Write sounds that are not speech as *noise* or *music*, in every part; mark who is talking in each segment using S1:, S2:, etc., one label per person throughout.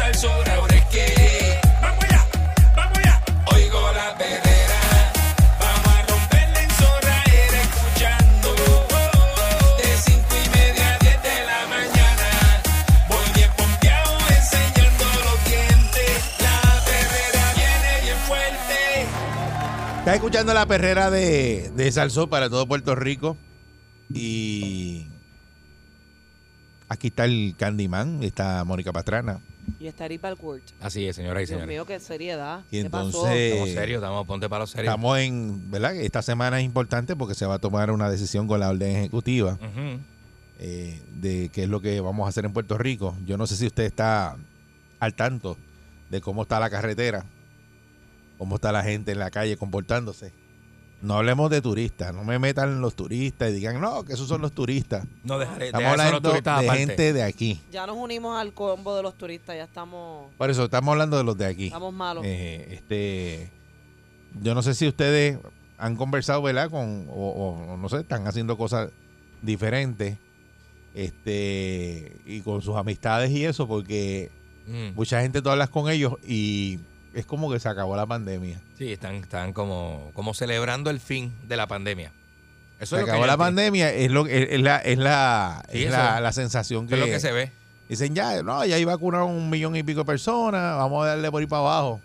S1: eh,
S2: Estás escuchando la perrera de, de Salsó para todo Puerto Rico. Y aquí está el Candyman, está Mónica Pastrana.
S3: Y estaré para el court.
S4: Así es, señoras y
S3: Dios
S4: señores.
S3: mío, qué seriedad.
S2: Y
S3: ¿Qué pasó?
S4: Estamos
S2: entonces
S4: serios, estamos ponte para los serios.
S2: estamos en, ¿verdad? Esta semana es importante porque se va a tomar una decisión con la orden ejecutiva
S4: Ujú.
S2: eh, de qué es lo que vamos a hacer en Puerto Rico. Yo no sé si usted está al tanto de cómo está la carretera, cómo está la gente en la calle comportándose. No hablemos de turistas, no me metan los turistas y digan, no, que esos son los turistas.
S4: No dejaré
S2: Estamos hablando de gente de aquí.
S3: Ya nos unimos al combo de los turistas, ya estamos,
S2: Por eso estamos hablando de los de aquí.
S3: estamos malos.
S2: Eh, este, yo no sé si ustedes han conversado, ¿verdad? Con, o, o- o no sé, están haciendo cosas diferentes. Este, y con sus amistades y eso, porque
S4: Mm.
S2: mucha gente tú hablas con ellos y es como que se acabó la pandemia.
S4: Sí, están, están como, como celebrando el fin de la pandemia. Eso
S2: Se
S4: es lo que
S2: acabó
S4: yo
S2: la
S4: entiendo.
S2: pandemia, es lo es, es la, es la,
S4: Sí,
S2: es
S4: eso
S2: la,
S4: es.
S2: la sensación
S4: Que
S2: que,
S4: es lo que se ve.
S2: Dicen ya, no, ya hay vacunado un millón y pico de personas, vamos a darle por ahí para abajo.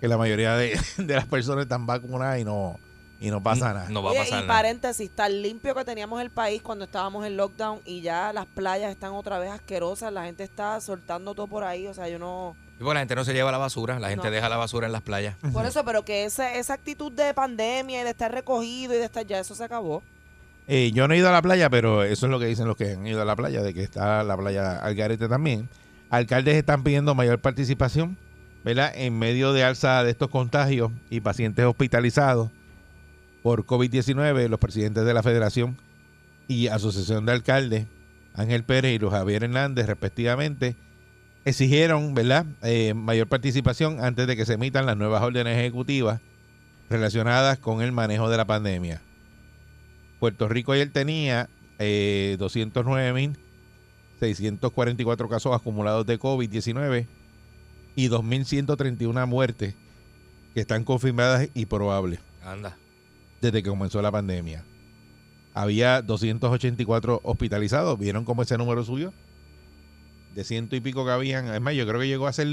S2: Que la mayoría de, *laughs* de las personas están vacunadas y no, y no pasa nada.
S4: No va a
S3: Oye,
S4: pasar
S3: y
S4: nada.
S3: paréntesis, tan limpio que teníamos el país cuando estábamos en lockdown y ya las playas están otra vez asquerosas, la gente está soltando todo por ahí, o sea, yo no...
S4: Y bueno, la gente no se lleva la basura, la gente
S3: No.
S4: deja la basura en las playas.
S3: Por eso, pero que esa, esa actitud de pandemia y de estar recogido y de estar ya, eso se acabó.
S2: Eh, yo no he ido a la playa, pero eso es lo que dicen los que han ido a la playa, de que está la playa al garete también. Alcaldes están pidiendo mayor participación, ¿verdad? En medio de alza de estos contagios y pacientes hospitalizados por COVID-19, los presidentes de la Federación y Asociación de Alcaldes, Ángel Pérez y Luis Javier Hernández, respectivamente, exigieron, ¿verdad?, Eh, mayor participación antes de que se emitan las nuevas órdenes ejecutivas relacionadas con el manejo de la pandemia. Puerto Rico ayer tenía eh, 209.644 casos acumulados de COVID-19 y 2.131 muertes que están confirmadas y probables
S4: Anda.
S2: desde que comenzó la pandemia. Había 284 hospitalizados. ¿Vieron cómo ese número subió? De ciento y pico que habían. Es más, yo creo que llegó a ser...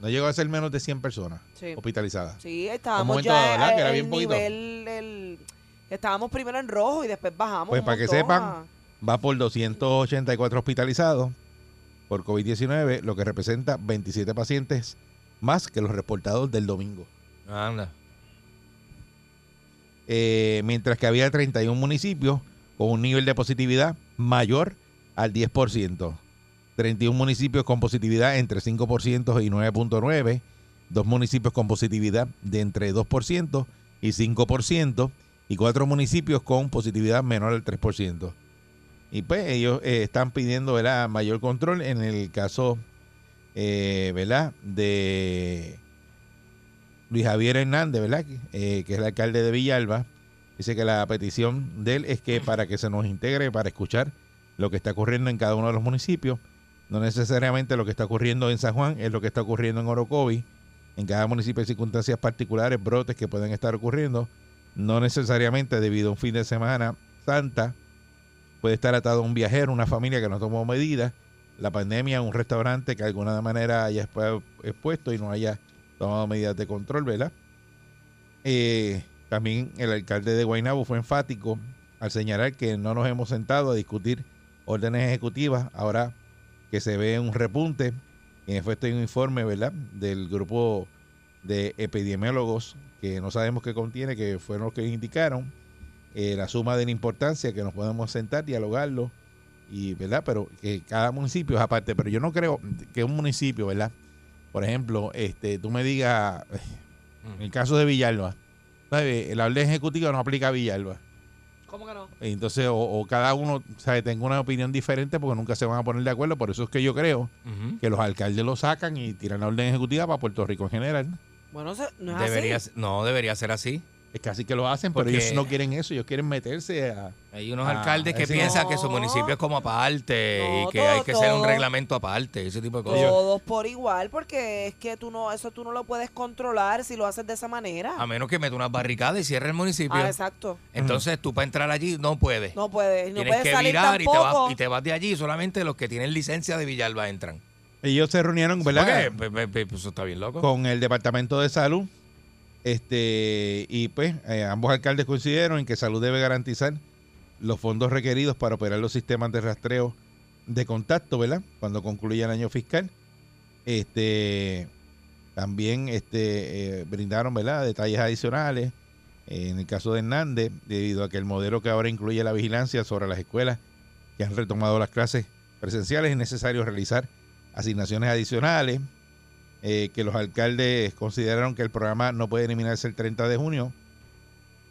S2: No llegó a ser menos de 100 personas
S3: Sí.
S2: hospitalizadas.
S3: Sí, estábamos
S2: momento
S3: ya
S2: dado, ¿verdad?
S3: a-
S2: Que era
S3: el
S2: bien poquito.
S3: nivel, el- estábamos primero en rojo y después bajamos.
S2: Pues
S3: un
S2: para que
S3: montón ah.
S2: sepan,
S3: a-
S2: va por 284 hospitalizados por COVID-19, lo que representa 27 pacientes más que los reportados del domingo.
S4: Anda.
S2: Eh, mientras que había 31 municipios con un nivel de positividad mayor al 10%. 31 municipios con positividad entre 5% y 9.9%, dos municipios con positividad de entre 2% y 5%, y cuatro municipios con positividad menor al 3%. Y pues ellos eh, están pidiendo ¿verdad? mayor control en el caso eh, ¿verdad? de Luis Javier Hernández, ¿verdad? Eh, que es el alcalde de Villalba, dice que la petición de él es que para que se nos integre, para escuchar lo que está ocurriendo en cada uno de los municipios, no necesariamente lo que está ocurriendo en San Juan es lo que está ocurriendo en Orocovi, en cada municipio hay circunstancias particulares, brotes que pueden estar ocurriendo, no necesariamente debido a un fin de semana santa, puede estar atado a un viajero, una familia que no tomó medidas, la pandemia, un restaurante que de alguna manera haya expu- expuesto y no haya tomado medidas de control, ¿verdad? Eh, también el alcalde de Guaynabo fue enfático al señalar que no nos hemos sentado a discutir órdenes ejecutivas ahora que se ve un repunte. En efecto hay un informe, ¿verdad? Del grupo de epidemiólogos que no sabemos qué contiene, que fueron los que indicaron eh, la suma de la importancia que nos podemos sentar, dialogarlo, y, ¿verdad? Pero que cada municipio es aparte. Pero yo no creo que un municipio, ¿verdad? por ejemplo, este, tú me digas, en el caso de Villalba, ¿sabes? la ley ejecutiva no aplica a Villalba.
S5: ¿Cómo que no?
S2: Entonces, o, o cada uno, ¿sabes? Tenga una opinión diferente porque nunca se van a poner de acuerdo. Por eso es que yo creo
S4: Ujú.
S2: que los alcaldes lo sacan y tiran la orden ejecutiva para Puerto Rico en general.
S5: Bueno, se-
S3: ¿Ah,
S5: no es
S4: Debería
S5: así.
S4: ser- no, debería ser así.
S2: Es que así que lo hacen, pero
S4: Porque-
S2: ellos no quieren eso, ellos quieren meterse a...
S4: Hay unos
S2: Ah,
S4: alcaldes que
S2: ese-
S4: piensan
S5: No.
S4: que su municipio es como aparte
S5: No,
S4: y que
S5: todo,
S4: hay que hacer un
S5: todo.
S4: reglamento aparte, ese tipo de cosas.
S5: Todos por igual, porque es que tú no, eso tú no lo puedes controlar si lo haces de esa manera.
S4: A menos que meta unas barricadas y cierre el municipio.
S5: Ah, exacto.
S4: Entonces tú para entrar allí no puedes.
S5: No puedes, no
S4: Tienes
S5: puedes
S4: que
S5: salir
S4: virar y te,
S5: tampoco.
S4: vas, y te vas de allí. Solamente los que tienen licencia de Villalba entran.
S2: Ellos se reunieron, ¿verdad?
S4: Porque, pe- pe- pe- pues, eso está bien loco.
S2: Con el Departamento de Salud. Este, y pues eh, ambos alcaldes coincidieron en que Salud debe garantizar los fondos requeridos para operar los sistemas de rastreo de contacto, ¿verdad? Cuando concluya el año fiscal. Este, también este, eh, brindaron, ¿verdad? Detalles adicionales. eh, en el caso de Hernández, debido a que el modelo que ahora incluye la vigilancia sobre las escuelas que han retomado las clases presenciales, es necesario realizar asignaciones adicionales. eh, que los alcaldes consideraron que el programa no puede eliminarse el 30 de junio,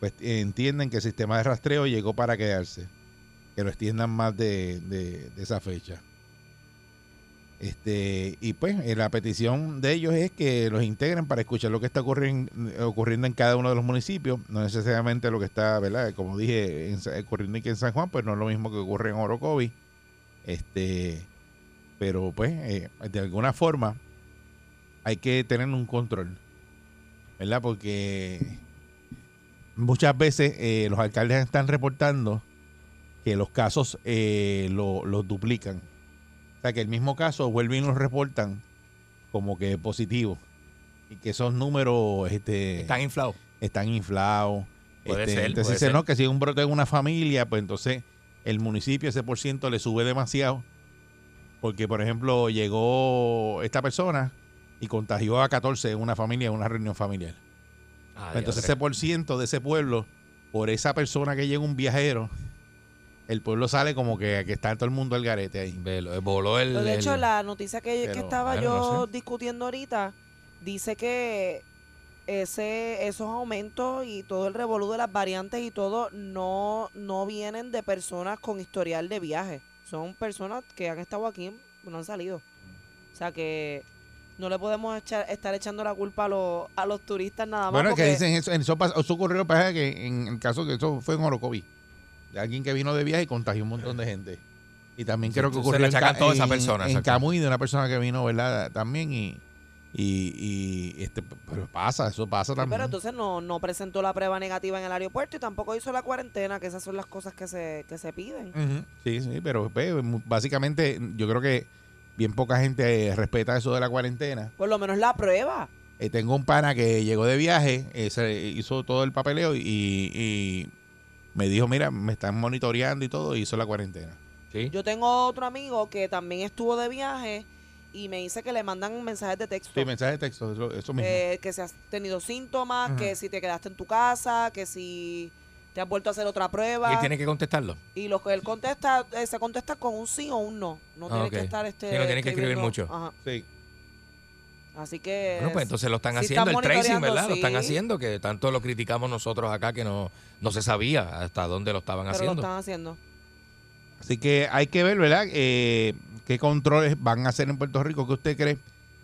S2: pues eh, entienden que el sistema de rastreo llegó para quedarse, que lo extiendan más de, de- de esa fecha. Este, y pues eh, la petición de ellos es que los integren para escuchar lo que está ocurrin- ocurriendo en cada uno de los municipios, no necesariamente lo que está, ¿verdad? Como dije, en Sa- ocurriendo aquí en San Juan, pues no es lo mismo que ocurre en Orocovi. Este, pero pues eh, de alguna forma hay que tener un control, ¿verdad? Porque muchas veces eh, los alcaldes están reportando que los casos eh, lo- los duplican. O sea, que el mismo caso vuelven y los reportan como que positivo. Y que esos números este,
S4: Están inflados.
S2: están inflados.
S4: Puede
S2: Este,
S4: ser,
S2: entonces
S4: puede
S2: dice,
S4: ser.
S2: no, que si es un brote en una familia, pues entonces el municipio ese por ciento le sube demasiado. Porque, por ejemplo, llegó esta persona y contagió a 14 en una familia, en una reunión familiar.
S4: Ah,
S2: entonces ese
S4: diantre.
S2: por ciento de ese pueblo, por esa persona que llega un viajero, el pueblo sale como que, que está todo el mundo al garete ahí.
S4: Velo- eh, voló el.
S5: Pero de hecho,
S4: el-
S5: la noticia que, que
S2: Pero,
S5: estaba
S4: bueno,
S5: yo
S4: no
S5: discutiendo ahorita dice que ese esos aumentos y todo el revolú de las variantes y todo no, no vienen de personas con historial de viaje. Son personas que han estado aquí, no han salido. O sea que no le podemos echar- estar echando la culpa a los, a los turistas nada más.
S2: Bueno, es que
S5: porque-
S2: dicen eso, eso, pas- eso ocurrió pasa que en el caso que eso fue en Orocovi, de alguien que vino de viaje y contagió un montón de gente. Y también creo que
S4: Se le
S2: ocurrió en,
S4: achacan
S2: Ca-
S4: todo a esa
S2: en-
S4: persona,
S2: en
S4: exacto.
S2: Camuy de una persona que vino, ¿verdad? También y, y, y, este, pero pasa, eso pasa
S5: Sí,
S2: también.
S5: Pero entonces no, no presentó la prueba negativa en el aeropuerto y tampoco hizo la cuarentena, que esas son las cosas que se, que se piden.
S2: Ujú. Sí, sí, pero ve, mu- básicamente yo creo que bien poca gente eh, respeta eso de la cuarentena.
S5: Por lo menos la prueba.
S2: Eh, tengo un pana que llegó de viaje, eh, se hizo todo el papeleo y, y me dijo, mira, me están monitoreando y todo, y hizo la cuarentena.
S4: Sí.
S5: Yo tengo otro amigo que también estuvo de viaje y me dice que le mandan mensajes de texto.
S2: Sí, mensaje de texto, eso, eso mismo.
S5: eh, que si has tenido síntomas,
S2: Ajá.
S5: que si te quedaste en tu casa, que si te has vuelto a hacer otra
S4: Y él
S5: prueba.
S4: tiene que contestarlo.
S5: Y lo que él contesta, eh, se contesta con un sí o un no. No
S4: Ah,
S5: tiene
S4: ok.
S5: que estar este.
S4: Sí, no tiene que escribir
S5: escribiendo-
S4: mucho.
S5: Ajá.
S2: sí.
S5: Así que.
S4: Bueno, pues entonces lo están
S5: Sí
S4: haciendo,
S5: están
S4: el tracing,
S5: monitoreando,
S4: ¿verdad? Lo están
S5: sí.
S4: haciendo, que tanto lo criticamos nosotros acá que no, no se sabía hasta dónde lo estaban
S5: pero lo
S4: haciendo.
S5: están haciendo.
S2: Así que hay que ver, ¿verdad? Eh, ¿Qué controles van a hacer en Puerto Rico? ¿Qué usted cree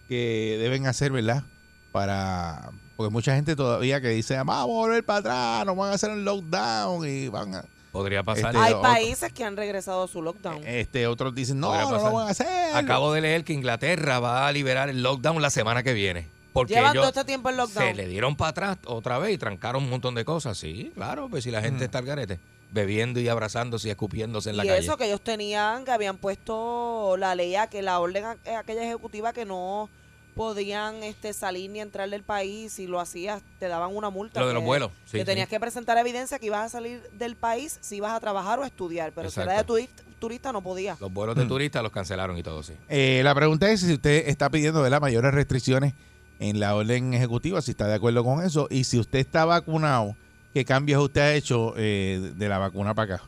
S2: que deben hacer, ¿verdad? Para. Porque mucha gente todavía que dice, vamos a volver para atrás, nos van a hacer un lockdown y van a.
S4: Podría pasar.
S2: Este,
S5: Hay
S2: otro-
S5: países que han regresado a su lockdown.
S4: Eh,
S2: Este, otros dicen, no,
S4: Podría
S2: no
S4: pasar.
S2: lo van a hacer.
S4: Acabo de leer que Inglaterra va a liberar el lockdown la semana que viene. Porque
S5: Llevan todo
S4: ellos
S5: este tiempo en
S4: se
S5: lockdown.
S4: le dieron para atrás otra vez y trancaron un montón de cosas. Sí, claro, pues si la
S2: Mm.
S4: gente está al garete, bebiendo y abrazándose y escupiéndose en la
S5: y
S4: calle.
S5: eso que ellos tenían, que habían puesto la ley, a que la orden a- a aquella ejecutiva que no podían este salir ni entrar del país, si lo hacías te daban una multa.
S4: Lo de los
S5: que-
S4: vuelos, sí,
S5: que tenías
S4: sí.
S5: que presentar evidencia que ibas a salir del país si ibas a trabajar o a estudiar, pero si eras de
S4: Exacto.
S5: turista, turista no podías.
S4: Los vuelos de
S2: Mm.
S4: turistas los cancelaron y todo, sí.
S2: Eh, la pregunta es si usted está pidiendo de las mayores restricciones en la orden ejecutiva, si está de acuerdo con eso, y si usted está vacunado, ¿qué cambios usted ha hecho eh, de la vacuna para acá?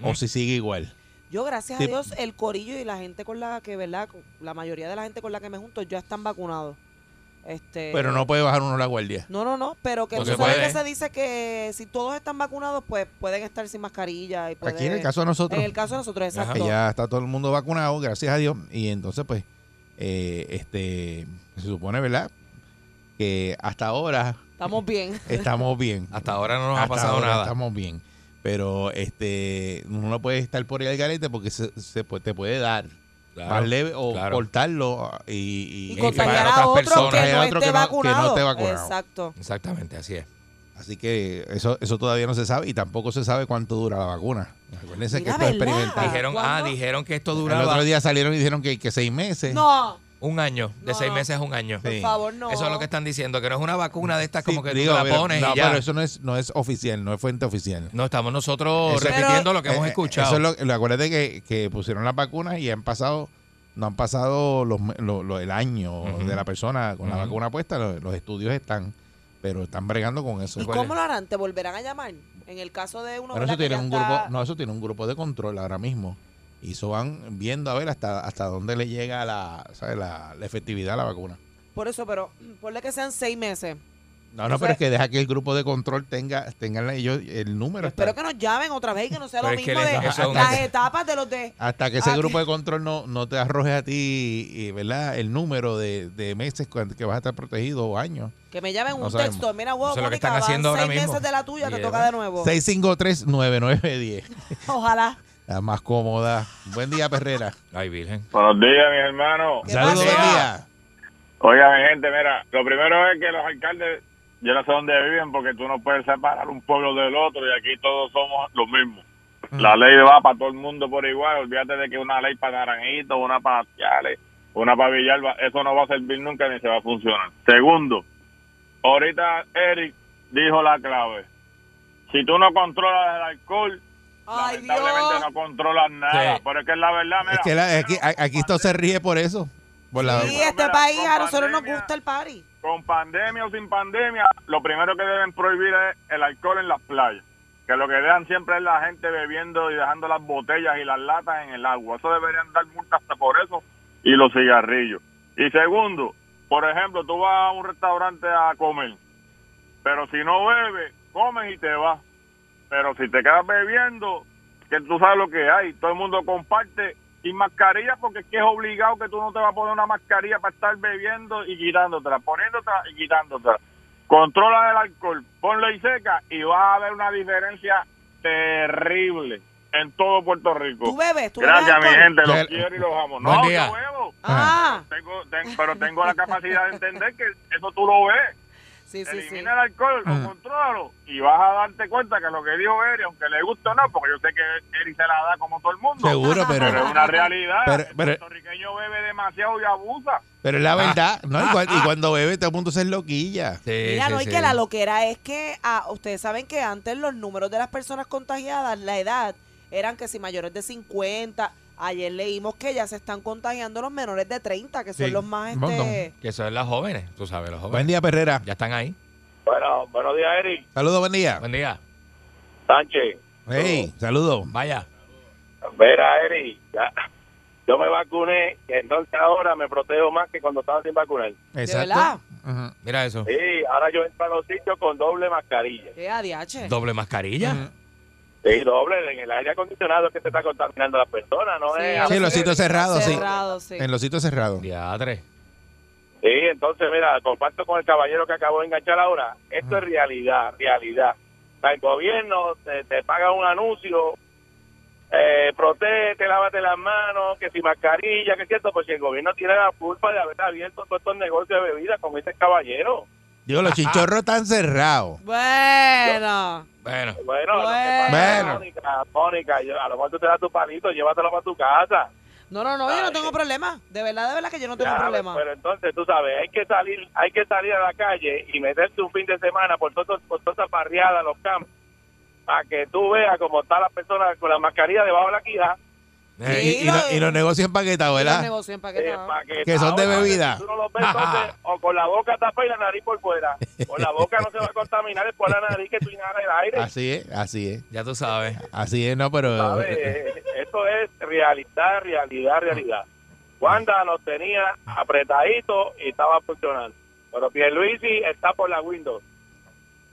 S2: O
S4: Mm.
S2: si sigue igual.
S5: Yo, gracias
S2: Sí.
S5: a Dios, el corillo y la gente con la que, ¿verdad? Con- La mayoría de la gente con la que me junto ya están vacunados. Este,
S2: Pero no puede bajar uno la guardia.
S5: No, no, no, pero que
S4: No
S5: tú
S4: se
S5: sabes
S4: puede.
S5: que se dice que si todos están vacunados, pues pueden estar sin mascarilla. Y puede-
S2: Aquí en el caso de nosotros,
S5: En el caso de nosotros,
S4: Ajá.
S5: exacto.
S2: que ya está todo el mundo vacunado, gracias a Dios. Y entonces, pues, eh, este, se supone, ¿verdad? Que hasta ahora
S5: Estamos bien.
S2: estamos
S5: *laughs*
S2: bien.
S4: Hasta ahora no nos ha
S2: Hasta
S4: pasado
S2: ahora
S4: nada.
S2: Estamos bien. Pero este uno no puede estar por ahí al garete porque se, se pu- te puede dar
S4: Claro.
S2: más leve o
S4: claro.
S2: portarlo y,
S5: Y
S2: y-
S4: Y
S5: contagiar
S4: otras
S5: a otro que
S4: personas.
S2: Contagiar
S5: no
S2: a otro
S5: esté
S2: que no- que no
S5: vacunado.
S2: esté vacunado.
S5: Exacto.
S4: Exactamente, así es.
S2: así que eso eso todavía no se sabe y tampoco se sabe cuánto dura la vacuna. Acuérdense
S5: Mira,
S2: que esto es
S5: ¿verdad?
S2: experimental.
S4: Dijeron, ah,
S5: ¿cuándo?
S4: dijeron que esto
S2: El otro
S4: duraba
S2: día salieron y dijeron que, que seis meses.
S5: No,
S4: un año, de
S5: No,
S4: seis
S5: no.
S4: meses a un año.
S5: por
S2: Sí.
S5: favor, no.
S4: Eso es lo que están diciendo, que no es una vacuna de estas
S2: Sí,
S4: como que
S2: digo,
S4: tú te la
S2: pero-
S4: pones
S2: no,
S4: y ya.
S2: pero eso no es no es oficial, no es fuente oficial.
S4: No, estamos nosotros
S2: Eso-
S4: repitiendo lo que hemos
S2: Eh,
S4: escuchado.
S2: Eso es lo, lo- acuérdate que, que pusieron las vacunas y han pasado, no han pasado los, me- lo- lo- el año
S4: Ujú.
S2: de la persona con la
S4: Ujú.
S2: vacuna puesta, lo- los, estudios están, pero están bregando con eso.
S5: ¿Y cómo lo harán? ¿Te volverán a llamar? En el caso de uno
S2: Pero
S5: ¿verdad?
S2: eso
S5: que
S2: tiene
S5: ya
S2: un
S5: está-
S2: grupo, no, eso tiene un grupo de control ahora mismo. Y eso van viendo a ver hasta hasta dónde le llega la, ¿sabes? la, la efectividad a la vacuna.
S5: Por eso, pero mm, ponle que sean seis meses.
S2: No, no,
S5: O sea-
S2: pero es que deja que el grupo de control tenga, tengan la- ellos el número.
S5: Espero
S2: hasta-
S5: que nos llamen otra vez y que no sea lo
S4: Pero es que
S5: mismo
S4: les-
S5: de
S2: eso es un-
S5: las etapas de los de...
S2: Hasta que ese
S5: Ah,
S2: grupo de control no, no te arroje a ti, y, ¿verdad? El número de, de meses cuan- que vas a estar protegido o años.
S5: Que me llamen
S2: No
S5: un
S2: sabemos.
S5: texto. Mira, wow,
S4: Eso es lo que
S5: Mónica,
S4: están
S5: van
S4: haciendo ahora
S5: seis meses
S4: mismo.
S5: de la tuya, te
S4: Y
S5: toca
S4: es-
S5: de nuevo.
S2: 653-9910.
S5: Ojalá.
S2: La más cómoda. Buen día, Perrera.
S4: Ay, Virgen.
S3: Buenos días, mis hermanos.
S5: ¿Qué
S2: Saludos,
S5: pasó?
S2: buen día.
S3: Oiga, mi gente, mira, lo primero es que los alcaldes, yo no sé dónde viven porque tú no puedes separar un pueblo del otro y aquí todos somos los mismos. La
S4: Mm.
S3: ley va para todo el mundo por igual, olvídate de que una ley para Naranjito, una para Chales, una para Villalba, eso no va a servir nunca ni se va a funcionar. Segundo, ahorita Eric dijo la clave. Si tú no controlas el alcohol,
S5: Ay,
S3: lamentablemente
S5: Dios.
S3: no controlas nada.
S4: Sí.
S3: Pero es que es la verdad, mira.
S2: Es que la- aquí, a- aquí esto se ríe por eso. Por la,
S5: Y este
S3: Mira,
S5: país,
S3: con
S5: a nosotros nos
S3: pandemia.
S5: gusta el party.
S3: con pandemia o sin pandemia, lo primero que deben prohibir es el alcohol en las playas. Que lo que dejan siempre es la gente bebiendo y dejando las botellas y las latas en el agua. Eso deberían dar multas hasta por eso y los cigarrillos. Y segundo, por ejemplo, tú vas a un restaurante a comer, pero si no bebes, comes y te vas. Pero si te quedas bebiendo, que tú sabes lo que hay, todo el mundo comparte sin mascarilla porque es que es obligado que tú no te vas a poner una mascarilla para estar bebiendo y quitándotela, poniéndotela y quitándotela. Controla el alcohol, ponlo y seca y vas a ver una diferencia terrible en todo Puerto
S5: Tú
S3: Rico.
S5: bebes, tú bebes.
S3: Gracias, mi
S5: alcohol?
S3: gente,
S2: Bel-
S3: los quiero y los amo.
S4: Buen
S3: No,
S4: día.
S3: yo bebo,
S5: Ah,
S3: tengo- ten- pero tengo la capacidad de entender que eso tú lo ves.
S5: sí, sí, sí.
S3: Elimina el alcohol,
S2: Ajá.
S3: o contrólalo y vas a darte cuenta que lo que dijo Eri, aunque le guste o no, porque yo sé que Eri se la da como todo el mundo.
S2: seguro,
S3: Pero es
S2: pero,
S3: una realidad.
S2: Pero-
S3: el
S2: pero-
S3: puertorriqueño bebe demasiado y abusa.
S2: pero es la verdad. ¿no? Y, cuando, y cuando bebe, todo el mundo se loquilla.
S4: Sí,
S5: Ah, Mira,
S4: sí,
S5: no, y
S4: sí.
S5: que la loquera es que ah, ustedes saben que antes los números de las personas contagiadas, la edad, eran que si mayores de 50, ayer leímos que ya se están contagiando los menores de 30, que son
S2: Sí,
S5: los más...
S2: un montón.
S5: Este,
S4: Que son las jóvenes, tú sabes, los jóvenes.
S2: Buen día, Perrera.
S4: Ya están ahí.
S3: Bueno, buenos días, Eri.
S2: Saludos, buen día.
S4: Buen día.
S3: Sánchez,
S2: Hey, saludos.
S4: Vaya.
S3: verá, Eri. Yo me vacuné, entonces ahora me protejo más que cuando estaba sin vacunar.
S5: verdad?
S2: Ujú.
S4: Mira eso.
S3: Sí, ahora yo entro a los sitios con doble mascarilla.
S5: ¿Qué ADH?
S4: Doble mascarilla.
S2: Ujú.
S3: Sí, doble. En el aire acondicionado es que se está contaminando la persona, ¿no es?
S2: Sí, los sitios cerrados, sí.
S5: Cerrados, sí.
S2: En los sitios cerrados.
S4: Diadre.
S3: Sí, entonces, mira, comparto con el caballero que acabó de enganchar ahora. Esto es realidad, realidad. O sea, el gobierno te, te paga un anuncio, eh, protege, lávate las manos, que si mascarilla, que cierto, pues si el gobierno tiene la culpa de haber abierto todos estos negocios de bebidas con este caballero.
S2: Digo, los chinchorros están cerrados.
S5: Bueno.
S4: Bueno.
S3: Bueno, lo que
S2: Bueno.
S3: pasa, Mónica, Mónica, yo- a lo mejor tú te das tu palito, llévatelo para tu casa.
S5: No, no, no, yo no
S3: Ay.
S5: tengo problema. De verdad, de verdad que yo no tengo
S3: Ya, pues,
S5: problema.
S3: Pero entonces, tú sabes, hay que salir, hay que salir a la calle y meterse un fin de semana por todas por toda esa parriada, los campos, para que tú veas cómo está la persona con la mascarilla debajo de la quija.
S2: Y,
S4: Eh,
S2: y- y lo- y los negocios empaquetados,
S5: Yo
S2: ¿verdad?
S5: negocio
S3: eh,
S5: empaquetado.
S3: pa' que
S2: Que son de
S3: ahora,
S2: bebida.
S3: si Tú no los ves,
S2: *laughs*
S3: entonces, o con la boca tapada y la nariz por fuera. Con la boca no se va a contaminar, es por la nariz que tú inhalas el aire.
S2: Así es, así es.
S4: Ya tú sabes.
S2: Así es, no, pero. eh,
S6: eh,
S3: ¿sabes? Es
S7: Eh, eso es realidad, realidad, realidad. Wanda nos tenía apretadito y estaba funcionando. Pero Pierluisi está por la Windows.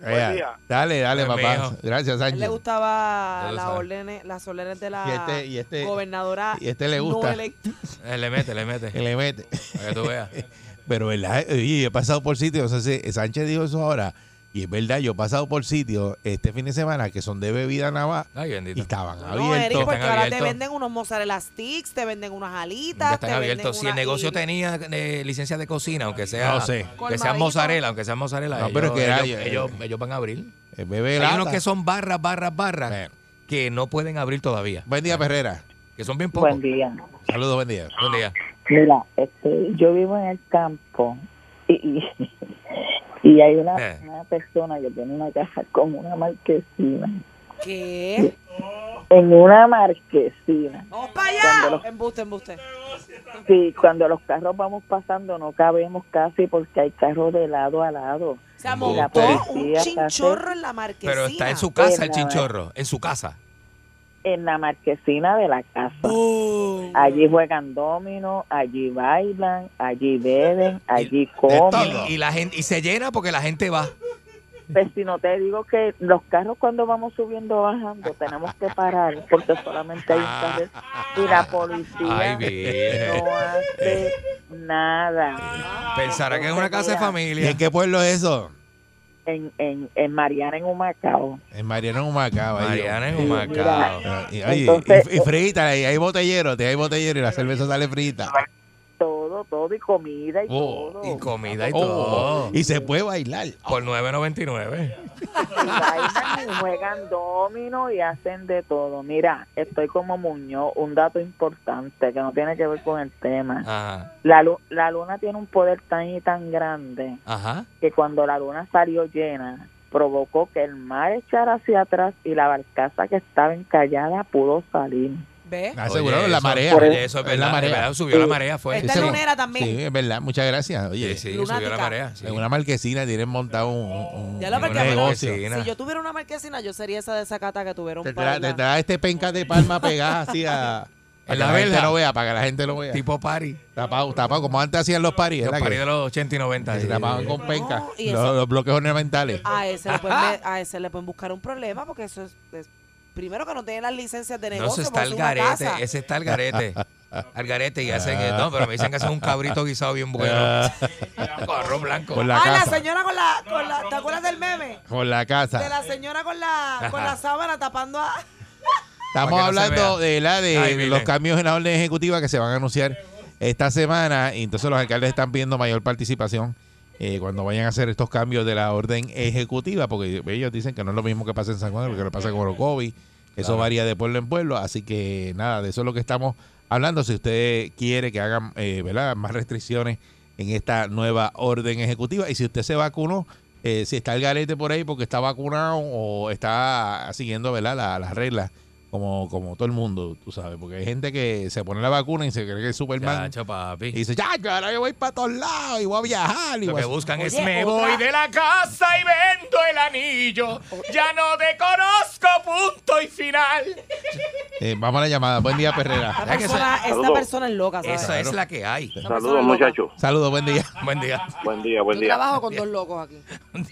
S2: Ea,
S7: día.
S2: Dale, dale,
S4: Buen
S2: papá.
S4: viejo.
S2: Gracias,
S3: A él le
S2: Sánchez.
S4: Ya
S3: gustaba
S4: lo
S3: las
S4: sabe.
S3: órdenes, las órdenes de la
S2: Y este- y este-
S3: gobernadora.
S2: y este le
S3: no
S2: gusta.
S3: electa.
S4: Eh, le mete, le mete.
S2: Que le mete.
S4: Para que tú veas.
S2: *laughs* Pero, ¿verdad? Oye, he pasado por sitios. o sea, sí, Sánchez dijo eso ahora. Y es verdad, yo he pasado por sitios este fin de semana que son de bebida nada más
S4: Ay,
S2: y
S4: bendito.
S2: estaban
S3: No, Eric,
S2: abiertos.
S3: porque
S4: Están
S3: ahora te
S4: abiertos.
S3: venden unos mozzarella sticks, te venden unas alitas.
S4: Ya
S3: te
S4: están
S3: venden
S4: abiertos. Si
S3: una-
S4: el negocio
S3: y-
S4: tenía eh, licencia de cocina, aunque sea,
S2: No sé.
S4: que sea
S3: Colmadito.
S4: mozzarella, aunque sea mozzarella,
S2: No,
S4: ellos,
S2: pero es que era-
S4: ellos, ellos- ellos van a abrir.
S2: El bebé
S4: Hay unos
S2: lata.
S4: que son barras, barras, barras,
S2: Bueno.
S4: que no pueden abrir todavía,
S2: Buen día, Perrera.
S4: que son bien pocos.
S8: Buen día.
S2: Saludos, buen día.
S4: Buen día.
S8: Mira, este, yo vivo en el campo y, y, *laughs* y hay una,
S4: Eh.
S8: una persona que tiene una casa como una marquesina.
S3: ¿Qué?
S8: En una marquesina.
S3: ¡Vamos para
S8: Cuando
S3: allá!
S8: los-
S3: Embuste, embuste.
S8: Sí, cuando los carros vamos pasando no cabemos casi porque hay carros de lado a lado.
S3: Se
S4: Embuste.
S3: amontó un
S8: Policía,
S3: chinchorro en la marquesina. ¿eh?
S4: Pero está en su casa el
S8: Era-
S4: chinchorro, en su casa.
S8: En la marquesina de la casa.
S3: ¡Bum!
S8: Allí juegan domino, allí bailan, allí beben, allí
S2: de
S8: comen.
S2: todo.
S4: Y, y la gente, y se llena porque la gente va.
S8: Pues si no te digo que los carros cuando vamos subiendo o bajando tenemos que parar porque solamente hay un carril y la policía
S4: Ay, bien.
S8: no hace nada.
S4: Pensará que es una casa de
S2: ¿Y en
S4: familia.
S2: qué pueblo es eso?
S8: En, en, en Mariana, en Humacao.
S2: En Mariano Humacao. ahí.
S4: Mariana en
S2: Sí.
S4: Humacao.
S2: Ah, y- oye,
S8: Entonces,
S2: y, y frita, y hay botellero, te hay botellero y la cerveza sale frita.
S8: Todo, todo y comida y
S2: Oh,
S8: todo.
S4: Y comida y
S2: Oh,
S4: todo.
S2: y se puede bailar.
S4: Por 9.99.
S8: Y bailan y juegan domino y hacen de todo. Mira, estoy como Muñoz, un dato importante que no tiene que ver con el tema.
S4: Ajá.
S8: La, lu- la luna tiene un poder tan y tan grande
S4: Ajá.
S8: que cuando la luna salió llena, provocó que el mar echara hacia atrás y la barcaza que estaba encallada pudo salir.
S3: ¿Ve?
S2: Ah, seguro,
S4: Oye,
S2: la
S4: eso-
S2: marea.
S4: oye, eso es
S2: Es la
S4: verdad.
S2: marea.
S4: es verdad, Subió la marea, fue.
S3: Esta
S2: sí.
S3: lunera también.
S2: Sí, es verdad. Muchas gracias. Oye,
S4: Sí, sí, subió
S3: Lunática.
S4: la marea. sí.
S2: en una marquesina tienen montado un, un-
S3: Ya lo
S2: un
S3: porque-
S2: negocio.
S4: Sí,
S3: Si yo tuviera una marquesina, yo sería esa de Zacata que tuvieron
S2: Te
S3: para
S2: trae, te
S3: la-
S2: trae este penca de palma pegada así
S4: *laughs*
S2: a... Para que
S4: la
S2: la gente
S4: verja.
S2: no vea, para que la gente no vea.
S4: Tipo party.
S2: Tapado, tapado, como antes hacían los paris,
S4: Los
S2: ¿verdad?
S4: party
S2: que-
S4: de los 80 y 90.
S2: que
S4: sí.
S2: se tapaban con
S3: No,
S2: penca.
S3: y
S2: los,
S3: eso-
S2: los bloques ornamentales.
S3: A ese, le pueden, ver- a ese le pueden buscar un problema porque eso es, es- Primero que no tienen las licencias de
S4: No,
S3: negocio.
S4: ese está
S3: porque
S4: el
S3: es una
S4: garete,
S3: casa.
S4: ese está el garete. Al garete y hacen, eh, no, pero me dicen que hacen un cabrito guisado bien bueno. Con arroz blanco.
S2: Con
S3: ah,
S2: la
S3: la
S2: casa.
S3: señora con la, con la. ¿Te acuerdas del meme?
S2: Con la
S3: De
S2: casa.
S3: la señora con la, con la sábana tapando a.
S2: Estamos
S4: Para que no se
S2: hablando
S4: vea.
S2: de, la, de
S4: Ay,
S2: de
S4: Virgen.
S2: los cambios en la orden ejecutiva que se van a anunciar esta semana. Y entonces los alcaldes están pidiendo mayor participación eh, cuando vayan a hacer estos cambios de la orden ejecutiva, porque ellos dicen que no es lo mismo que pasa en San Juan, lo que le pasa con Orocovi. Eso
S4: Claro.
S2: varía de pueblo en pueblo. Así que nada, de eso es lo que estamos hablando. Si usted quiere que hagan eh, ¿verdad? más restricciones en esta nueva orden ejecutiva y si usted se vacunó, eh, si está el garete por ahí porque está vacunado o está siguiendo ¿verdad? La- las reglas como, como todo el mundo, tú sabes, porque hay gente que se pone la vacuna y se cree que es Superman
S4: Chacho, papi.
S2: y dice, ya, yo ahora yo voy para todos lados y voy a viajar y
S4: Lo
S2: voy
S4: que
S2: a...
S4: buscan es
S3: Oye,
S4: me
S3: otra-
S4: voy de la casa y vendo el anillo. Ya no te conozco, punto y final.
S2: Eh, vamos a la llamada. Buen día, Perrera.
S3: Esta
S4: Ya que
S3: persona, Ah, esta
S7: Saludos.
S3: persona es loca, ¿sabes?
S4: Esa es la que hay.
S3: Esta persona
S7: Saludos,
S3: es loca.
S7: muchachos.
S2: Saludos, buen día.
S4: *laughs* Buen día.
S7: Buen día, buen
S3: Yo
S7: día.
S3: trabajo con dos locos aquí.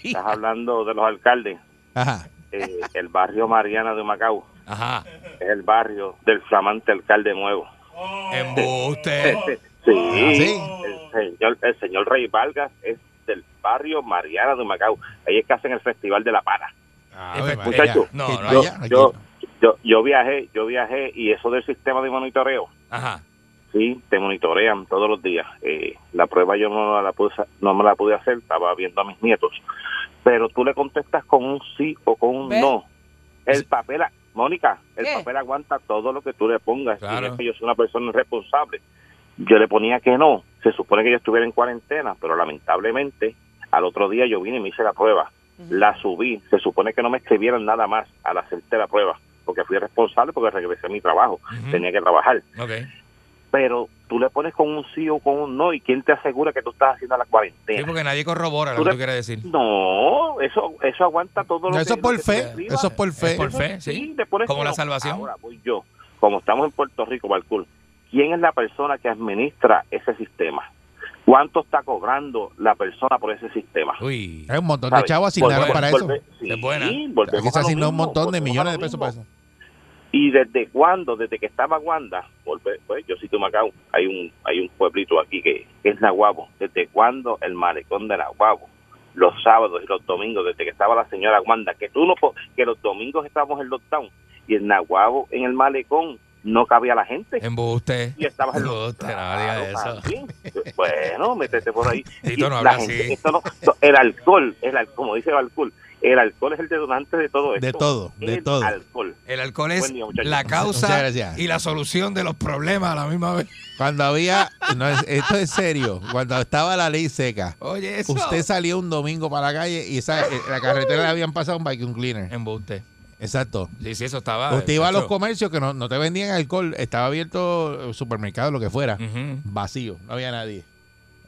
S7: Estás hablando de los alcaldes.
S2: Ajá.
S7: Eh, el barrio Mariana de Macao
S4: Ajá.
S7: es el barrio del flamante alcalde nuevo.
S4: Oh. Embuste.
S7: *laughs*
S4: Oh.
S7: Sí,
S2: sí?
S7: El, señor, el señor Rey Vargas es del barrio Mariana de Macao. Ahí es que hacen el Festival de la Para.
S2: Ave María.
S7: Muchacho,
S4: No,
S2: Que
S4: no,
S2: vaya, aquí.
S7: yo, yo, yo viajé, yo viajé y eso del sistema de monitoreo,
S4: Ajá.
S7: sí, te monitorean todos los días. Eh, la prueba yo no la pude, sa- no me la pude hacer, estaba viendo a mis nietos. Pero tú le contestas con un sí o con un
S3: ¿Ves?
S7: no. El papel, a- Mónica, el
S3: ¿Qué?
S7: papel aguanta todo lo que tú le pongas. Y no es
S4: Claro.
S7: que yo soy una persona responsable. Yo le ponía que no. Se supone que yo estuviera en cuarentena, pero lamentablemente al otro día yo vine y me hice la prueba.
S3: Ujú.
S7: La subí. Se supone que no me escribieron nada más al hacerte la prueba, porque fui responsable porque regresé a mi trabajo.
S4: Ujú.
S7: Tenía que trabajar.
S4: Ok.
S7: Pero tú le pones con un sí o con un no, ¿y quién te asegura que tú estás haciendo la cuarentena?
S4: Sí, porque nadie corrobora lo que tú quieres decir.
S7: No, eso eso aguanta todo lo
S2: No, eso
S7: que-
S2: es por
S7: lo que tú
S2: fe.
S7: escribas.
S2: Eso es por fe.
S4: por fe,
S7: Sí,
S4: sí.
S7: le pones
S4: Como
S7: que
S4: la
S7: no.
S4: salvación.
S7: Ahora voy yo. como estamos en Puerto Rico, Balcul, ¿quién es la persona que administra ese sistema? ¿Cuánto está cobrando la persona por ese sistema?
S4: Uy.
S2: Hay un montón de
S7: ¿Sabes?
S2: chavos asignados
S7: Volve-
S2: para eso.
S7: volve- sí,
S4: Es buena.
S7: volvemos
S2: Aquí se
S7: a lo
S2: asignó un
S7: mismo,
S2: montón de
S7: volvemos a
S2: millones
S7: lo
S2: de pesos
S7: mismo.
S2: para eso.
S7: ¿Y desde cuándo? Desde que estaba Wanda. Volve- pues, yo cito Macao, hay un hay un pueblito aquí que es Nahuabo. ¿Desde cuándo el malecón de Nahuabo? Los sábados y los domingos, desde que estaba la señora Wanda, que tú no po- que los domingos estábamos en lockdown y en Nahuabo, en el malecón, no cabía la gente.
S1: Eh,
S4: Embuste.
S7: Y estabas en
S4: Embuste, no digas
S7: Claro,
S4: eso.
S7: también. Bueno, métete por ahí.
S4: Tito,
S7: Y
S4: no
S7: la
S4: habla
S7: gente
S4: así.
S7: que esto no- no, el alcohol, el al- como dice Balcool, el alcohol es el detonante de todo esto.
S2: De todo, de
S7: el
S2: todo.
S7: alcohol.
S4: El alcohol es
S7: Buen día, muchachos.
S4: la
S2: Muchas
S4: causa
S2: gracias.
S4: y la solución de los problemas a la misma vez.
S2: Cuando había, no, es- esto es serio, cuando estaba la ley seca,
S4: Oye, eso.
S2: usted salió un domingo para la calle y esa, eh, la carretera le habían pasado un vacuum cleaner.
S4: Embuste.
S2: Exacto.
S4: Sí, sí, eso estaba.
S2: usted iba a los
S4: Ujú.
S2: comercios que no, no te vendían alcohol, estaba abierto eh, supermercado, lo que fuera, vacío, no había nadie.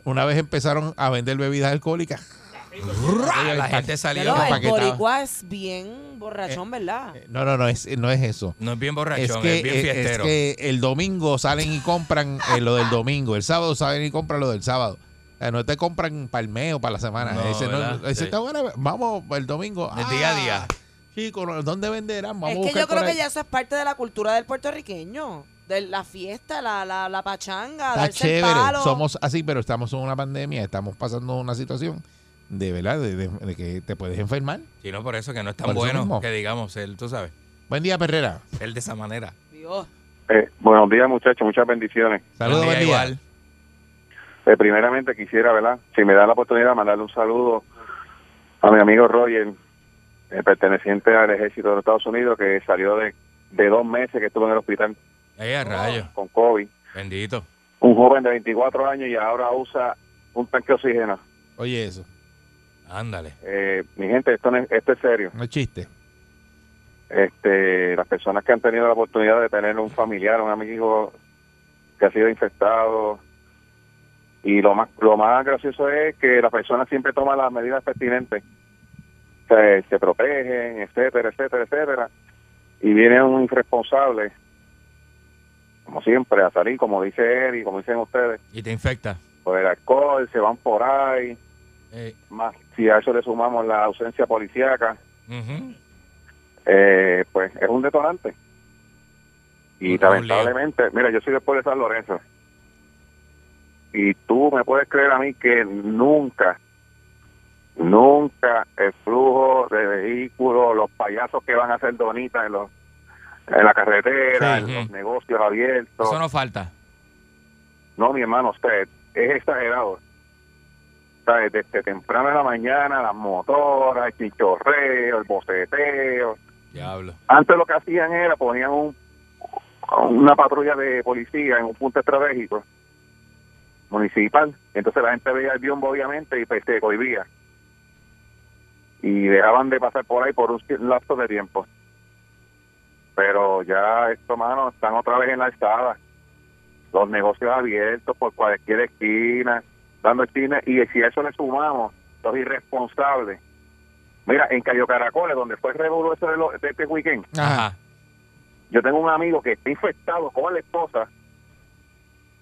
S2: Una vez empezaron a vender bebidas alcohólicas,
S4: Ra, La gente
S3: Pero
S4: salió.
S2: Dios,
S3: el
S2: empaquetado.
S3: boricua es bien borrachón, ¿verdad?
S2: eh, no, no, no, es, no es eso.
S4: No es bien
S2: Es
S4: borrachón,
S2: que,
S4: es bien
S2: eh, es
S4: fiestero.
S2: que el domingo salen y compran eh, lo del domingo, el sábado salen y compran lo del sábado. O sea, no te compran palmeo para la semana.
S4: No,
S2: Ese no-
S4: ¿verdad?
S2: ese
S4: Sí.
S2: está bueno, vamos el domingo.
S4: El día a día.
S2: Chicos, ¿no- ¿dónde venderán? Vamos a
S3: es que
S2: buscar
S3: yo creo
S2: por
S3: que
S2: ahí.
S3: ya eso es parte de la cultura del puertorriqueño. De la fiesta, la, la, la pachanga,
S2: Está
S3: darse
S2: chévere.
S3: el palo.
S2: Somos así, pero estamos en una pandemia, estamos pasando una situación de verdad, de, de- de que te puedes enfermar.
S4: Si no, por eso que no es tan
S2: Por eso
S4: bueno
S2: mismo.
S4: que digamos, él, tú sabes,
S2: Buen día, Perrera.
S4: él de esa manera.
S3: Dios.
S9: Eh, buenos días, muchachos. Muchas bendiciones.
S2: Saludos,
S4: Buen
S2: buen
S4: día,
S2: día.
S4: igual.
S9: Eh, primeramente quisiera, ¿verdad? Si me da la oportunidad, mandarle un saludo a mi amigo Roger, eh, perteneciente al ejército de los Estados Unidos, que salió de, de dos meses que estuvo en el hospital
S4: Ey, a rayo.
S9: con COVID.
S4: Bendito.
S9: Un joven de 24 años y ahora usa un tanque de oxígeno.
S2: Oye, eso,
S4: Ándale.
S9: Eh, mi gente, esto, no es- esto es serio.
S2: no es chiste.
S9: este, las personas que han tenido la oportunidad de tener un familiar, un amigo que ha sido infectado. Y lo más, lo más gracioso es que la persona siempre toma las medidas pertinentes. Se, se protegen, etcétera, etcétera, etcétera. Y viene un irresponsable, como siempre, a salir, como dice él y como dicen ustedes,
S4: Y te infecta. Eh,
S9: por el alcohol, se van por ahí.
S4: Ey.
S9: Más, si a eso le sumamos la ausencia policíaca,
S4: Ujú.
S9: eh, pues es un detonante. Y
S4: Un
S9: lamentablemente, mira, yo soy del pueblo de San Lorenzo. Y tú me puedes creer a mí que nunca, nunca el flujo de vehículos, los payasos que van a hacer donitas en los en la carretera,
S4: Sí.
S9: en los
S4: Ujú.
S9: negocios abiertos.
S4: Eso
S9: No...
S4: no falta.
S9: mi hermano, usted es exagerado. ¿Sabes? Desde temprano en la mañana, las motoras, el chichorreo, el boceteo,
S4: Diablo.
S9: antes lo que hacían era ponían un- una patrulla de policía en un punto estratégico municipal. Entonces la gente veía el biombo, obviamente, y pues, se cohibía. Y dejaban de pasar por ahí por un cier- lapso de tiempo. Pero ya esto, mano, están otra vez en la alzada. Los negocios abiertos por cualquier esquina, dando esquina. Y si a eso le sumamos los irresponsables. Mira, en Cayo Caracoles, donde fue el revolú ese de, lo- de este weekend,
S2: Ajá.
S4: Ajá.
S9: yo tengo un amigo que está infectado con la esposa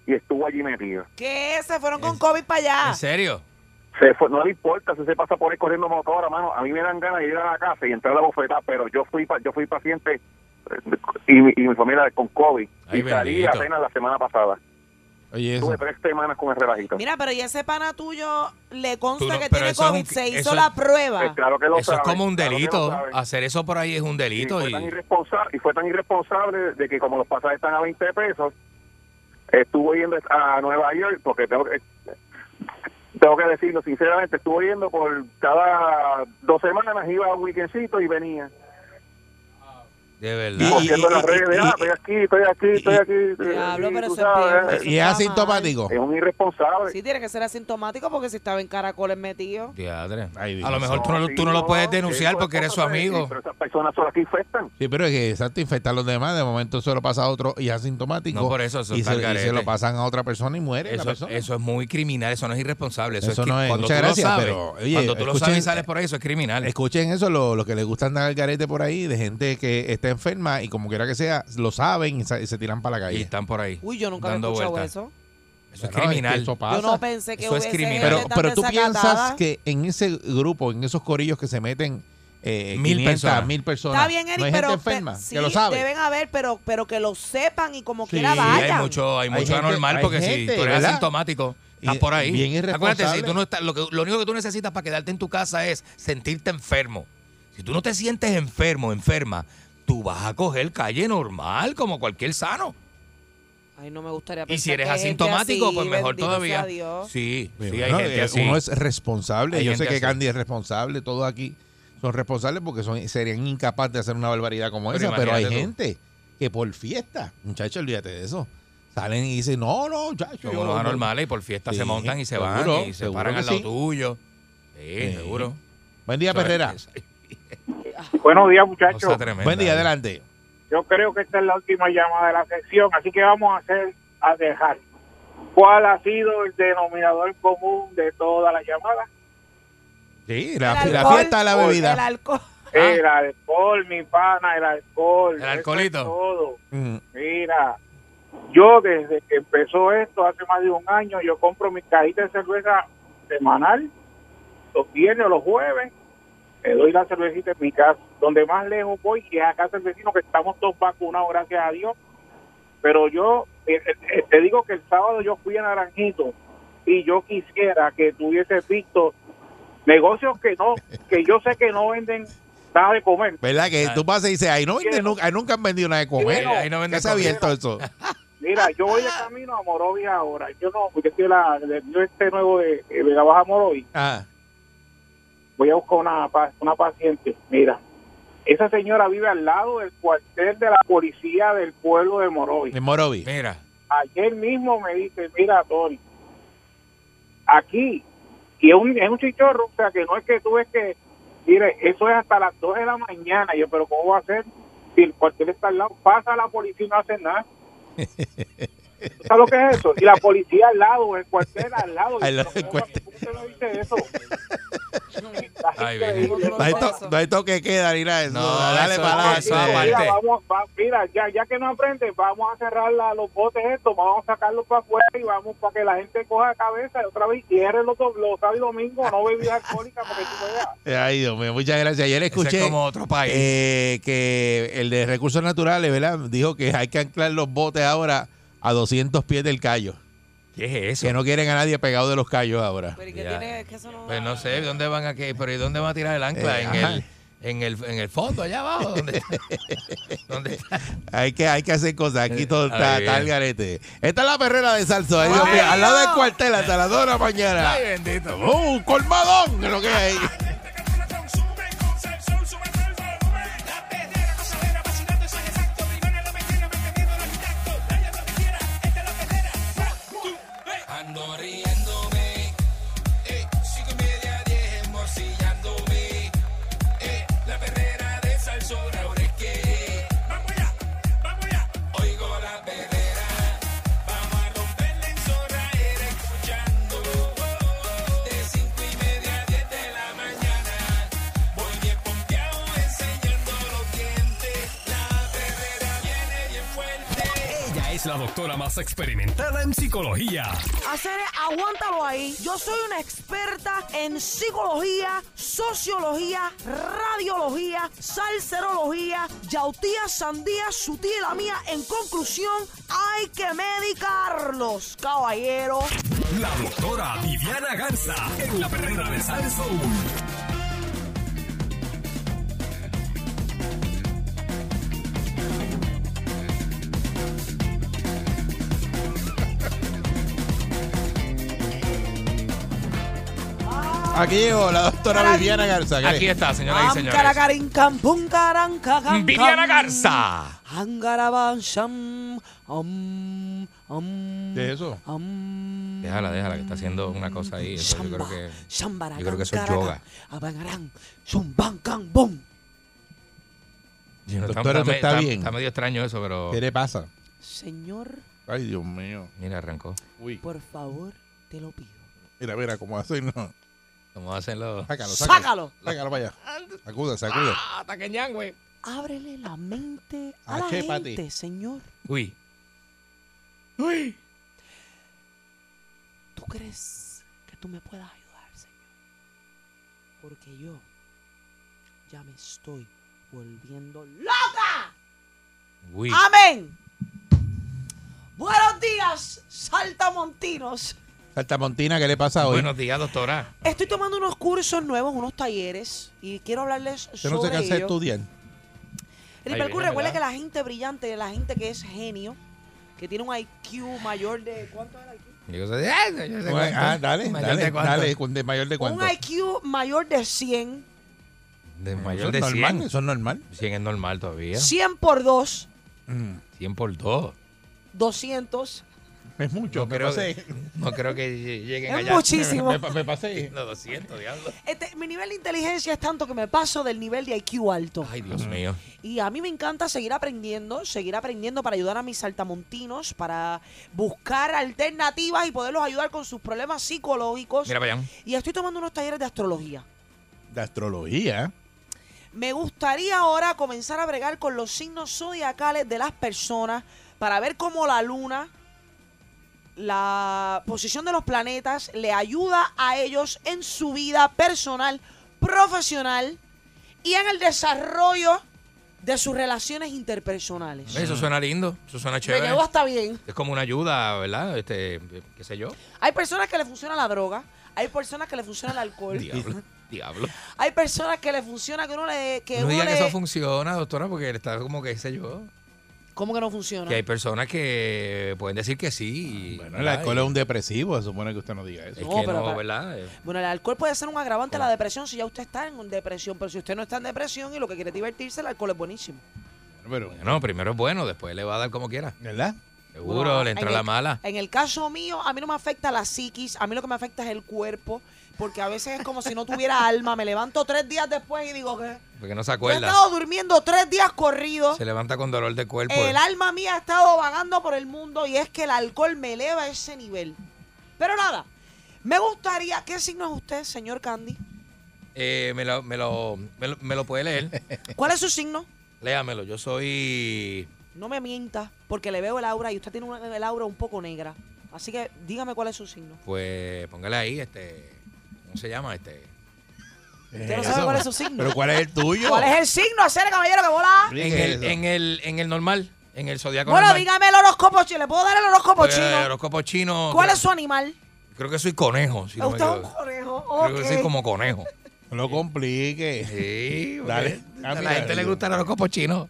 S9: y estuvo allí metido.
S3: ¿Qué? Se fueron con
S4: Es-
S3: COVID para
S4: ¿En
S3: allá.
S4: serio?
S9: Ah. Se fue, no le importa si se pasa por ahí corriendo motora, mano. A mí me dan ganas de ir a la casa y entrar a la bofetada, pero yo fui pa- yo fui paciente eh, y, mi- y mi familia con COVID.
S4: Ay,
S9: y salí
S4: bendito.
S9: apenas la semana pasada.
S2: Oye, eso.
S9: Tuve tres semanas con el relajito.
S3: Mira, pero y ese pana tuyo le
S4: Tú
S3: consta
S4: no-
S3: que
S4: pero
S3: tiene
S4: eso es
S3: COVID,
S4: un-
S3: se hizo
S4: eso-
S3: la
S9: Eh,
S4: Pues
S3: prueba.
S9: claro que lo
S4: eso
S9: saben,
S4: es como un
S9: claro que lo
S4: delito.
S9: saben.
S4: Hacer eso por ahí es un
S9: Y
S4: delito.
S9: fue, tan
S4: y...
S9: irresponsable, y fue tan irresponsable de que como los pasajes están a 20 pesos, estuvo yendo a Nueva York, porque tengo que, tengo que decirlo sinceramente, estuvo yendo por cada dos semanas, iba a un weekendcito y venía.
S4: De
S2: Y-
S4: verdad.
S2: y-
S9: Poniendo en las
S2: y-
S9: redes,
S2: y-
S9: ah, estoy aquí, estoy aquí, estoy
S2: y-
S6: eh,
S9: aquí.
S3: Diablo, pero
S9: tú
S3: eso es bien-
S2: Y
S9: sabes,
S2: es
S3: Eso está
S2: asintomático.
S9: es un irresponsable.
S3: Sí, tiene que ser asintomático porque si estaba en caracoles metido.
S4: Diadre.
S2: Ay, Dios.
S4: A lo mejor tú no,
S9: sí,
S4: tú no lo puedes
S9: no,
S4: denunciar
S9: eso
S4: porque eres su
S9: cosa,
S4: amigo.
S9: Pero esas personas son las que infectan.
S2: Sí, pero es que exacto, infectar a los demás, de momento se lo pasa a otro y es asintomático.
S4: No, por eso, eso
S2: y,
S4: está
S2: se,
S4: al
S2: y
S4: garete.
S2: se lo pasan a otra persona y muere la
S4: Eso,
S2: persona.
S4: eso es muy criminal, eso no es irresponsable. Eso,
S2: Eso
S4: es que
S2: no es-
S4: Cuando
S2: muchas
S4: tú lo
S2: gracias,
S4: sabes,
S2: pero, oye,
S4: cuando tú lo sabes y
S2: escuchen-
S4: sales por ahí, eso es criminal.
S2: Escuchen eso, lo, lo que les gusta andar al garete por ahí, de gente que está enferma y como quiera que sea, lo saben y sa- y se, tiran para la
S4: Y
S2: calle.
S4: están por ahí.
S5: Uy, yo nunca
S4: dando
S5: había escuchado
S4: vueltas.
S5: eso.
S4: Eso es
S2: No,
S4: criminal.
S2: que eso pasa.
S5: Yo no pensé que
S4: Eso es
S5: hubiese
S4: criminal.
S5: gente
S2: pero,
S5: tan
S2: pero tú piensas
S5: desacatada.
S2: que en ese grupo, en esos corillos que se meten eh,
S4: Mil
S2: 500,
S4: personas.
S2: mil personas,
S5: Está bien, Eric,
S2: no hay
S5: pero
S2: gente
S5: pe-
S2: enferma,
S5: sí,
S2: que lo sabe.
S5: deben haber, pero, pero que lo sepan y como
S2: Sí,
S5: quiera
S2: hay
S4: Sí,
S5: vayan.
S4: hay mucho, hay
S2: Hay
S4: mucho
S2: gente-
S4: anormal
S2: hay
S4: porque
S2: gente,
S4: si tú eres
S2: ¿verdad?
S4: asintomático, estás
S2: Y-
S4: por ahí.
S2: bien irresponsable.
S4: Acuérdate, si tú no estás, lo, que, lo único que tú necesitas para quedarte en tu casa es sentirte enfermo. Si tú no te sientes enfermo, enferma, tú vas a coger calle normal como cualquier sano.
S5: Ay, no me gustaría
S4: Y si
S5: pensar
S4: eres
S5: que hay gente
S4: asintomático,
S5: así,
S4: pues mejor
S5: bendito
S4: todavía.
S5: sea Dios.
S4: Sí, sí,
S2: Bueno,
S4: hay gente
S2: eh,
S4: así.
S2: Uno es responsable.
S4: Hay
S2: Yo
S4: gente
S2: sé que
S4: así.
S2: Candy es responsable, todos aquí son responsables porque son, serían incapaces de hacer una barbaridad como
S4: Pero
S2: esa. Pero hay
S4: imagínate tú.
S2: gente que por fiesta, muchachos, olvídate de eso. Salen y dicen, no, no, muchachos.
S4: Son
S2: yo-
S4: unos
S2: yo-
S4: anormales y por fiesta
S2: Sí,
S4: se montan y se
S2: seguro,
S4: van y se
S2: seguro
S4: paran
S2: que
S4: al lado
S2: sí.
S4: tuyo. Sí,
S2: Sí.
S4: seguro.
S2: Buen día,
S4: Eso es-
S2: Perrera.
S4: esa-
S10: Buenos días,
S4: Cosa
S10: muchachos.
S4: tremenda.
S2: Buen día, adelante.
S10: Yo creo que esta es la última llamada de la sección, así que vamos a hacer a dejar. ¿Cuál ha sido el denominador común de todas las llamadas?
S2: Sí,
S5: El
S2: la, la
S5: alcohol,
S2: fiesta de la
S5: El
S2: bebida. Ah.
S5: alcohol.
S10: *laughs* El alcohol, mi pana, el alcohol.
S4: El
S10: Eso es
S4: alcoholito.
S10: todo.
S2: Mm,
S10: Mira, yo desde que empezó esto, hace más de un año, yo compro mis cajitas de cerveza semanal, los viernes o los jueves, me doy la cervecita en mi casa. Donde más lejos voy es a casa del vecino, que estamos todos vacunados, gracias a Dios. Pero yo eh, eh, te digo que el sábado yo fui a Naranjito y yo quisiera que tuviese visto negocios que no, que yo sé que no venden nada de comer.
S2: ¿Verdad? Que tú pasas y dices, ahí no venden
S10: Quiero.
S2: nunca, ahí nunca han vendido nada de comer.
S10: Quiero.
S4: Ahí no venden
S2: ¿Qué se ha
S4: comida.
S2: abierto eso?
S10: Mira, yo voy de camino a Morovis ahora. Yo no, porque estoy la, yo este nuevo de, de Vega Baja a Morovis.
S2: Ah,
S10: Voy a buscar una, pa- una paciente. Mira, esa señora vive al lado del cuartel de la policía del pueblo de Morovis.
S2: en Morovi.
S4: Mira,
S10: Ayer mismo me dice, mira, Tony, aquí, y es un, es un chichorro, o sea, que no es que tú es que, mire, eso es hasta las 2 de la mañana. Y Yo, pero ¿cómo va a ser? Si el cuartel está al lado, pasa la policía y no hace
S2: *laughs*
S10: nada. ¿Sabes lo que es eso? Y la policía al lado, el cuartel al lado.
S2: Al lado
S10: Yo,
S2: del
S10: ¿cómo
S2: cuartel.
S10: usted no dice eso?
S4: *laughs* Ay,
S10: Increíble.
S2: No hay, to- no hay toque de queda ni nada de eso.
S4: No,
S2: Dale
S4: eso-
S2: para adelante.
S4: eso aparte.
S10: Mira, vamos, va- mira, ya, ya que no aprende, vamos a cerrar la- los botes estos, vamos a sacarlos para afuera y vamos para que la gente coja cabeza y otra vez cierre los, do- los sábados y domingos, no bebida alcohólica porque tú veas.
S2: Ay, Dios mío, muchas gracias. Ayer
S4: ese
S2: escuché
S4: es como otro país.
S2: eh, que el de recursos naturales, ¿verdad? Dijo que hay que anclar los botes ahora a 200 pies del callo.
S4: ¿Qué es eso?
S2: Que no quieren a nadie pegado de los callos ahora.
S5: Pero ¿y qué
S4: Ya.
S5: tiene? Es que eso no...
S4: Pues no sé, ¿dónde van a que, pero ¿y dónde va a tirar el ancla?
S2: Eh,
S4: en,
S2: ajá.
S4: el, en, el, en el fondo, allá abajo.
S2: *laughs*
S4: ¿Dónde está? ¿Dónde está?
S2: Hay que, hay que hacer cosas. Aquí
S4: Eh,
S2: todo está,
S4: ahí
S2: está al
S4: viene.
S2: garete. Esta es la perrera de salsa. Ay, Dios mío, al lado del cuartel hasta las 2 de la mañana.
S4: Ay, bendito.
S2: ¡Uh, colmadón! Es lo que hay.
S1: Ando riéndome, eh, cinco y media, diez morcillándome, eh, la perrera de salsora, ahora es que, vamos allá, vamos allá, oigo la perrera, vamos a romperla en zorra, era escuchando, de cinco y media a diez de la mañana, voy bien pompeado enseñando los dientes, la perrera viene bien fuerte.
S11: Ella es la doctora más experimentada en psicología.
S5: Hacer, aguántalo ahí. Yo soy una experta en psicología, sociología, radiología, salserología, yautía, sandía, su tía y la mía. En conclusión, hay que medicarlos, caballero.
S11: La doctora Viviana Garza en la perrera de Sal Soul.
S2: Aquí llegó la doctora Viviana Garza. ¿qué?
S4: Aquí está, señoras y señores.
S5: Ancaracarincan, puncarancacan,
S4: Viviana
S5: cam.
S4: Garza.
S5: Angaraban, sham, am, am,
S2: ¿Qué es eso?
S5: am.
S4: Déjala, déjala, que está haciendo una cosa ahí. Eso yo creo que.
S5: Shamba,
S4: yo creo que eso es
S5: shambaracan,
S4: yoga.
S5: caracan, abangarán, zumban, can, bum.
S4: yo no-
S2: Doctora, usted
S4: me-
S2: está bien.
S4: Está medio extraño eso, pero.
S2: ¿Qué le pasa?
S5: Señor,
S2: Ay, Dios mío.
S4: Mira, arrancó.
S2: Uy,
S5: por favor, te lo pido.
S2: mira, mira, cómo hace. No.
S4: ¿Cómo hacen los.
S2: Sácalo, sácalo.
S5: Sácalo.
S2: Sácalo para allá. Sacuda, sacuda.
S4: ¡Ah, taqueñán, güey!
S5: Ábrele la mente a la
S2: Achépate.
S5: gente, señor.
S4: Uy. Uy.
S5: ¿Tú crees que tú me puedas ayudar, Señor? Porque yo ya me estoy volviendo loca.
S4: Uy.
S5: Amén. Buenos días, saltamontinos.
S2: Saltamontina, ¿qué le pasa hoy?
S4: Buenos días, doctora.
S5: Estoy tomando unos cursos nuevos, unos talleres, y quiero hablarles
S2: Usted
S5: sobre
S2: no se cansa de
S5: ello.
S2: estudiar.
S4: Ahí
S5: Ripalcú,
S4: viene,
S5: recuerda
S4: ¿verdad?
S5: que la gente brillante, la gente que es genio, que tiene un IQ mayor de... ¿Cuánto es el IQ?
S4: Y yo sé, ah, yo sé cuánto.
S2: Ah, dale,
S4: Mayor
S2: dale,
S4: de cuánto.
S2: dale, con- de mayor de cuánto.
S5: Un IQ mayor de 100,
S4: De
S2: Eso
S4: mayor
S2: es
S4: de
S2: normal,
S4: 100.
S2: eso es normal.
S4: 100 es normal todavía.
S5: 100 por 2,
S4: 100 por 2.
S5: 200.
S2: Es mucho,
S4: No
S2: me
S4: creo,
S2: pasé.
S4: que, no creo que lle- lleguen
S5: Es
S4: allá.
S5: muchísimo.
S2: Me, pa- me
S4: *laughs*
S2: pasé.
S4: No, 200, diablo.
S5: Este, mi nivel de inteligencia es tanto que me paso del nivel de IQ alto.
S4: Ay, Dios mío.
S5: Y a mí me encanta seguir aprendiendo, seguir aprendiendo para ayudar a mis saltamontinos, para buscar alternativas y poderlos ayudar con sus problemas psicológicos.
S4: Mira para allá.
S5: Y estoy tomando unos talleres de astrología.
S2: De astrología.
S5: Me gustaría ahora comenzar a bregar con los signos zodiacales de las personas para ver cómo la luna, la posición de los planetas, le ayuda a ellos en su vida personal, profesional y en el desarrollo de sus relaciones interpersonales.
S4: Eso suena lindo. Eso suena
S5: Me
S4: chévere.
S5: llegó hasta bien.
S4: Es como una ayuda, ¿verdad? Este, qué sé yo.
S5: Hay personas que le funciona la droga, hay personas que le funciona el alcohol,
S4: *laughs* Diablo. Diablo.
S5: hay personas que le funciona que uno le... Que
S4: No
S5: uno
S4: diga que
S5: le-
S4: eso funciona, doctora, porque está como que qué sé yo.
S5: ¿Cómo que no funciona?
S4: Que hay personas que pueden decir que sí. y-
S2: Bueno, el
S4: ¿verdad?
S2: alcohol es un depresivo, se supone que usted no diga
S4: Es
S2: eso.
S4: que
S5: No, pero
S4: no,
S5: para-
S4: ¿verdad? Eh,
S5: Bueno, el alcohol puede ser un agravante a la depresión si ya usted está en depresión, pero si usted no está en depresión y lo que quiere es divertirse, el alcohol es buenísimo.
S2: Pero,
S4: Bueno, primero es bueno, después le va a dar como quiera.
S2: ¿verdad?
S4: Seguro,
S5: Bueno,
S4: le entra
S5: en
S4: la
S5: el-
S4: mala.
S5: En el caso mío, a mí no me afecta la psiquis, a mí lo que me afecta es el cuerpo, porque a veces es como si no
S4: *laughs*
S5: tuviera alma. Me levanto tres días después y digo que
S4: Porque no se
S5: yo he
S4: acuerda.
S5: estado durmiendo tres días corridos.
S4: Se levanta con dolor de cuerpo.
S5: El alma mía ha estado vagando por el mundo y es que el alcohol me eleva a ese nivel. Pero nada, me gustaría, ¿qué signo es usted, señor Candy?
S4: Eh, me, lo, me, lo, me, lo, me lo
S5: *laughs*
S4: puede leer.
S5: ¿Cuál es su signo?
S4: Léamelo. Yo soy.
S5: No me mienta, porque le veo el aura y usted tiene un- el aura un poco negra. Así que dígame cuál es su signo.
S4: Pues póngale ahí, este. ¿Cómo se llama? Este. Eh,
S5: Usted no
S2: Eso.
S5: sabe cuál es su signo.
S2: Pero ¿cuál es el tuyo?
S5: ¿Cuál es el signo? Hacer caballero que bola.
S2: Sí,
S4: En
S2: que
S4: el,
S2: eso.
S4: en, el, en el normal, en el zodiaco
S5: Bueno,
S4: normal.
S5: dígame el horóscopo chino. ¿Le puedo dar el horóscopo
S4: Pues,
S5: chino?
S4: horóscopo chino.
S5: ¿Cuál
S4: creo-
S5: es su animal?
S4: Creo que soy conejo. Si no me
S5: usted es un
S4: equivoco.
S5: conejo.
S4: Creo que soy
S5: ok.
S4: como conejo.
S2: No lo complique.
S4: Sí, porque
S2: Dale,
S4: a
S2: cambia
S4: la gente
S2: eso.
S4: le gustan los copos chinos.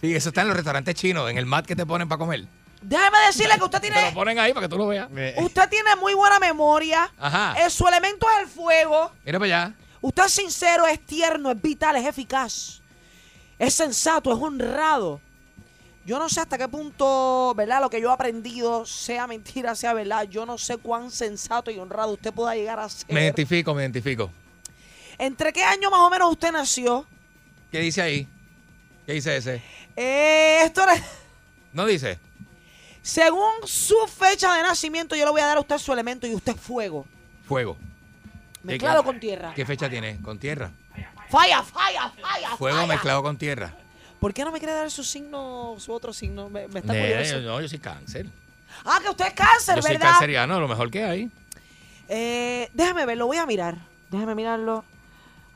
S4: Sí, eso está en los restaurantes chinos, en el mat que te ponen para comer.
S5: Déjeme decirle que usted
S4: *laughs* Te lo
S5: tiene,
S4: ponen ahí para que Ah. tú lo veas.
S2: Eh,
S5: usted tiene muy buena memoria.
S4: Ajá.
S5: Eh, su elemento es el fuego.
S4: Mira para allá.
S5: Usted es sincero, es tierno, es vital, es eficaz. Es sensato, es honrado. Yo no sé hasta qué punto, ¿verdad? Lo que yo he aprendido, sea mentira, sea verdad, yo no sé cuán sensato y honrado usted pueda llegar a ser.
S4: Me identifico, me identifico.
S5: ¿Entre qué año más o menos usted nació?
S4: ¿Qué dice ahí? ¿Qué dice ese?
S5: Eh, esto no-
S4: ¿No dice?
S5: Según su fecha de nacimiento, yo le voy a dar a usted su elemento y usted es fuego.
S4: Fuego.
S5: Mezclado
S4: qué-
S5: con tierra.
S4: ¿Qué fecha tiene? Con tierra.
S5: Falla, falla, falla.
S4: Fuego
S5: falla.
S4: mezclado con tierra.
S5: ¿Por qué no me quiere dar su signo, su otro signo? Me, me está
S4: Eh,
S5: curioso.
S4: yo- no, yo soy cáncer.
S5: Ah, que usted es cáncer,
S4: Yo soy
S5: ¿verdad?
S4: canceriano, lo mejor que hay.
S5: Eh, déjame verlo, voy a mirar. Déjame mirarlo.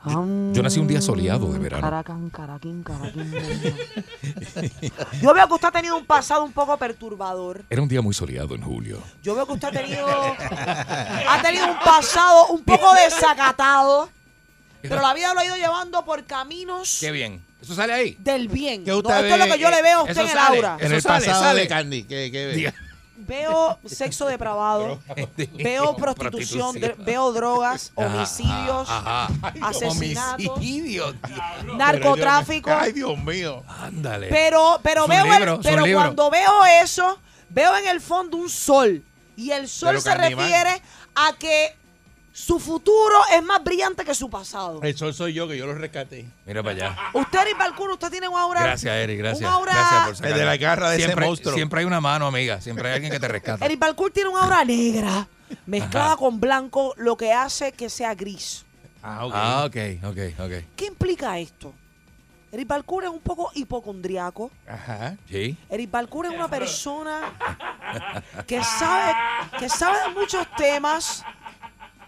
S4: yo nací un día soleado de verano.
S5: Caracán, caraquín, caraquín. Yo veo que usted ha tenido un pasado un poco perturbador.
S4: Era un día muy soleado en julio.
S5: Yo veo que usted ha tenido, ha tenido un pasado un poco desacatado. Pero la vida lo ha ido llevando por caminos
S4: Qué bien. Eso sale ahí.
S5: del bien.
S2: ¿Qué
S5: No,
S2: usted
S5: esto es lo
S2: ve?
S5: que yo le veo a usted
S4: Eso
S5: en el
S4: sale.
S5: aura.
S2: en
S4: eso
S2: el
S4: sale,
S2: pasado
S4: sale.
S2: de Candy, ¿qué, qué ve?
S4: Diga.
S5: *laughs* Veo sexo depravado, veo prostitución, dr- veo drogas, homicidios,
S4: Ajá, ajá.
S5: asesinatos,
S4: Homicidio, diablo.
S5: narcotráfico.
S2: Ay, Dios mío.
S4: Ándale.
S5: Pero, pero
S4: Este, Es un
S5: veo el-
S4: libro, es un
S5: pero
S4: libro.
S5: cuando veo eso, veo en el fondo un sol. Y el sol
S2: Pero
S5: se
S2: Candyman.
S5: refiere a que su futuro es más brillante que su pasado.
S2: El sol soy yo, que yo lo rescaté.
S4: Mira para allá.
S5: Usted, Eric Balcour, usted tiene un aura.
S4: Gracias, Eric, gracias.
S5: Un aura-
S4: Gracias por
S2: Desde la garra de ese
S4: siempre,
S2: monstruo.
S4: Siempre hay una mano, amiga. Siempre hay alguien que te rescata.
S5: Eric Balcour tiene una aura negra mezclada con blanco, lo que hace que sea gris.
S2: Ah, ok.
S4: Ah, ok, ok, ok.
S5: ¿Qué implica esto? Eric Balcour es un poco hipocondriaco.
S4: Ajá. Sí.
S5: Eric Balcour es una persona que sabe, que sabe de muchos temas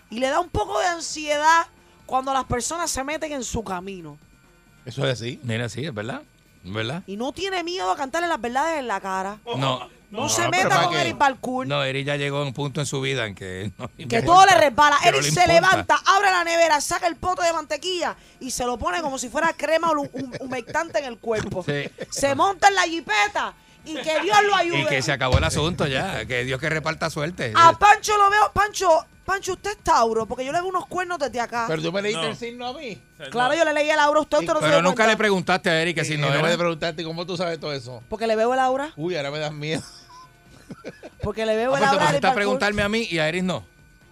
S5: y le da un poco de ansiedad cuando las personas se meten en su camino.
S2: *laughs* Eso es así.
S4: Mira, sí, es verdad. ¿Es ¿Verdad?
S5: Y no tiene miedo a cantarle las verdades en la cara.
S4: No.
S5: No se
S4: pero
S5: meta
S4: ¿para
S5: con
S4: qué?
S5: Eric Balcour.
S4: No, Eric ya llegó a un punto en su vida en que. *laughs* no
S5: Que
S4: importa.
S5: todo le resbala.
S4: Que no
S5: Eric
S4: le
S5: se
S4: importa.
S5: levanta, abre la nevera, saca el pote de mantequilla y se lo pone como si fuera crema hum- hum- humectante en el cuerpo.
S4: Sí.
S5: Se monta en la jipeta y que Dios lo ayude.
S4: Y que se acabó el asunto ya. Que Dios que reparta suerte.
S5: A Pancho lo veo. Pancho, Pancho, usted es Tauro, porque yo le veo unos cuernos desde acá.
S2: Pero tú me leíste
S1: No.
S2: el signo a mí.
S5: claro, yo le leí el aura a usted, usted no se
S4: Pero
S5: dio
S4: nunca
S5: cuenta,
S4: le preguntaste a Eric que si
S2: Y
S4: no
S2: no me
S4: era.
S2: preguntaste cómo tú sabes todo eso.
S5: Porque le veo el aura.
S2: Uy, ahora me das miedo.
S5: Porque le veo
S4: Ah,
S5: el
S4: pues te
S5: aura. de
S4: pusiste a
S5: Eric Balcour.
S4: preguntarme a mí y a Eric no.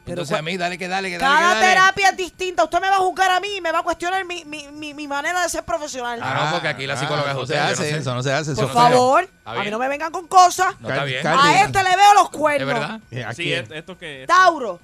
S5: Pero
S4: Entonces
S5: cua-
S4: a mí, dale que dale, que dale. que
S5: Cada
S4: dale.
S5: terapia es distinta. Usted me va a juzgar a mí y me va a cuestionar mi, mi- mi- mi manera de ser profesional.
S4: Ah, no, porque aquí la psicóloga es
S2: no se
S4: usted, yo no
S2: hace,
S4: sé.
S2: eso no se hace. eso
S5: Por
S2: es feo.
S5: favor,
S4: Está
S5: a
S4: bien.
S5: mí no me vengan con cosas.
S4: No está
S2: Cal-
S4: bien.
S2: cal-
S5: A este le veo los
S4: ¿Es
S5: cuernos.
S4: verdad?
S2: Eh, aquí.
S1: Sí, es- esto que es.
S5: Tauro.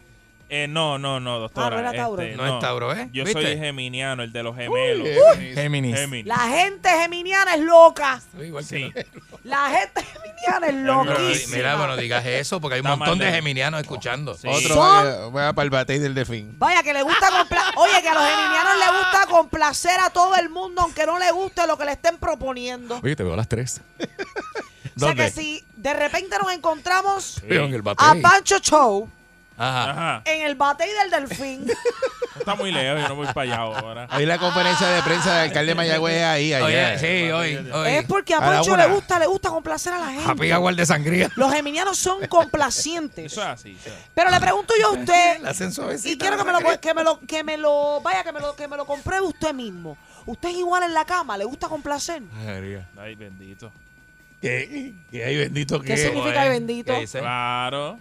S1: Eh, no, no, no, doctora. este,
S5: Ah, no era Tauro.
S4: No es Tauro, ¿eh?
S1: Yo
S4: ¿Viste?
S1: soy geminiano, el de los gemelos.
S4: Géminis.
S1: Géminis.
S5: La gente geminiana es loca.
S4: Soy igual que
S1: Sí.
S4: tú.
S5: La gente geminiana es
S4: Pero, mira,
S5: loquísima.
S4: bueno, digas eso porque hay un
S1: Está
S4: montón
S1: mal
S4: de
S1: de-
S4: geminianos escuchando.
S1: Sí.
S2: Otro
S5: Son-
S2: va, va para el batey del Delfín.
S5: Vaya, que le gusta complacer. Oye, que a los geminianos les gusta complacer a todo el mundo, aunque no le guste lo que le estén proponiendo.
S4: Oye, te veo a las tres.
S5: O sea que si de repente nos encontramos
S4: Te veo en el
S5: a
S4: batey.
S5: Pancho Show
S4: Ajá.
S1: Ajá.
S5: en el batey del
S4: *laughs*
S5: delfín,
S1: Está muy lejos, yo no voy para allá ahora.
S2: Ahí la conferencia de prensa del alcalde de Mayagüez ahí,
S4: Oye,
S2: allá.
S4: sí, hoy.
S5: es
S4: hoy.
S5: porque a
S2: A la
S5: Pancho
S2: una.
S5: le gusta, le gusta complacer a la gente.
S4: Happy hour de sangría.
S5: Los geminianos
S4: *laughs*
S5: son complacientes.
S1: Eso es así. eso es.
S5: Pero le pregunto yo a usted,
S4: La hacen suavecita,
S5: y quiero que me
S4: la
S5: lo que me lo que me lo vaya que me lo que me lo compruebe usted mismo. Usted es igual en la cama, le gusta complacer.
S4: sangría.
S1: Ay, bendito.
S2: ¿Qué? ¿Qué hay bendito
S5: ¿Qué
S2: que
S5: significa ay, bendito?
S4: ¿Qué dice?
S1: Claro.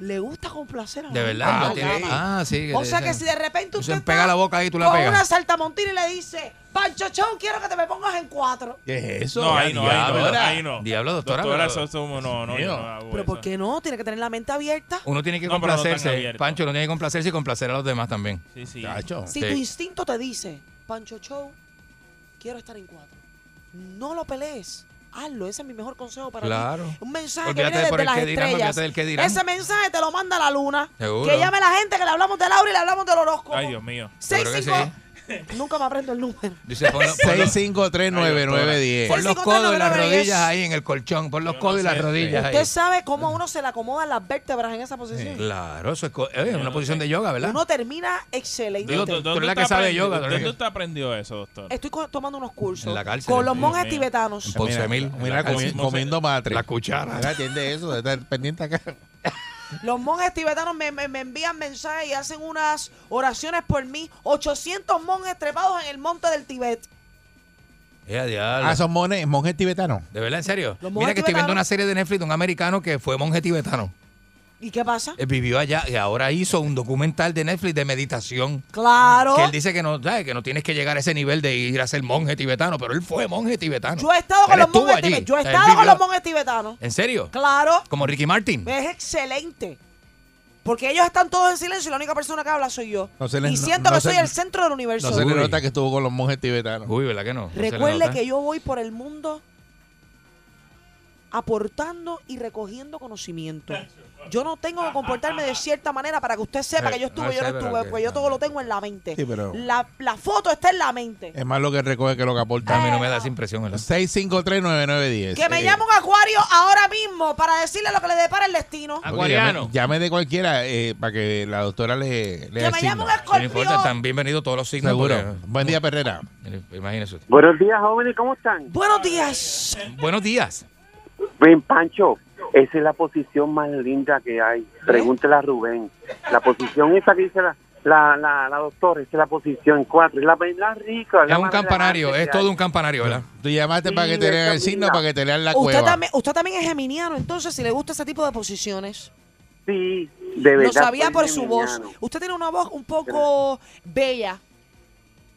S5: Le gusta complacer a la
S4: De
S5: gente
S4: verdad.
S5: en
S4: no
S5: la
S4: tiene-
S5: cama.
S4: Ah, sí.
S5: O sea que si de repente usted
S4: Se
S5: está
S4: pega la boca ahí y tú la
S5: con una
S4: pegas.
S5: saltamontina y le dice, Pancho Chau, quiero que te me pongas en cuatro.
S4: Ah,
S2: ¿Qué es eso?
S1: No, ahí no, ahí no.
S4: Diablo.
S1: Ahí no.
S4: Diablo, doctora,
S1: Doctora, eso
S4: pero-
S1: es un- No, no, yo no hago
S5: Pero ¿por
S1: eso.
S5: qué no? Tiene que tener la mente abierta.
S4: Uno tiene que
S1: No, pero no tan
S4: complacerse.
S1: abierto.
S4: Pancho, uno tiene que complacerse y complacer a los demás también.
S1: Sí, sí.
S2: Chacho.
S5: Si
S4: Sí.
S5: tu instinto te dice, Pancho Chau, quiero estar en cuatro. No lo pelees. Hazlo, ese es mi mejor consejo para
S4: Claro.
S5: ti. Un mensaje
S4: Olvídate
S5: que viene
S4: por
S5: desde
S4: el
S5: las
S4: que dirán,
S5: estrellas.
S4: olvídate del que dirán.
S5: Ese mensaje te lo manda la luna.
S4: Seguro.
S5: Que llame la gente, que le hablamos de Laura y le hablamos del horóscopo.
S1: Ay, Dios mío.
S5: Seis,
S4: Seguro que
S5: cinco- Nunca me aprendo el número.
S4: Dice, ponlo- ponlo-
S2: 6539910.
S4: Pon los codos y las rodillas ahí en el colchón. Pon los codos y las rodillas
S5: eh, Usted
S4: ahí.
S5: sabe cómo a uno se le acomodan las vértebras en esa posición.
S4: Claro, eso es co- eh, una posición de yoga, ¿verdad?
S5: Uno termina excelente.
S4: Digo,
S1: ¿Dó-
S4: tú- tú
S1: dónde
S4: eres la
S1: usted
S4: que sabe
S1: aprendió-
S4: yoga,
S1: ¿Dónde
S4: Dorothy.
S1: usted aprendió eso, doctor?
S5: Estoy co- tomando unos cursos
S4: En la cárcel.
S5: con los
S4: Dios
S5: monjes
S1: mío.
S4: *laughs*
S5: tibetanos.
S4: Ponce mil.
S2: Mira, mira comi- comiendo matre.
S4: La cuchara.
S2: Mira, atiende eso, está pendiente acá.
S5: Los monjes tibetanos me, me- me envían mensajes y hacen unas oraciones por mí. 800 monjes trepados en el monte del Tibet.
S4: Ya,
S2: Ah,
S4: Eh, diablo.
S2: son mones- monjes tibetanos.
S4: ¿De verdad, en serio?
S5: Los
S4: Mira
S5: monjes
S4: que estoy viendo
S5: tibetanos.
S4: una serie de Netflix de un americano que fue monje tibetano.
S5: ¿Y qué pasa?
S4: Él vivió allá y ahora hizo un documental de Netflix de meditación.
S5: Claro.
S4: Que él dice que no, ¿sabes? que no tienes que llegar a ese nivel de ir a ser monje tibetano, pero él fue monje tibetano.
S5: Yo he estado con
S4: Él
S5: los
S4: estuvo
S5: monjes
S4: allí.
S5: tibetanos. Yo he
S4: Él
S5: estado con
S4: vivió-
S5: los monjes tibetanos.
S4: ¿En serio?
S5: Claro.
S4: Como Ricky Martin.
S5: Es excelente. Porque ellos están todos en silencio y la única persona que habla soy yo.
S2: No se les-
S5: y
S2: no-
S5: siento
S2: no
S5: que
S2: se-
S5: soy el centro del universo.
S2: No se le
S4: Uy.
S2: nota que estuvo con los monjes tibetanos.
S4: Uy, ¿verdad que no? No Pues se le
S5: Recuerde
S4: nota.
S5: que yo voy por el mundo aportando y recogiendo conocimiento. Yo no tengo que comportarme de cierta manera para que usted sepa
S4: Eh,
S5: que yo estuve,
S4: no
S5: yo
S4: sé,
S5: no
S4: pero
S5: estuve,
S4: que-
S5: porque yo todo lo tengo en la mente.
S2: Sí, pero-
S5: la, la foto está en la mente.
S2: Es más lo que recoge que lo que
S4: A
S2: aporta.
S4: mí no me da esa impresión, ¿verdad?
S2: 6539910.
S5: Eh. Que me
S2: Eh,
S5: llame un acuario ahora mismo para decirle lo que le depara el destino.
S2: porque
S4: Acuariano.
S2: Llame, llame de cualquiera eh, para que la doctora le, le
S5: Que me llame un
S2: asigna.
S4: Sí, No importa,
S5: escorpión.
S4: están bienvenidos todos los signos.
S2: Seguro. Buen día, Perrera.
S4: porque- imagínese usted.
S7: Buenos días, jóvenes, ¿cómo están?
S5: Buenos días.
S4: Buenos días.
S7: Ven, Pancho, esa es la posición más linda que hay. Pregúntela a Rubén. La posición esa que dice la, la, la, la doctora, esa es la posición 4. Es la más rica.
S4: Es un campanario, es todo un campanario, ¿verdad?
S2: Tú llamaste
S7: Sí,
S2: para que te
S7: esa
S2: lean el
S7: es
S2: signo,
S7: linda.
S2: para que te lean la
S5: Usted
S2: cueva.
S5: también, usted también es geminiano, entonces si le gusta ese tipo de posiciones.
S7: Sí, de verdad.
S5: Lo sabía
S7: soy
S5: por su voz.
S7: geminiano.
S5: Usted tiene una voz un poco bella.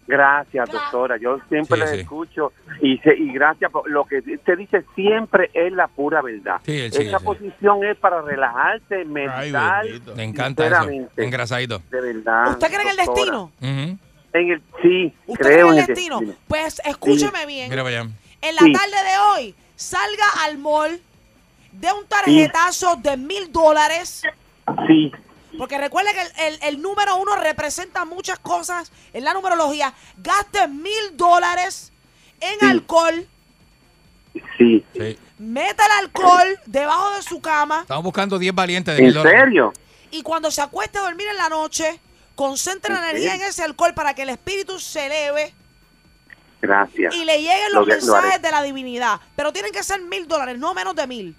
S7: Gracias, doctora. Yo siempre
S4: Sí,
S7: les
S4: sí.
S7: escucho y, se- y gracias por lo que usted dice siempre es la pura verdad.
S4: Sí, él sí,
S7: Esa
S4: sí.
S7: posición es para relajarte,
S2: Ay,
S7: meditar,
S2: bendito.
S4: Me encanta eso.
S7: Sinceramente.
S4: Engrasadito.
S7: de verdad.
S5: ¿Usted cree en el
S7: doctora.
S5: destino?
S4: Ujú.
S7: en el sí,
S5: ¿Usted cree
S7: creo
S5: en
S7: en
S5: el destino? Pues escúcheme bien.
S4: Mira para allá.
S5: En la
S7: Sí.
S5: tarde de hoy, salga al mall, dé un tarjetazo de mil dólares.
S7: Sí,
S5: Porque recuerda que el, el- el número uno representa muchas cosas en la numerología. Gaste mil dólares en
S7: Sí.
S5: alcohol,
S7: sí.
S4: Sí.
S5: meta el alcohol debajo de su cama
S4: Estamos buscando 10 valientes de
S7: ¿En
S4: mil dólares.
S7: serio?
S5: y cuando se acueste a dormir en la noche, concentre la
S7: Ok.
S5: energía en ese alcohol para que el espíritu se eleve
S7: Gracias.
S5: y le lleguen
S7: Lo
S5: los
S7: que- lo
S5: mensajes
S7: haré.
S5: de la divinidad. Pero tienen que ser mil dólares, no menos de mil.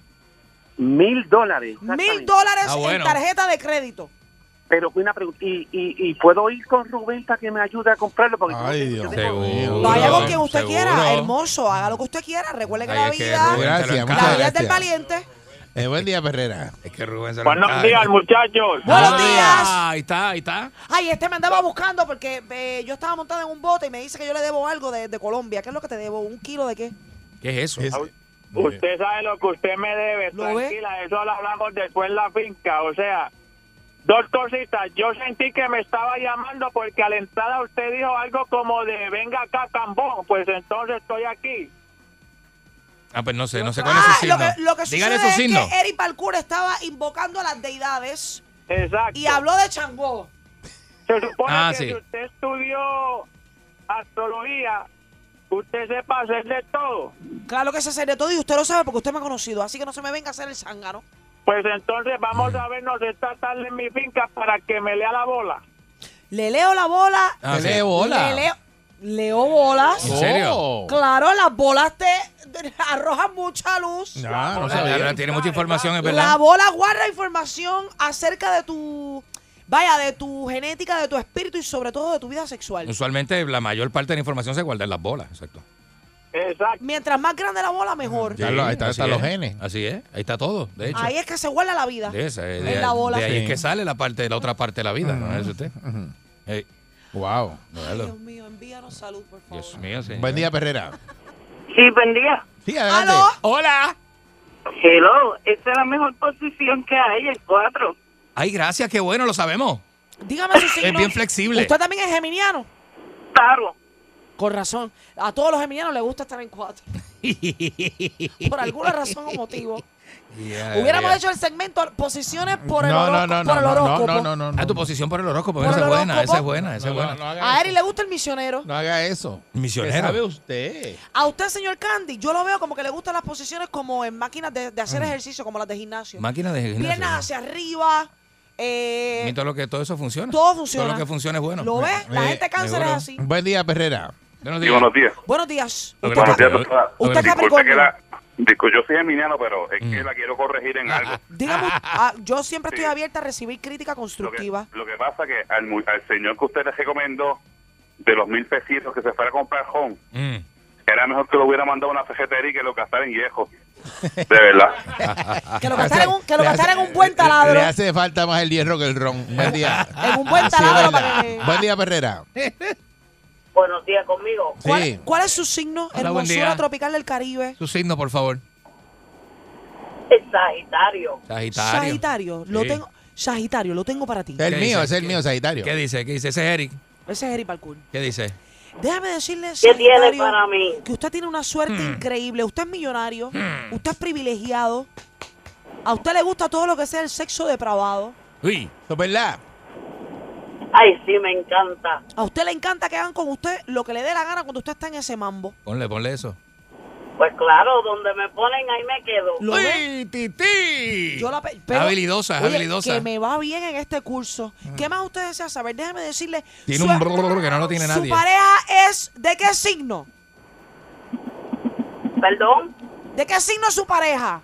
S7: Mil dólares.
S5: Mil
S7: exactamente.
S5: dólares
S4: Ah, bueno.
S5: en tarjeta de crédito.
S7: Pero una pregunta, ¿y, y, y puedo ir con Rubén para que me ayude a comprarlo? Porque yo no
S2: Ay,
S7: tengo- yo
S2: Dios.
S7: tengo-
S4: Seguro.
S5: Vaya con quien usted
S4: seguro.
S5: quiera, hermoso, haga lo que usted quiera. Recuerde que
S4: Ay,
S5: la
S4: Oh. es que
S5: vida,
S4: Rubén se lo
S2: Gracias,
S4: encarga.
S5: la vida es del
S2: Gracias.
S5: valiente.
S2: Eh, buen día, Perrera.
S4: Es que Rubén se lo
S9: Buenos
S4: encarga.
S9: días, muchachos.
S5: Buenos
S4: Ah,
S5: días.
S4: Ahí está, ahí está.
S5: Ay, este me andaba buscando porque eh, yo estaba montada en un bote y me dice que yo le debo algo de, de Colombia. ¿Qué es lo que te debo? ¿Un kilo de qué?
S4: ¿Qué es eso?
S2: Es-
S9: Usted sabe lo que usted me debe,
S5: ¿Lo ve?
S9: tranquila, eso lo hablamos después en la finca, o sea, dos cositas, yo sentí que me estaba llamando porque a la entrada usted dijo algo como de venga acá Cambón, pues entonces estoy aquí.
S4: Ah, pues no sé, no sé cuál es
S5: Ah,
S4: su
S5: lo
S4: signo.
S5: que, lo que
S4: Dígale
S5: sucede
S4: su
S5: es
S4: signo.
S5: que Eric Parkour estaba invocando a las deidades
S9: Exacto.
S5: y habló de Changó.
S9: Se supone
S4: Ah,
S9: que
S4: sí.
S9: si usted estudió astrología, usted sepa hacer de todo.
S5: Claro que se hace de todo y usted lo sabe porque usted me ha conocido, así que no se me venga a hacer el zángano.
S9: Pues entonces vamos a vernos esta tarde en mi finca para que me lea la bola.
S5: Le leo la bola.
S4: Ah, sí.
S2: Dele bola.
S5: Le leo, leo bolas.
S4: ¿En serio?
S2: Oh.
S5: Claro, las bolas te *laughs* te arrojan mucha luz.
S2: Ah, no
S4: La verdad,
S2: sabía.
S4: tiene mucha información, es
S5: La
S4: Ah, verdad.
S5: bola guarda información acerca de tu, vaya, de tu genética, de tu espíritu y sobre todo de tu vida sexual.
S4: Usualmente la mayor parte de la información se guarda en las bolas, exacto.
S9: Exacto.
S5: Mientras más grande la bola, mejor.
S2: Ya lo- ahí está-
S4: así
S2: están los
S4: es.
S2: genes.
S4: Así es, ahí está todo, de hecho.
S5: Ahí es que se guarda la vida.
S4: De esa, de,
S5: en
S4: de-
S5: la bola.
S4: de ahí es
S2: Sí.
S4: que sale la parte la otra parte de la vida, ¿no es usted? Ey,
S2: Wow.
S5: Ay,
S4: míralo.
S5: Dios mío, envíanos salud, por favor.
S4: Dios mío, señor.
S2: Buen día, Perrera.
S12: Sí, buen día.
S2: Sí, adelante.
S5: ¿Aló?
S4: ¡Hola!
S12: Hello, esa es la mejor posición que hay, el 4.
S4: Ay, gracias, qué bueno,
S5: *laughs*
S4: lo sabemos.
S5: Dígame su signo.
S4: Es bien flexible.
S5: Usted también es geminiano.
S12: Taro.
S5: Con razón. A todos los geminianos les gusta estar en
S4: *laughs*
S5: cuatro. Por alguna razón o motivo.
S4: Yeah,
S5: Hubiéramos
S4: yeah.
S5: hecho el segmento posiciones por el,
S2: No, no,
S5: horóscopo-
S2: no, no,
S5: por el
S2: no,
S5: horóscopo.
S2: no, no, no, no.
S4: Ah, tu posición por el horóscopo,
S5: Por
S4: esa es
S5: el
S4: buena,
S5: horóscopo.
S4: esa es buena, esa
S2: No,
S4: es
S2: no,
S4: buena.
S2: no haga
S5: A Eri
S2: eso.
S5: le gusta el misionero.
S2: No haga eso. ¿Qué
S4: Misionero.
S2: sabe usted?
S5: A usted, señor Candy, yo lo veo como que le gustan las posiciones como en máquinas de, de
S2: Mm.
S5: hacer ejercicio, como las de gimnasio.
S4: Máquina de gimnasio.
S5: Piernas hacia arriba. eh,
S4: Y todo lo que todo eso funciona.
S5: todo funciona.
S4: Todo lo que funciona es bueno.
S5: ¿Lo ves? La
S2: Eh,
S5: gente cáncer es
S4: seguro.
S5: así.
S2: Buen día, Perrera.
S4: Buenos
S9: Sí,
S4: días.
S9: buenos días.
S5: Buenos días.
S4: Lo que
S5: Usted ca-
S4: pasa
S9: Buenos días,
S4: es que-
S9: doctora.
S5: Usted
S4: Bueno,
S9: Disculpe
S5: Capricornio.
S9: que la, discul- yo soy geminiano, pero es
S4: Mm.
S9: que la quiero corregir en algo.
S2: *laughs*
S5: Dígame, ah, yo siempre estoy
S9: Sí.
S5: abierta a recibir crítica
S9: Lo que,
S5: constructiva.
S9: lo que pasa que al, mu- al señor que usted le recomendó de los mil pesitos que se fuera a comprar home,
S4: Mm.
S9: era mejor que lo hubiera mandado a una fejetería que lo gastara en viejo. De
S5: *laughs*
S9: verdad.
S5: Que
S4: *laughs*
S5: lo gastar en un, que lo
S2: Le
S5: gastar en
S2: hace-
S5: un buen
S2: Le
S5: taladro.
S2: hace falta más el hierro que el ron. Buen día.
S5: *laughs* En un buen
S2: Sí,
S5: taladro
S2: verdad.
S5: para que-
S2: Buen día, Perrera.
S12: Buenos días conmigo.
S5: ¿Cuál,
S2: Sí.
S5: cuál es su signo?
S4: Hola, buen
S5: Hermosura
S4: día.
S5: tropical del Caribe.
S4: Su signo, por favor.
S12: El Sagitario.
S4: Sagitario.
S5: Sagitario, lo
S4: Sí.
S5: tengo. Sagitario, lo tengo para ti.
S2: El
S4: ¿Qué
S2: mío,
S4: dice?
S2: es el
S4: ¿Qué-
S2: mío, Sagitario.
S4: ¿Qué dice? ¿Qué dice? Ese es Eric.
S5: Ese es Harry Parkour.
S4: ¿Qué dice?
S5: Déjame decirle,
S12: ¿Qué tiene
S5: Sagitario,
S12: para mí?
S5: que usted tiene una suerte increíble. Usted es millonario, usted es privilegiado. A usted le gusta todo lo que sea el sexo depravado.
S4: Uy.
S2: ¿Es verdad?
S12: Ay, sí, me encanta.
S5: A usted le encanta que hagan con usted lo que le dé la gana cuando usted está en ese mambo.
S4: Ponle, ponle eso.
S12: Pues claro, donde me ponen, ahí me quedo.
S5: Lo ve.
S4: ¡Uy, titi!
S5: Yo la pe- pero-
S4: habilidosa,
S5: Oye,
S4: habilidosa.
S5: Que me va bien en este curso. ¿Qué más usted desea saber? Déjeme decirle.
S4: Tiene
S5: su-
S4: un brrr que no lo tiene
S5: Su
S4: nadie.
S5: pareja es de qué signo?
S12: Perdón,
S5: ¿De qué signo es su pareja?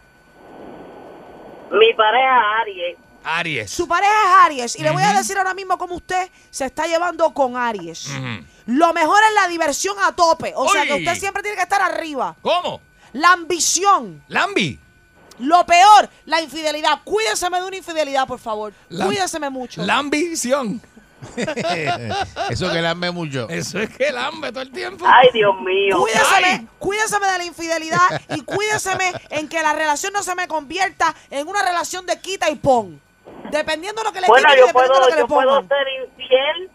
S12: mi pareja Aries.
S4: Aries.
S5: Su pareja es Aries. Y le voy a
S4: Ujú.
S5: decir ahora mismo cómo usted se está llevando con Aries.
S4: Ujú.
S5: Lo mejor es la diversión a tope. O sea que
S4: ¡Uy!
S5: usted siempre tiene que estar arriba.
S4: ¿Cómo?
S5: La ambición.
S4: Lambi.
S5: Lo peor, la infidelidad. Cuídeseme de una infidelidad, por favor.
S4: La-
S5: Cuídeseme mucho.
S4: La ambición.
S2: *laughs* Eso que lambe mucho.
S4: Eso es que lambe todo el tiempo. Eh,
S12: Ay, Dios mío.
S5: *laughs* Cuídeseme, cuídeseme de la infidelidad y cuídeseme en que la relación no se me convierta en una relación de quita y pon. Dependiendo de lo que le
S12: Bueno,
S5: quiten y
S12: yo
S5: dependiendo de lo
S12: puedo,
S5: que le
S12: yo puedo
S5: pongan.
S12: ser infiel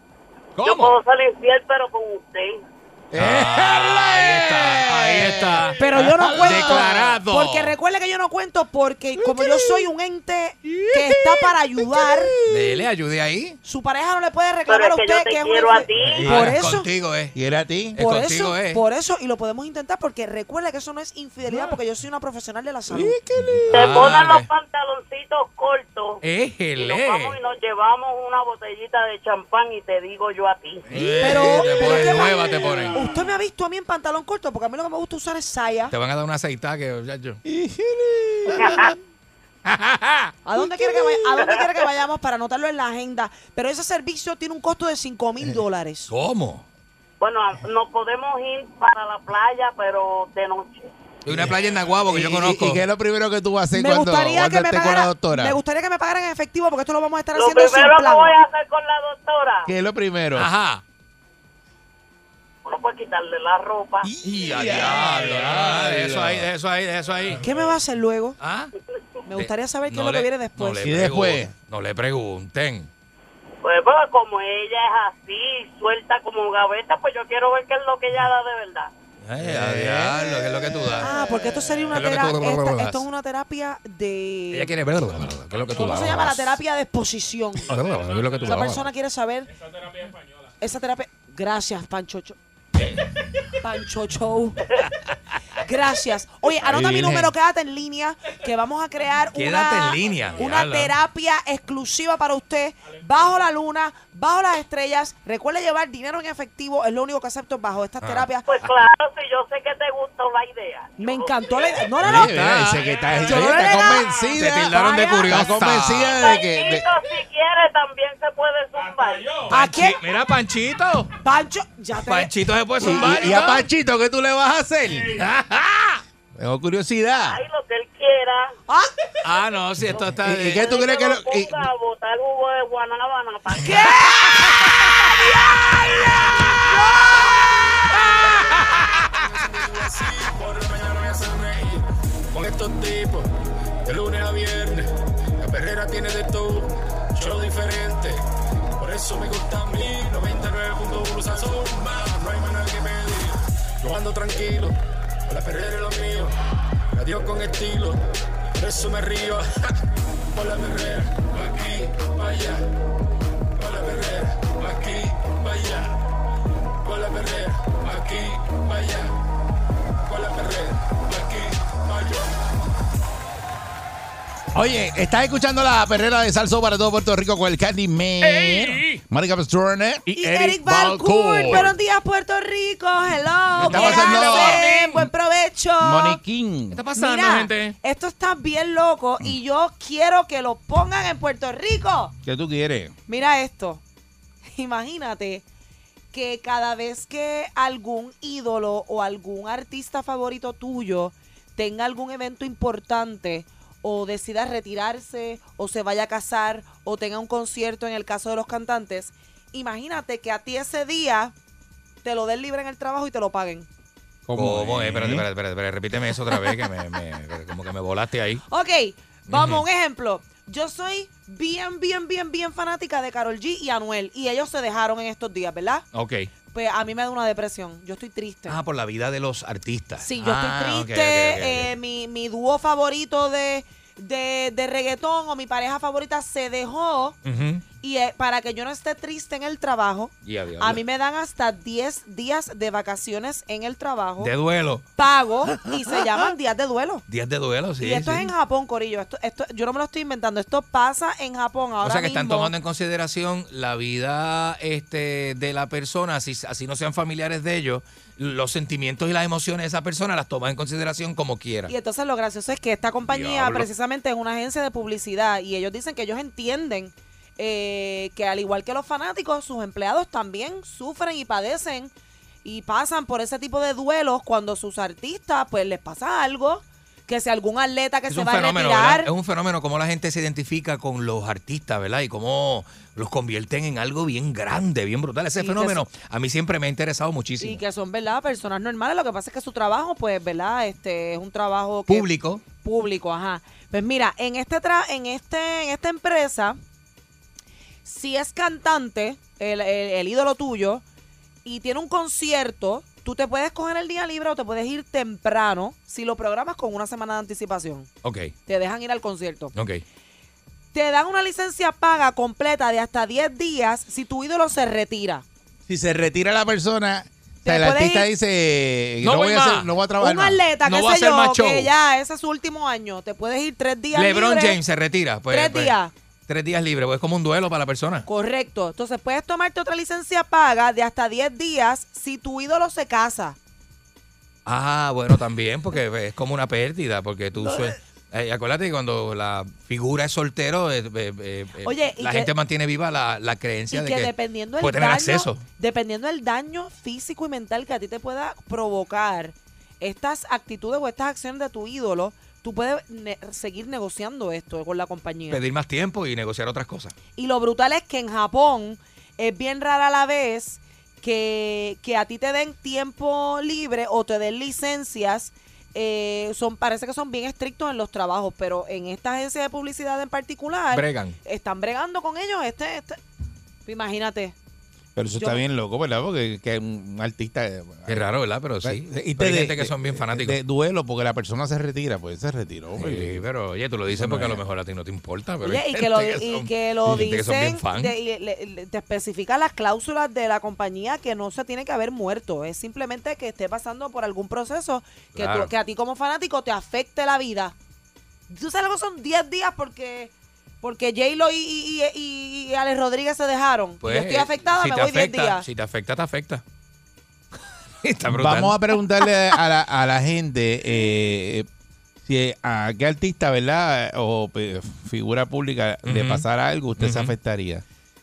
S12: Yo puedo salir fiel, pero con usted.
S4: *laughs* Ahí está.
S5: Pero yo no cuento.
S4: Declarado.
S5: Porque recuerde que yo no cuento porque como yo soy un ente que está para ayudar,
S4: Dele, ayude ahí.
S5: su pareja no le puede reclamar a
S12: Pero es que yo
S5: usted
S12: te
S5: que es un
S12: quiero a
S5: infe-
S12: ti.
S5: Por
S4: Es
S5: eso,
S4: Contigo, eh.
S2: Y era a ti.
S4: Es
S5: por
S4: contigo,
S5: eso,
S4: eh.
S5: por eso y lo podemos intentar porque recuerda que eso no es infidelidad porque yo soy una profesional de la salud.
S12: Se
S4: Ah,
S12: ponen los
S4: ok. Eh,
S12: pantaloncitos cortos. Y nos
S4: Éjele.
S12: vamos y nos llevamos una botellita de champán y te digo yo a ti.
S4: Eh,
S5: Pero,
S4: te
S5: pero
S4: ponen
S5: ¿qué más?
S4: nueva, te ponen.
S5: Usted me ha visto a mí en pantalón corto porque a mí lo que me gusta usar es saya.
S4: Te van a dar una aceitada que, muchacho.
S5: ¿A dónde quiere que, vaya- a dónde quiere que vayamos para anotarlo en la agenda? Pero ese servicio tiene un costo de 5 mil dólares.
S4: ¿Cómo?
S12: Bueno, nos podemos ir para la playa, pero de noche.
S4: Hay una playa en Naguabo que yo
S2: ¿Y- y-
S4: conozco.
S2: ¿Y qué es lo primero que tú vas a hacer
S5: Me
S2: cuando,
S5: gustaría,
S2: cuando
S5: que me,
S2: estés con la
S5: pagara-
S2: doctora?
S5: me gustaría que me pagaran en efectivo porque esto lo vamos a estar
S12: Lo
S5: haciendo sin
S12: primero que
S5: plan.
S12: voy a hacer con la doctora,
S2: ¿Qué es lo primero?
S4: Ajá.
S12: no puedes quitarle la ropa.
S4: Y a diablo. ah, de Eso ahí, de eso ahí, de eso ahí.
S5: ¿Qué me va a hacer luego?
S4: ¿Ah?
S5: Me gustaría saber qué
S4: No
S5: es lo que
S4: le-
S5: viene
S4: no
S5: después.
S4: le
S2: Y después.
S4: pregun- No le pregunten.
S12: Pues, pues, como ella es así, suelta como gaveta, pues yo quiero ver qué es lo que ella da de verdad.
S4: Ay, a diablo, ¿qué es lo que tú das?
S5: Ah, porque esto sería una
S4: Es lo que
S5: terapia.
S4: tú-
S5: Esto es una terapia de.
S4: Ella quiere ver. ¿Qué es lo que tú
S5: ¿Cómo
S4: das?
S5: se llama la terapia de exposición?
S4: ¿Qué es lo que tú
S5: Esa
S4: das?
S5: persona quiere saber. Esa terapia española. Esa terapia. Gracias, Panchocho. Panchocho. Gracias. Oye, anota mi
S2: Virgen.
S5: número, quédate en línea, que vamos a crear
S4: Quédate
S5: una,
S4: en línea,
S5: una
S4: diabla.
S5: terapia exclusiva para usted, bajo la luna, bajo las estrellas. Recuerda llevar dinero en efectivo, es lo único que acepto bajo estas terapias.
S12: Pues claro, si yo sé que te gustó la idea.
S5: Me
S12: Yo-
S5: encantó la idea. No, no,
S2: Oye,
S5: no.
S2: mira, dice que está,
S5: Yo no
S2: está
S5: le da-
S2: convencida.
S4: Te tildaron de
S5: Vaya.
S4: curiosa.
S2: Está convencida de Eh, que... de-
S12: Panchito, si quiere, también se puede zumbar.
S5: ¿A quién?
S4: Mira, Panchito.
S5: Pancho, ya te...
S4: Panchito se puede zumbar.
S2: y, y- y a Pachito, ¿qué tú le vas a
S4: *laughs*
S2: hacer? Tengo curiosidad.
S12: Ay, lo que él quiera.
S5: ¿Ah?
S4: Ah, no, si esto está.
S2: ¿Y- y
S4: de-
S2: qué tú crees que lo-
S12: ponga
S2: y-
S12: a botar jugo de guanábana. ¿Para qué?
S1: Por la mañana me hacen reír con estos tipos de lunes a viernes. La perrera tiene de todo, show diferente. Por eso me gusta a mí 99.1 Sazón. más, No hay manera que me diga. Yo ando tranquilo, con la perrera es lo mío. Adiós con estilo, por eso me río. *laughs* Por la perrera, pa' aquí, pa' allá. Por la perrera, pa' aquí, pa' allá. Por la perrera, pa' aquí, pa' allá. Con la perrera, aquí, allá.
S2: Oye, estás escuchando la perrera de Salso para todo Puerto Rico con el Candy Man.
S4: Ey.
S2: Marica Pastrone.
S5: Y Eric Balcourt. Buenos días, Puerto Rico. Hello. ¿Qué
S2: Estamos haciendo-
S5: hacen? Buen provecho.
S2: Moniquín.
S4: ¿Qué está pasando,
S5: Mira,
S4: gente?
S5: esto está bien loco y yo quiero que lo pongan en Puerto Rico.
S2: ¿Qué tú quieres?
S5: Mira esto. *laughs* Imagínate que cada vez que algún ídolo o algún artista favorito tuyo tenga algún evento importante o decida retirarse o se vaya a casar o tenga un concierto en el caso de los cantantes, imagínate que a ti ese día te lo den libre en el trabajo y te lo paguen.
S4: ¿Cómo? Eh, espérate, espérate, espérate, espérate, repíteme eso otra vez que me, me- *laughs* como que me volaste ahí.
S5: Ok, vamos a un ejemplo. Yo soy bien, bien, bien, bien fanática de Carol G y Anuel y ellos se dejaron en estos días, ¿verdad?
S4: Ok.
S5: Pues a mí me da una depresión. Yo estoy triste.
S4: Ah, por la vida de los artistas.
S5: sí, yo
S4: Ah,
S5: estoy
S4: ok,
S5: triste.
S4: ok, ok, ok.
S5: eh, mi, mi dúo favorito de, de, de reggaetón o mi pareja favorita se dejó.
S4: Ujú.
S5: Y eh, para que yo no esté triste en el trabajo,
S4: Y adiós.
S5: a mí me dan hasta 10 días de vacaciones en el trabajo.
S4: De duelo.
S5: Pago y se llaman días de duelo.
S4: Días de duelo, sí.
S5: y esto
S4: sí.
S5: es en Japón, Corillo. Esto, esto, yo no me lo estoy inventando. Esto pasa en Japón ahora
S4: o sea que están
S5: mismo.
S4: tomando en consideración la vida este, de la persona, así, así no sean familiares de ellos, los sentimientos y las emociones de esa persona las toman en consideración como quiera.
S5: Y entonces lo gracioso es que esta compañía
S4: Diablo.
S5: precisamente es una agencia de publicidad y ellos dicen que ellos entienden eh, que al igual que los fanáticos, sus empleados también sufren y padecen y pasan por ese tipo de duelos cuando sus artistas pues les pasa algo, que si algún atleta que
S4: es
S5: se
S4: un
S5: va
S4: fenómeno,
S5: a retirar.
S4: ¿verdad? Es un fenómeno cómo la gente se identifica con los artistas, ¿verdad? Y cómo los convierten en algo bien grande, bien brutal. Ese
S5: Y que
S4: fenómeno a mí siempre me ha interesado muchísimo.
S5: Y que son, ¿verdad? Personas normales. Lo que pasa es que su trabajo, pues, ¿verdad? Este es un trabajo que-
S4: Público.
S5: público, ajá. Pues mira, en este tra en este en esta empresa Si es cantante, el, el- el ídolo tuyo, y tiene un concierto, tú te puedes coger el día libre o te puedes ir temprano si lo programas con una semana de anticipación.
S4: Ok,
S5: Te dejan ir al concierto.
S4: ok.
S5: Te dan una licencia paga completa de hasta 10 días si tu ídolo se retira.
S2: Si se retira la persona, o sea, el
S5: puedes
S2: artista
S5: ir-
S2: dice, no,
S4: No voy
S2: voy a hacer-
S4: más.
S2: no voy a trabajar
S5: un
S2: más.
S5: atleta,
S4: No
S5: qué
S4: voy a
S5: sé
S4: hacer
S5: yo,
S4: más
S5: que
S4: show.
S5: ya ese es su último año. Te puedes ir tres días
S4: LeBron
S5: libres.
S4: James se retira. Pues,
S5: Tres
S4: pues,
S5: días.
S4: Tres días libre, pues es como un duelo para la persona.
S5: Correcto. Entonces puedes tomarte otra licencia paga de hasta 10 días si tu ídolo se casa.
S4: Ah, bueno, también, porque es como una pérdida, porque tú... sue- eh, acuérdate que cuando la figura es soltero, eh, eh, eh, eh,
S5: Oye, y
S4: la
S5: que-
S4: gente mantiene viva la, la
S5: Y
S4: creencia
S5: que,
S4: de que
S5: dependiendo
S4: puede
S5: del
S4: tener
S5: daño,
S4: acceso.
S5: dependiendo del daño físico y mental que a ti te pueda provocar estas actitudes o estas acciones de tu ídolo, tú puedes ne- seguir negociando esto con la compañía.
S4: pedir más tiempo y negociar otras cosas.
S5: Y lo brutal es que en Japón es bien rara la vez que, que a ti te den tiempo libre o te den licencias. eh, son Parece que son bien estrictos en los trabajos, pero en esta agencia de publicidad en particular,
S4: Bregan.
S5: están bregando con ellos. Este, este. Imagínate.
S2: Pero eso
S5: Yo-
S2: está bien loco, ¿verdad? Porque que un artista... eh, Pues,
S4: Es raro, ¿verdad? Pero sí.
S2: Y
S4: Pero
S2: te
S4: hay
S2: de-
S4: gente que
S2: de-
S4: son bien fanáticos.
S2: De duelo, porque la persona se retira, pues se retiró. pues.
S4: Sí, pero oye, tú lo dices
S2: Eso no
S4: porque a lo
S2: es.
S4: mejor a ti no te importa. Pero
S5: Oye,
S4: hay
S5: y
S4: gente
S5: que lo, y
S4: son-
S5: que lo
S4: hay gente que son bien
S5: dicen,
S4: fan.
S5: de- y le- le- te especifican las cláusulas de la compañía que no se tiene que haber muerto, es simplemente que esté pasando por algún proceso que, tú-
S4: Claro.
S5: que a ti como fanático te afecte la vida. Tú sabes lo que son 10 días porque porque J-Lo y, y, y- y Alex Rodríguez se dejaron.
S4: Pues,
S5: Yo estoy
S4: eh,
S5: afectada,
S4: si
S5: me
S4: te
S5: voy 10
S4: afecta,
S5: días.
S4: Si te afecta, te afecta. *laughs* Está brutal.
S2: Vamos a preguntarle a la, a la gente eh, si a qué artista, ¿verdad? O eh, figura pública le
S4: Ujú.
S2: pasara algo, usted se
S4: Ujú.
S2: afectaría.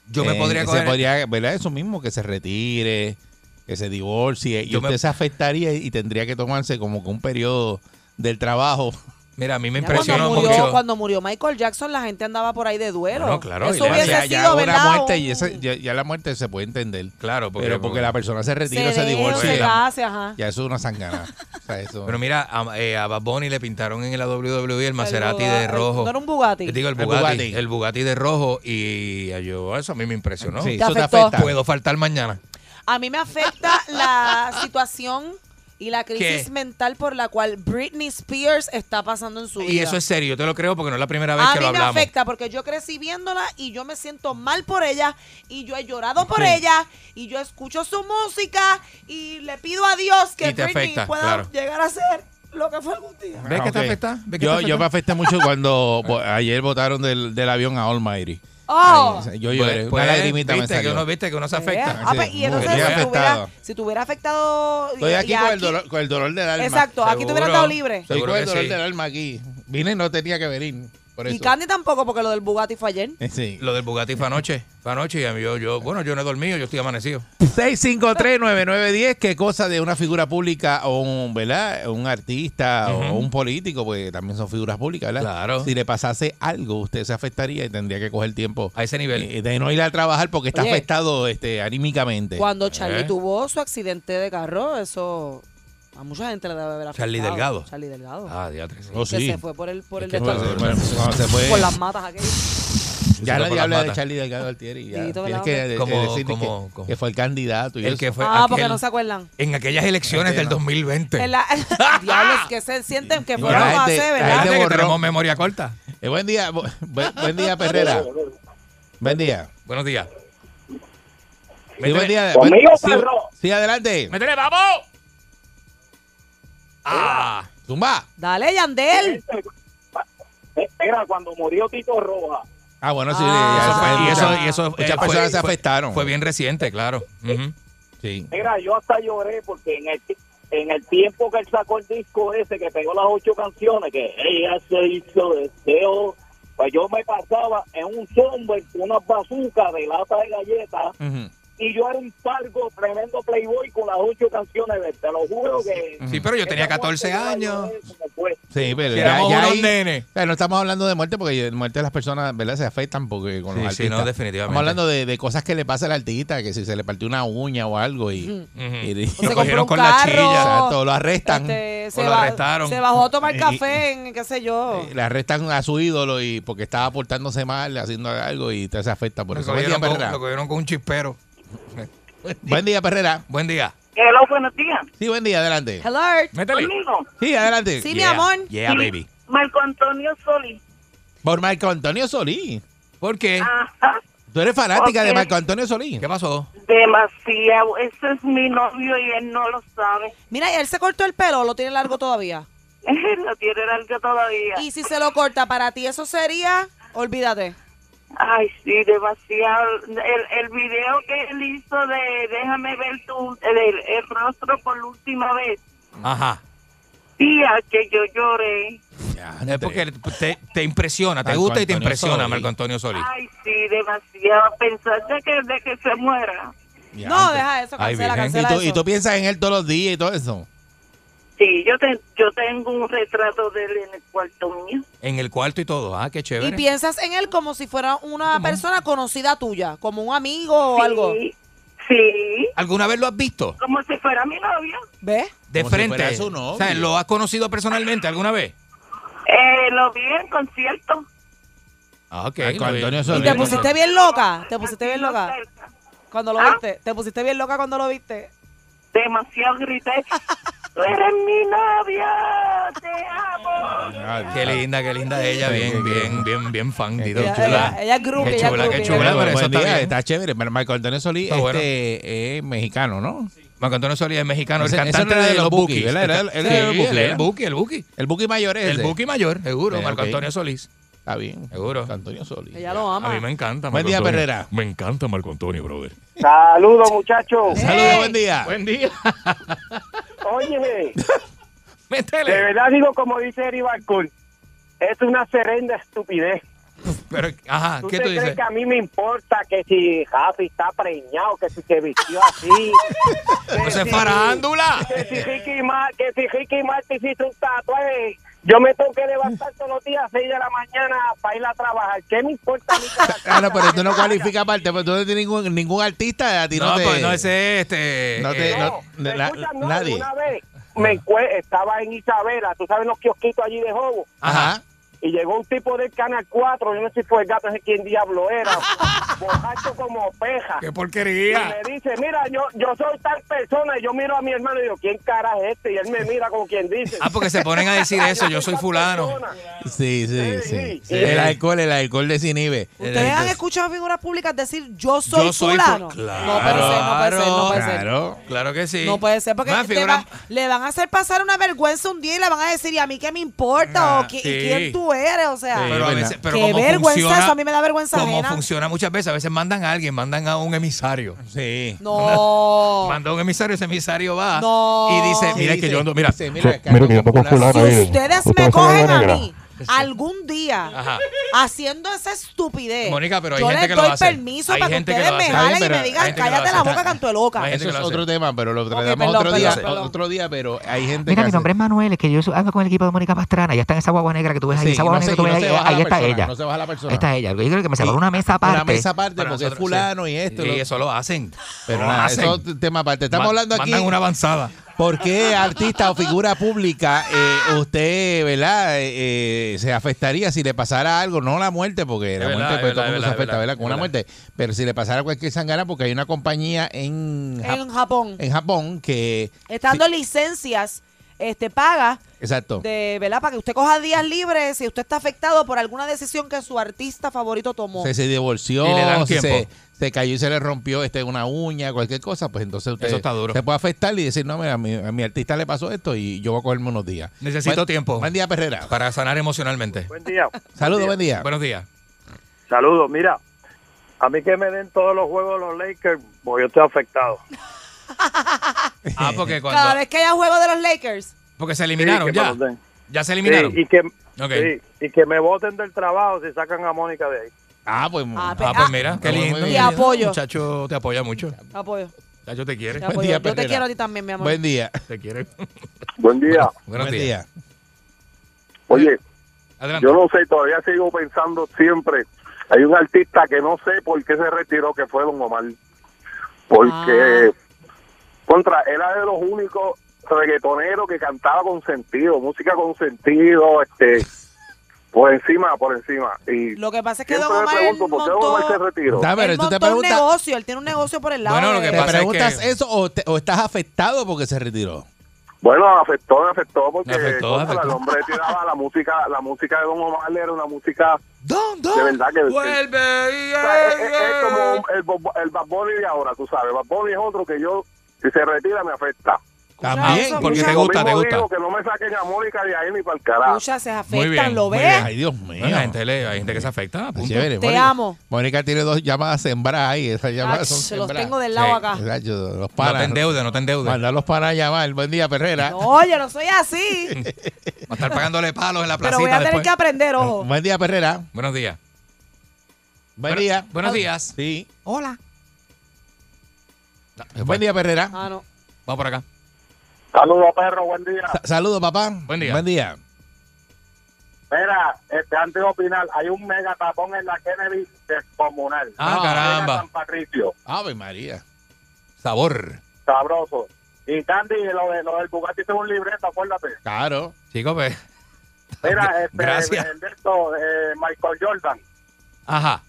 S4: Yo me
S2: Eh,
S4: podría
S2: se
S4: coger-
S2: podría, ¿verdad? Eso mismo, que se retire, que se divorcie. Y
S4: Yo me-
S2: usted se afectaría y tendría que tomarse como que un periodo del trabajo.
S4: Mira, a mí me
S5: Ya cuando,
S4: impresionó
S5: murió,
S4: mucho.
S5: cuando murió Michael Jackson, la gente andaba por ahí de duelo.
S4: Bueno, claro,
S5: Eso
S4: y la-
S5: hubiese
S2: ya, ya
S5: sido,
S2: una
S5: ¿verdad?
S2: muerte y
S5: Un-
S2: ese- ya, ya la muerte se puede entender.
S4: Claro, porque, pues,
S2: pero porque la persona se retira,
S5: deja
S2: se,
S5: o
S2: divorcia.
S5: se
S2: y la-
S5: case, ajá.
S2: ya eso es una sangana. O sea, eso-
S4: Pero mira, a, eh, a Bad Bunny le pintaron en la WWE el Maserati
S5: Buga-
S4: de
S5: el-
S4: rojo.
S5: No era un Bugatti.
S4: Yo Digo, el
S2: El
S4: Bugatti,
S2: Bugatti.
S4: el Bugatti. de rojo. Y ah, yo, eso a mí me impresionó.
S2: Sí,
S5: Te
S2: eso te
S5: afectó.
S2: afecta.
S4: Puedo faltar mañana.
S5: A mí me afecta la situación y la crisis
S4: ¿Qué?
S5: mental por la cual Britney Spears está pasando en su vida.
S4: Y eso es serio, yo te lo creo porque no es la primera vez
S5: A
S4: que
S5: mí
S4: lo
S5: me
S4: hablamos.
S5: afecta porque yo crecí viéndola y yo me siento mal por ella y yo he llorado por
S4: Sí.
S5: ella y yo escucho su música y le pido a Dios que
S4: Y te
S5: Britney
S4: afecta,
S5: pueda
S4: claro.
S5: llegar a ser lo que fue algún día.
S4: ¿Ves
S2: Ah,
S4: que te
S2: ok.
S4: afecta? ¿Ves que
S2: Yo,
S4: te
S2: yo me afecté
S4: afecta?
S2: mucho cuando *laughs* bo- ayer votaron del, del avión a Almighty.
S5: Oh.
S2: Ay, yo lloré,
S4: Pues- pues,
S2: una lagrimita me
S4: viste que
S2: salió.
S4: uno, viste que uno se afecta.
S5: Ah, pues,
S2: Sí,
S5: y entonces
S4: muy
S5: si
S4: bien.
S5: te, hubiera,
S2: Afectado.
S5: si te hubiera afectado... y-
S2: Estoy aquí,
S5: y
S2: con, el dolor, con el dolor del alma.
S5: Exacto, aquí te hubieran
S4: Seguro.
S5: dado libre.
S2: Estoy
S4: Seguro
S2: con el
S4: que
S2: dolor
S4: sí.
S2: del alma aquí. Vine y no tenía que venir. Por eso.
S5: Y Candy tampoco porque lo del Bugatti fue ayer.
S2: Eh, Sí.
S4: Lo del Bugatti fue anoche. Fue anoche y a mí yo, yo, bueno, yo no he dormido, yo estoy amanecido.
S2: 653-9910, qué cosa de una figura pública o un, ¿verdad? un artista
S4: Ujú.
S2: o un político, porque también son figuras públicas, ¿verdad?
S4: Claro.
S2: Si le pasase algo, usted se afectaría y tendría que coger tiempo
S4: A ese nivel.
S2: eh, de no ir a trabajar porque está
S5: Oye.
S2: afectado este, anímicamente.
S5: Cuando Charlie
S4: Eh.
S5: tuvo su accidente de carro, eso a mucha gente le debe haber afectado.
S4: Charlie Delgado.
S5: Charlie Delgado.
S4: Ah, diatres.
S2: Oh,
S5: que
S2: sí.
S5: se fue por el, por el
S2: Que cuando se-
S5: descanso.
S2: bueno, cuando se fue-
S5: Por las matas aquellas.
S2: Ya
S4: Se
S2: nadie *laughs*
S4: tocó la
S2: habla de
S4: pata.
S2: Charlie Delgado Altieri. Ya.
S5: Tito, ¿verdad?
S2: Tienes que eh,
S4: Como-
S2: decirle
S4: como-
S2: que,
S4: como-
S2: que fue el candidato. Y
S4: El
S2: eso.
S4: que fue
S5: Ah, porque
S4: aquel-
S5: no se acuerdan.
S4: en aquellas elecciones del 2020.
S5: En la- *laughs* Diablos que se sienten que
S2: Y
S5: fueron
S2: la
S5: a
S2: gente-
S5: hacer,
S2: la
S5: ¿verdad?
S2: gente-
S4: Fíjate que
S2: borró.
S4: tenemos memoria corta.
S2: Eh, buen día, bu- buen, buen día, Perrera. Buen día.
S4: Buenos días.
S2: Sí, buen día.
S6: Conmigo,
S2: Buen- sí,
S6: perro.
S2: sí, adelante.
S4: ¡Métele, vamos! ¡Ah!
S2: Zumba.
S5: Dale, Yandel.
S6: Era cuando murió Tito Roja.
S2: Ah, bueno, sí.
S5: Ah.
S2: ya-
S4: y
S2: muchas-
S4: eso, y eso
S2: muchas
S4: eh, fue-
S2: personas se
S4: fue-
S2: afectaron.
S4: Fue bien reciente, claro.
S5: Eh,
S4: Ujú.
S2: Sí.
S6: Mira, yo hasta lloré porque en el, ti- en el tiempo que él sacó el disco ese, que pegó las ocho canciones, que ella se hizo deseo, pues yo me pasaba en un somber con una bazooka de lata de galletas
S2: Ujú.
S6: y yo era un pargo tremendo playboy con las ocho canciones, de él, te lo juro que...
S4: Sí, pero yo tenía
S6: esa
S4: 14
S6: muerte yo la
S4: años.
S6: lloré como fue.
S2: Sí, pero
S4: Que
S2: ya,
S4: éramos
S2: ya
S4: unos
S2: ahí-
S4: nenes.
S2: o sea, no estamos hablando de muerte porque de muerte las personas ¿verdad? se afectan porque con los
S4: Sí, sí,
S2: artistas.
S4: no, definitivamente.
S2: Estamos hablando de, de cosas que le pasa al artista, que si se le partió una uña o algo y,
S5: Ujú.
S2: y-
S4: Ujú.
S2: y-
S5: O se
S2: *laughs*
S4: cogieron
S5: compró un
S4: con la
S5: carro.
S4: chilla.
S2: Exacto, Mm. lo arrestan.
S5: Este,
S4: lo
S5: ba-
S4: arrestaron.
S5: se bajó a tomar
S2: Y-
S5: café en qué sé yo.
S2: Le arrestan a su ídolo y porque estaba portándose mal, haciendo algo y te se afecta por
S4: Lo
S2: eso. Buen día,
S4: cogieron con-
S2: Perrera.
S4: lo cogieron con un chispero.
S2: Buen día, Perrera.
S4: Buen día.
S12: Hello, buenos días.
S2: Sí, buen día, adelante.
S5: Hello.
S4: Métele.
S12: Conmigo,
S2: Sí, adelante.
S12: Sí, mi amor.
S2: Yeah, baby.
S12: Marco Antonio Solís.
S2: Por Marco Antonio Solí.
S4: ¿Por qué?
S5: Ah,
S12: Ajá,
S2: Tú eres fanática de
S12: Ok.
S2: Marco Antonio Solí.
S4: ¿Qué pasó?
S12: demasiado. Ese es mi novio y él no lo sabe.
S5: Mira, ¿y él se cortó el pelo o lo tiene largo todavía?
S12: *laughs* lo tiene largo todavía.
S5: Y si se lo corta, para ti eso sería, olvídate.
S12: Ay, sí, demasiado. El, el video que él hizo de Déjame ver tu, el, el- el rostro por última vez.
S4: Ajá.
S12: Tía, que yo lloré.
S4: Es porque te, te impresiona, te
S2: Marco
S4: gusta y te
S2: Antonio
S4: impresiona
S2: Solí.
S4: Marco Antonio Solí.
S12: Ay, sí, demasiado. Pensar de que, de que se muera.
S5: No, deja eso,
S2: Ay,
S5: cancela,
S2: virgen.
S5: cancela
S2: ¿Y tú,
S5: eso.
S2: y tú piensas en él todos los días y todo eso.
S12: Sí, yo, te- yo tengo un retrato de él en el cuarto mío.
S4: En el cuarto y todo. Ah, qué
S5: Y
S4: chévere.
S5: piensas en él como si fuera una persona conocida tuya, como un amigo o algo.
S12: Sí,
S4: ¿Alguna vez lo has visto?
S12: como si fuera mi novio.
S5: ¿Ves?
S4: De
S2: Como si
S4: frente.
S2: fuera su novio.
S4: O sea, ¿lo has conocido personalmente alguna vez?
S12: Eh, lo vi en concierto.
S4: Ah, ok.
S2: Marco
S4: lo vi.
S2: Antonio Solí.
S5: Y te pusiste bien loca, te pusiste bien
S12: Aquí no
S5: loca
S12: cerca.
S5: cuando lo
S12: ¿Ah?
S5: viste, te pusiste bien loca cuando lo viste.
S12: Demasiado grité. ¡Tú eres mi novio! ¡Te amo!
S2: Ah,
S4: Qué linda, qué linda ella. Bien, bien, bien, bien fan. Dido.
S5: Ella,
S4: chula.
S5: ella, ella es groupie,
S4: Qué
S5: ella es
S4: chula, qué
S5: groupie,
S4: chula,
S5: ella es
S4: pero eso
S2: Buen
S4: está
S2: día,
S4: bien.
S2: está chévere. Mar- Marco Antonio Solí
S4: Está
S2: este,
S4: bueno.
S2: es mexicano, ¿no?
S4: Marco Antonio Solí es mexicano,
S2: Ese-
S4: el
S2: ese
S4: cantante
S2: no era
S4: de los Bukis.
S2: ¿verdad? Era-
S4: Sí,
S2: él era el Buki,
S4: él es
S2: ¿verdad?
S4: el Buki, el Buki.
S2: El Buki mayor es
S4: El
S2: ese.
S4: Buki mayor, seguro.
S2: Sí,
S4: Marco
S2: ok.
S4: Antonio Solís.
S2: Está bien.
S4: Seguro.
S2: Marco Antonio Solí.
S5: groupie. Ella lo ama.
S4: A mí me encanta.
S2: Buen
S4: Marco
S2: día,
S4: Antonio.
S2: Perrera.
S4: Me encanta Marco Antonio, brother.
S6: Saludos, muchachos.
S2: Saludos, buen día.
S4: Buen día.
S6: *laughs* Oye, de
S4: *laughs* Métele.
S6: verdad digo como dice Eri Balcón, es una serenda estupidez.
S4: Pero, ajá,
S6: ¿Tú
S4: Ah, ¿qué
S6: te
S4: tú
S6: crees
S4: dices?
S6: que a mí me importa que si Javi está preñado, que si se vistió
S4: *laughs*
S6: así? que
S4: Eso es
S6: si-
S4: farándula.
S6: Que si Ricky Ma- que si Ricky Martin hiciste un tatuaje, yo me tengo que levantar todos los días a 6 de la mañana para ir a trabajar. ¿Qué me importa a mí? que la
S2: Ah, no, pero tú no cualificas aparte, pero tú no tienes ningún, ningún artista, a ti no,
S4: No,
S2: te...
S4: pues no ese este.
S2: no te-
S4: eh,
S2: no-
S6: ¿Me
S2: na-
S6: escuchas?
S4: *laughs*
S6: No,
S2: nadie.
S6: Una vez me encue- estaba en Isabela, tú sabes los kiosquitos allí de Jobo,
S2: Ajá.
S6: y llegó un tipo del Canal 4, yo no sé si fue el gato, no sé quién diablo era,
S4: *laughs*
S6: borracho como peja.
S4: Qué
S6: Y
S4: porquería.
S6: me dice, mira, yo, yo soy tal persona, y yo miro a mi hermano y digo, ¿quién cara es este? Y él me mira como quien dice.
S4: Ah, porque se ponen a decir eso. Yo soy
S6: tal
S4: fulano.
S6: persona.
S2: Sí, sí,
S6: Sí,
S2: sí,
S6: sí.
S2: Sí. El alcohol, el alcohol desinhibe.
S5: Ustedes han escuchado a figuras públicas decir yo soy
S4: Yo soy fu-
S5: fulano.
S4: Claro.
S5: No puede ser, no puede ser, no puede ser.
S2: Claro.
S4: Claro que sí.
S5: No puede ser porque
S4: Más
S5: te
S4: figura-
S5: va- le van a hacer pasar una vergüenza un día y le van a decir, ¿y a mí qué me importa?
S4: Ah,
S5: ¿O qui-
S4: sí.
S5: ¿Y quién tú eres? O sea,
S2: Sí,
S4: Pero a
S2: ¿verdad?
S4: veces, pero
S5: Qué
S4: como
S5: vergüenza,
S4: funciona,
S5: eso a mí me da vergüenza
S4: Como
S5: ajena.
S4: funciona muchas veces, a veces mandan a alguien, mandan a un emisario.
S2: Sí.
S5: no.
S4: Manda a un emisario, ese emisario va
S5: No.
S4: y dice,
S2: Sí,
S4: mira que
S2: dice-
S4: yo ando, mira,
S2: dice, mira, que
S13: mira que yo
S2: ando
S13: toco
S2: con fulano.
S13: fulano.
S5: Si
S13: Ahí,
S5: ustedes me
S13: ustedes son
S5: cogen
S13: buena
S5: a
S13: negra.
S5: mí algún día
S4: Ajá.
S5: haciendo esa estupidez,
S4: Mónica, pero hay
S5: yo
S4: gente
S5: les
S4: que lo
S5: doy
S4: va a hacer.
S5: permiso
S4: Hay
S5: para que
S4: gente que
S5: ustedes
S4: lo va a
S5: me
S4: hacer.
S5: jalen
S2: Está
S5: y
S2: bien,
S5: me
S2: pero hay
S5: digan,
S4: gente que lo
S5: cállate
S4: hace.
S5: la boca, canto de loca.
S4: Hay gente
S2: Eso
S4: que
S2: es
S4: lo hace.
S2: otro tema, pero lo tratamos
S5: perdón,
S2: otro día.
S5: perdón, perdón.
S2: Otro día, pero hay gente
S14: Mira,
S2: que
S14: mi
S2: hace-
S14: nombre es Manuel, es que yo so- ando con el equipo de Mónica Pastrana, ya está en esa guagua negra que tú ves ahí,
S2: Sí,
S14: esa
S2: y no
S14: guagua
S2: se-
S14: negra que
S2: y
S14: tú
S2: no
S14: ves
S2: se
S14: ahí,
S2: baja
S14: ahí
S2: la
S14: está
S2: persona,
S14: ella.
S2: No se baja la persona.
S14: Ahí está ella, yo creo que me separó una mesa aparte.
S2: Una mesa aparte
S4: Para
S2: porque es
S4: nosotros,
S2: fulano y esto.
S4: Y
S2: lo-
S4: eso lo hacen.
S2: Pero
S4: Lo
S2: nada, eso
S4: hacen.
S2: es otro tema aparte. Estamos
S4: Ma-
S2: hablando aquí.
S4: Mandan una avanzada.
S2: ¿Por qué artista o figura pública eh, usted, verdad, eh, eh, se afectaría si le pasara algo? No la muerte, porque la
S4: verdad,
S2: muerte
S4: es
S2: pues, todo
S4: verdad,
S2: el mundo
S4: es
S2: se afecta,
S4: verdad,
S2: ¿verdad?
S4: es
S2: Con una
S4: verdad.
S2: muerte. Pero si le pasara cualquier sangana, porque hay una compañía en, Jap-
S5: En Japón,
S2: en Japón que.
S5: estando licencias, este paga
S2: Exacto.
S5: de, ¿verdad? Para que usted coja días libres si usted está afectado por alguna decisión que su artista favorito tomó.
S2: Se, se divorció,
S4: Y le dan
S2: se- se,
S4: tiempo.
S2: se cayó y se le rompió este, una uña, cualquier cosa, pues entonces usted
S4: Eso está duro.
S2: se puede afectar y decir, no, mira, a mi, a mi artista le pasó esto y yo voy a cogerme unos días.
S4: Necesito
S2: Buen-
S4: tiempo.
S2: Buen día, Perrera.
S4: Para sanar emocionalmente.
S6: *laughs* Buen día.
S2: Saludos, buen día.
S4: Buenos días.
S6: Saludos, mira. A mí que me den todos los juegos los Lakers, porque yo estoy afectado.
S4: Ah,
S5: Cada
S4: porque cuando.
S5: vez que haya juego de los Lakers,
S4: Porque se eliminaron
S6: Sí, que me
S4: ya.
S6: los den.
S4: Ya se
S6: Sí,
S4: eliminaron.
S6: y, que,
S4: Ok.
S6: sí, y que me voten del trabajo si sacan a Mónica de ahí.
S2: Ah, pues.
S5: Ah,
S4: Ah, pues mira, qué
S2: Muy
S4: lindo.
S2: bien.
S5: Te apoyo.
S4: Muchacho, te apoya mucho.
S5: apoyo.
S4: Muchacho, te quiere.
S5: Te apoyo.
S2: día,
S5: Yo te
S2: Perrera.
S5: quiero a ti también, mi amor.
S2: Buen día.
S4: Te quiere.
S6: Buen día.
S4: Buenos
S2: Buen
S4: días.
S2: día.
S6: Oye,
S4: Adelante.
S6: yo no sé, todavía sigo pensando siempre. Hay un artista que no sé por qué se retiró,
S2: Ah.
S6: que fue Don Omar. Porque, contra, era de los únicos reggaetonero que cantaba con sentido, música con sentido, este, por encima, por encima. Y
S3: Lo que pasa es que
S6: siempre me
S3: Don Omar
S6: pregunto, ¿por qué Don Omar se
S3: montó-
S6: retiró?
S2: Da, pero
S3: él
S2: tú te
S3: montó un
S2: preguntas-
S3: negocio, él tiene un negocio por el lado. de-
S2: ¿Te preguntas eso o, te- o estás afectado porque se retiró?
S6: Bueno, afectó, me afectó porque
S2: Afectó,
S6: contra,
S2: afectó.
S6: el hombre tiraba la música, la música de Don Omar era una música de verdad que
S1: vuelve,
S6: o sea, es, es- es como el, Bob- el Bad Bunny de ahora, tú sabes, Bad Bunny es otro que yo si se retira me afecta.
S4: También,
S6: Escucha,
S4: porque te
S6: lo
S4: gusta, te
S6: mismo
S4: gusta.
S6: digo, que no me saquen a Mónica de ahí ni para el carajo.
S3: Escucha, se
S4: Muy bien.
S3: afectan, ¿lo
S4: muy
S3: ves?
S4: bien.
S2: Ay, Dios mío.
S4: Bueno, hay, gente, le- hay gente que se afecta. punto.
S2: Chévere,
S3: Te amo.
S2: Mónica tiene dos llamadas sembradas ahí. Esas llamadas son
S3: Ach, se los
S2: sembradas.
S3: tengo del lado
S2: Sí.
S3: acá.
S2: Exacto, los
S4: No
S2: panas.
S4: te endeudes, no te endeudes.
S2: Mandarlos para a llamar. Buen día, Perrera.
S3: Oye, no soy
S2: *laughs*
S3: así,
S4: Va a estar pagándole palos en la
S3: pero
S4: placita
S3: voy a tener
S2: pues.
S4: después.
S3: que aprender, ojo.
S2: Buen día, Perrera.
S4: Buenos días.
S2: Buen día.
S4: Buenos días.
S2: Sí.
S3: Hola.
S2: Buen día, Perrera.
S3: Ah, no.
S4: Vamos por acá.
S6: Saludos, perro, buen día.
S2: Sa- Saludos, papá. Buen día. Buen día.
S6: Mira, este, antes de opinar, hay un mega tapón en la Kennedy descomunal.
S2: Ah, caramba.
S6: Llega San Patricio,
S2: Ave María.
S4: Sabor.
S6: sabroso. Y Candy, lo, de, lo del Bugatti es un libreto, acuérdate.
S2: Claro.
S4: Chicos, pues.
S6: Mira, este,
S4: Gracias.
S6: el de esto, eh, Michael Jordan,
S4: Ajá.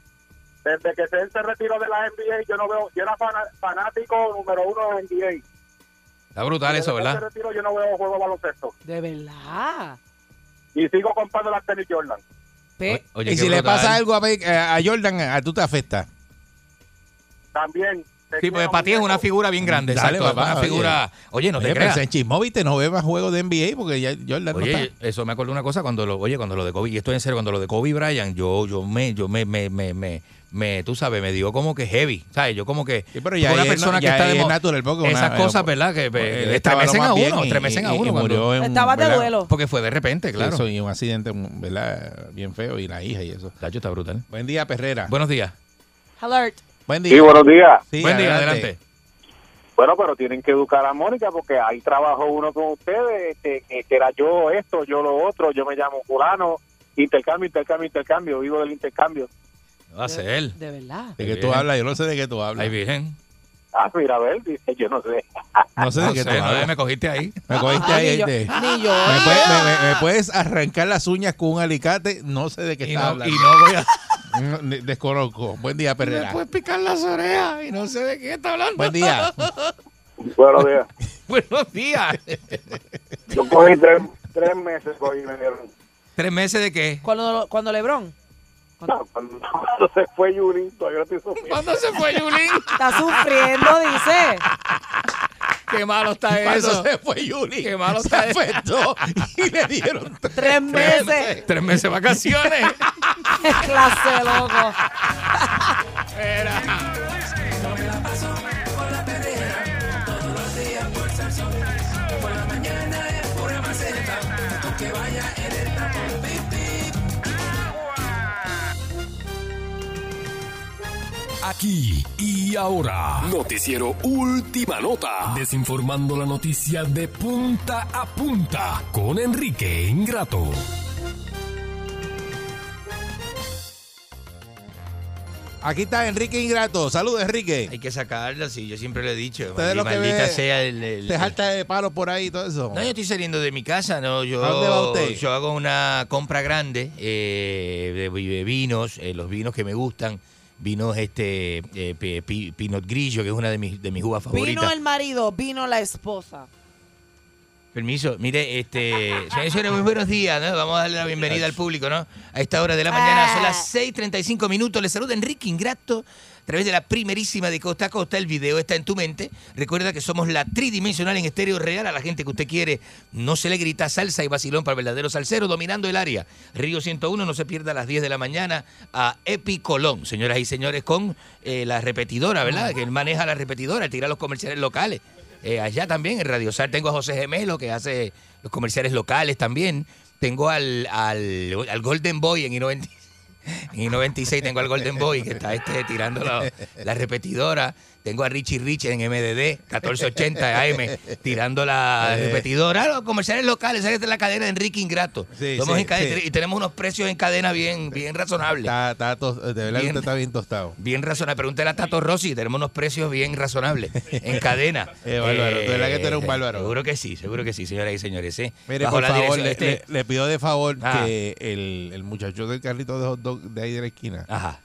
S6: desde que él se retiró de la NBA, yo no veo, yo era fana- fanático número uno de NBA.
S4: Está brutal eso,
S6: Desde que él se
S4: ¿verdad?
S6: retiró, yo no veo juego de baloncesto.
S3: De verdad.
S6: Y sigo comprando las tenis Jordan.
S4: Oye,
S2: y
S4: qué
S2: si le
S4: brutal.
S2: pasa algo a, Mike- a Jordan, eh, a tú te afecta.
S6: También. te
S4: Sí, porque
S6: quiero,
S4: para ti es
S6: muñeco.
S4: una figura bien grande.
S2: Dale,
S4: exacto.
S2: papá,
S4: una
S2: oye.
S4: figura. Oye, no te
S2: Oye,
S4: creas.
S2: pensé en chismóvite, no bebas juegos de NBA porque ya Jordan no
S4: Oye,
S2: está.
S4: eso me acuerdo una cosa cuando lo, oye, cuando lo de Kobe, y esto en serio, cuando lo de Kobe Bryant, yo, yo me, yo me, me, me, me, me- tú sabes, me dio como que heavy, ¿sabes? Yo como que
S2: pero ya
S4: una
S2: ahí es
S4: persona
S2: na-
S4: que
S2: ya
S4: está
S2: ahí
S4: de
S2: es
S4: mo-
S2: natural, porque
S4: esas
S2: una-
S4: cosas, ¿verdad? Que
S2: porque
S4: eh,
S2: él estaba
S4: estremecen
S2: lo
S4: a
S2: más bien
S4: uno,
S2: y-
S4: estremecen
S2: y-
S4: a
S2: y
S4: uno cuando
S2: murió en un-
S3: Estabas de
S2: ¿verdad?
S3: duelo.
S4: porque fue de repente, claro.
S2: Eso y un accidente, ¿verdad? Bien feo y la hija y eso.
S4: Tacho está brutal.
S2: Buen día, Perrera.
S4: Buenos días.
S3: Alert.
S2: Buen día.
S6: Sí, buenos días.
S2: Sí,
S4: Buen día,
S2: adelante.
S4: adelante.
S6: Bueno, pero tienen que educar a Mónica porque ahí trabajó uno con ustedes, este, que, que era yo esto, yo lo otro, yo me llamo fulano, intercambio, intercambio, intercambio, vivo del intercambio.
S4: No va a ser él.
S3: De verdad.
S2: De
S4: Ahí
S2: que tú
S4: viene.
S2: hablas, yo no sé de qué tú hablas.
S4: Ahí virgen.
S6: Ah, mira, a ver, dice, yo no sé.
S2: No sé de
S4: No
S2: qué
S4: sé,
S2: tú
S4: no,
S2: hablas.
S4: Ah, me cogiste ahí.
S2: Me cogiste ahí.
S3: Ni yo.
S2: este.
S3: Ni yo.
S2: ¿Me, puedes, me- me- me puedes arrancar las uñas con un alicate? No sé de qué
S4: Y
S2: estás
S4: no, y
S2: hablando.
S4: no voy a.
S2: *laughs* No, ne- Desconozco. Buen día, Perrera.
S3: pues.
S4: picar las orejas y no sé de qué está hablando.
S2: Buen
S4: *laughs*
S2: día.
S6: Buenos días.
S4: *laughs* Buenos días.
S6: Yo cogí tres, tres meses, cogí, me dieron.
S4: ¿Tres meses de qué?
S3: Cuando, cuando Lebron
S6: No, cuando, cuando se fue Yuri, todavía lo estoy sufriendo.
S4: ¿Cuándo se fue Yulín?
S3: está sufriendo, dice.
S4: *laughs* Qué malo está
S2: Cuando
S4: eso.
S2: se fue Yuli,
S4: Qué malo
S2: se
S4: está eso.
S2: afectó y le
S4: *laughs*
S2: dieron tres.
S3: Tres meses.
S4: Tres meses
S2: *laughs*
S4: de vacaciones.
S3: Clase loco.
S11: *laughs* Aquí y ahora. Noticiero Última Nota. Desinformando la noticia de punta a punta con Enrique Ingrato.
S2: Aquí está Enrique Ingrato. Saludos, Enrique.
S4: Hay que sacarla, sí, yo siempre lo he dicho.
S2: Ustedes lo que
S4: maldita
S2: ve-
S4: sea el,
S2: *laughs*
S4: el-
S2: Te jalta de palo por ahí y todo eso.
S4: No, yo estoy saliendo de mi casa, no, yo,
S2: ¿A dónde va usted?
S4: yo hago una compra grande eh, de, vi- de vinos, eh, los vinos que me gustan, vinos este eh, pi- pi- Pinot Grillo, que es una de mis, de mis uvas
S3: Vino
S4: favoritas.
S3: el marido, vino la esposa.
S4: Permiso, mire, este, señores, y señores, muy buenos días, ¿no? Vamos a darle la bienvenida al público, ¿no? A esta hora de la mañana, son las 6.35 minutos, les saluda Enrique Ingrato a través de la primerísima de Costa a Costa, el video está en tu mente, recuerda que somos la tridimensional en estéreo real, a la gente que usted quiere, no se le grita salsa y vacilón para el verdadero salsero, dominando el área, Río 101, no se pierda a las 10 de la mañana a Epi Colón, señoras y señores, con eh, la repetidora, ¿verdad? Que él maneja la repetidora, él tira los comerciales locales. Eh, allá también en Radio Sal tengo a José Gemelo que hace los comerciales locales también. Tengo al, al, al Golden Boy en I-90. *laughs* En el 96 tengo al Golden Boy, que está este tirando la, la repetidora. Tengo a Richie Rich en MDD, 1480 AM, tirando la
S1: Eh.
S4: repetidora. Los comerciales locales, esa es la cadena de Enrique Ingrato.
S2: Sí,
S4: Somos
S2: sí,
S4: en cadena,
S2: sí.
S4: Y tenemos unos precios en cadena bien, bien razonables.
S2: Está, Ah, está tos- de verdad que
S4: Bien.
S2: usted está bien tostado.
S4: Bien razonable. Pregúntale a Tato Rossi, tenemos unos precios bien razonables
S2: *laughs*
S4: en cadena.
S2: Eh, bárbaro, de verdad que tú eres un
S4: bárbaro. Seguro que sí, seguro que sí, señoras y señores. ¿eh?
S2: Mire,
S4: Bajo
S2: por
S4: la
S2: favor,
S4: dirección-
S2: le,
S4: este-
S2: le- le pido de favor
S4: Ah.
S2: que el, el muchacho del carrito de hot dog de ahí de la esquina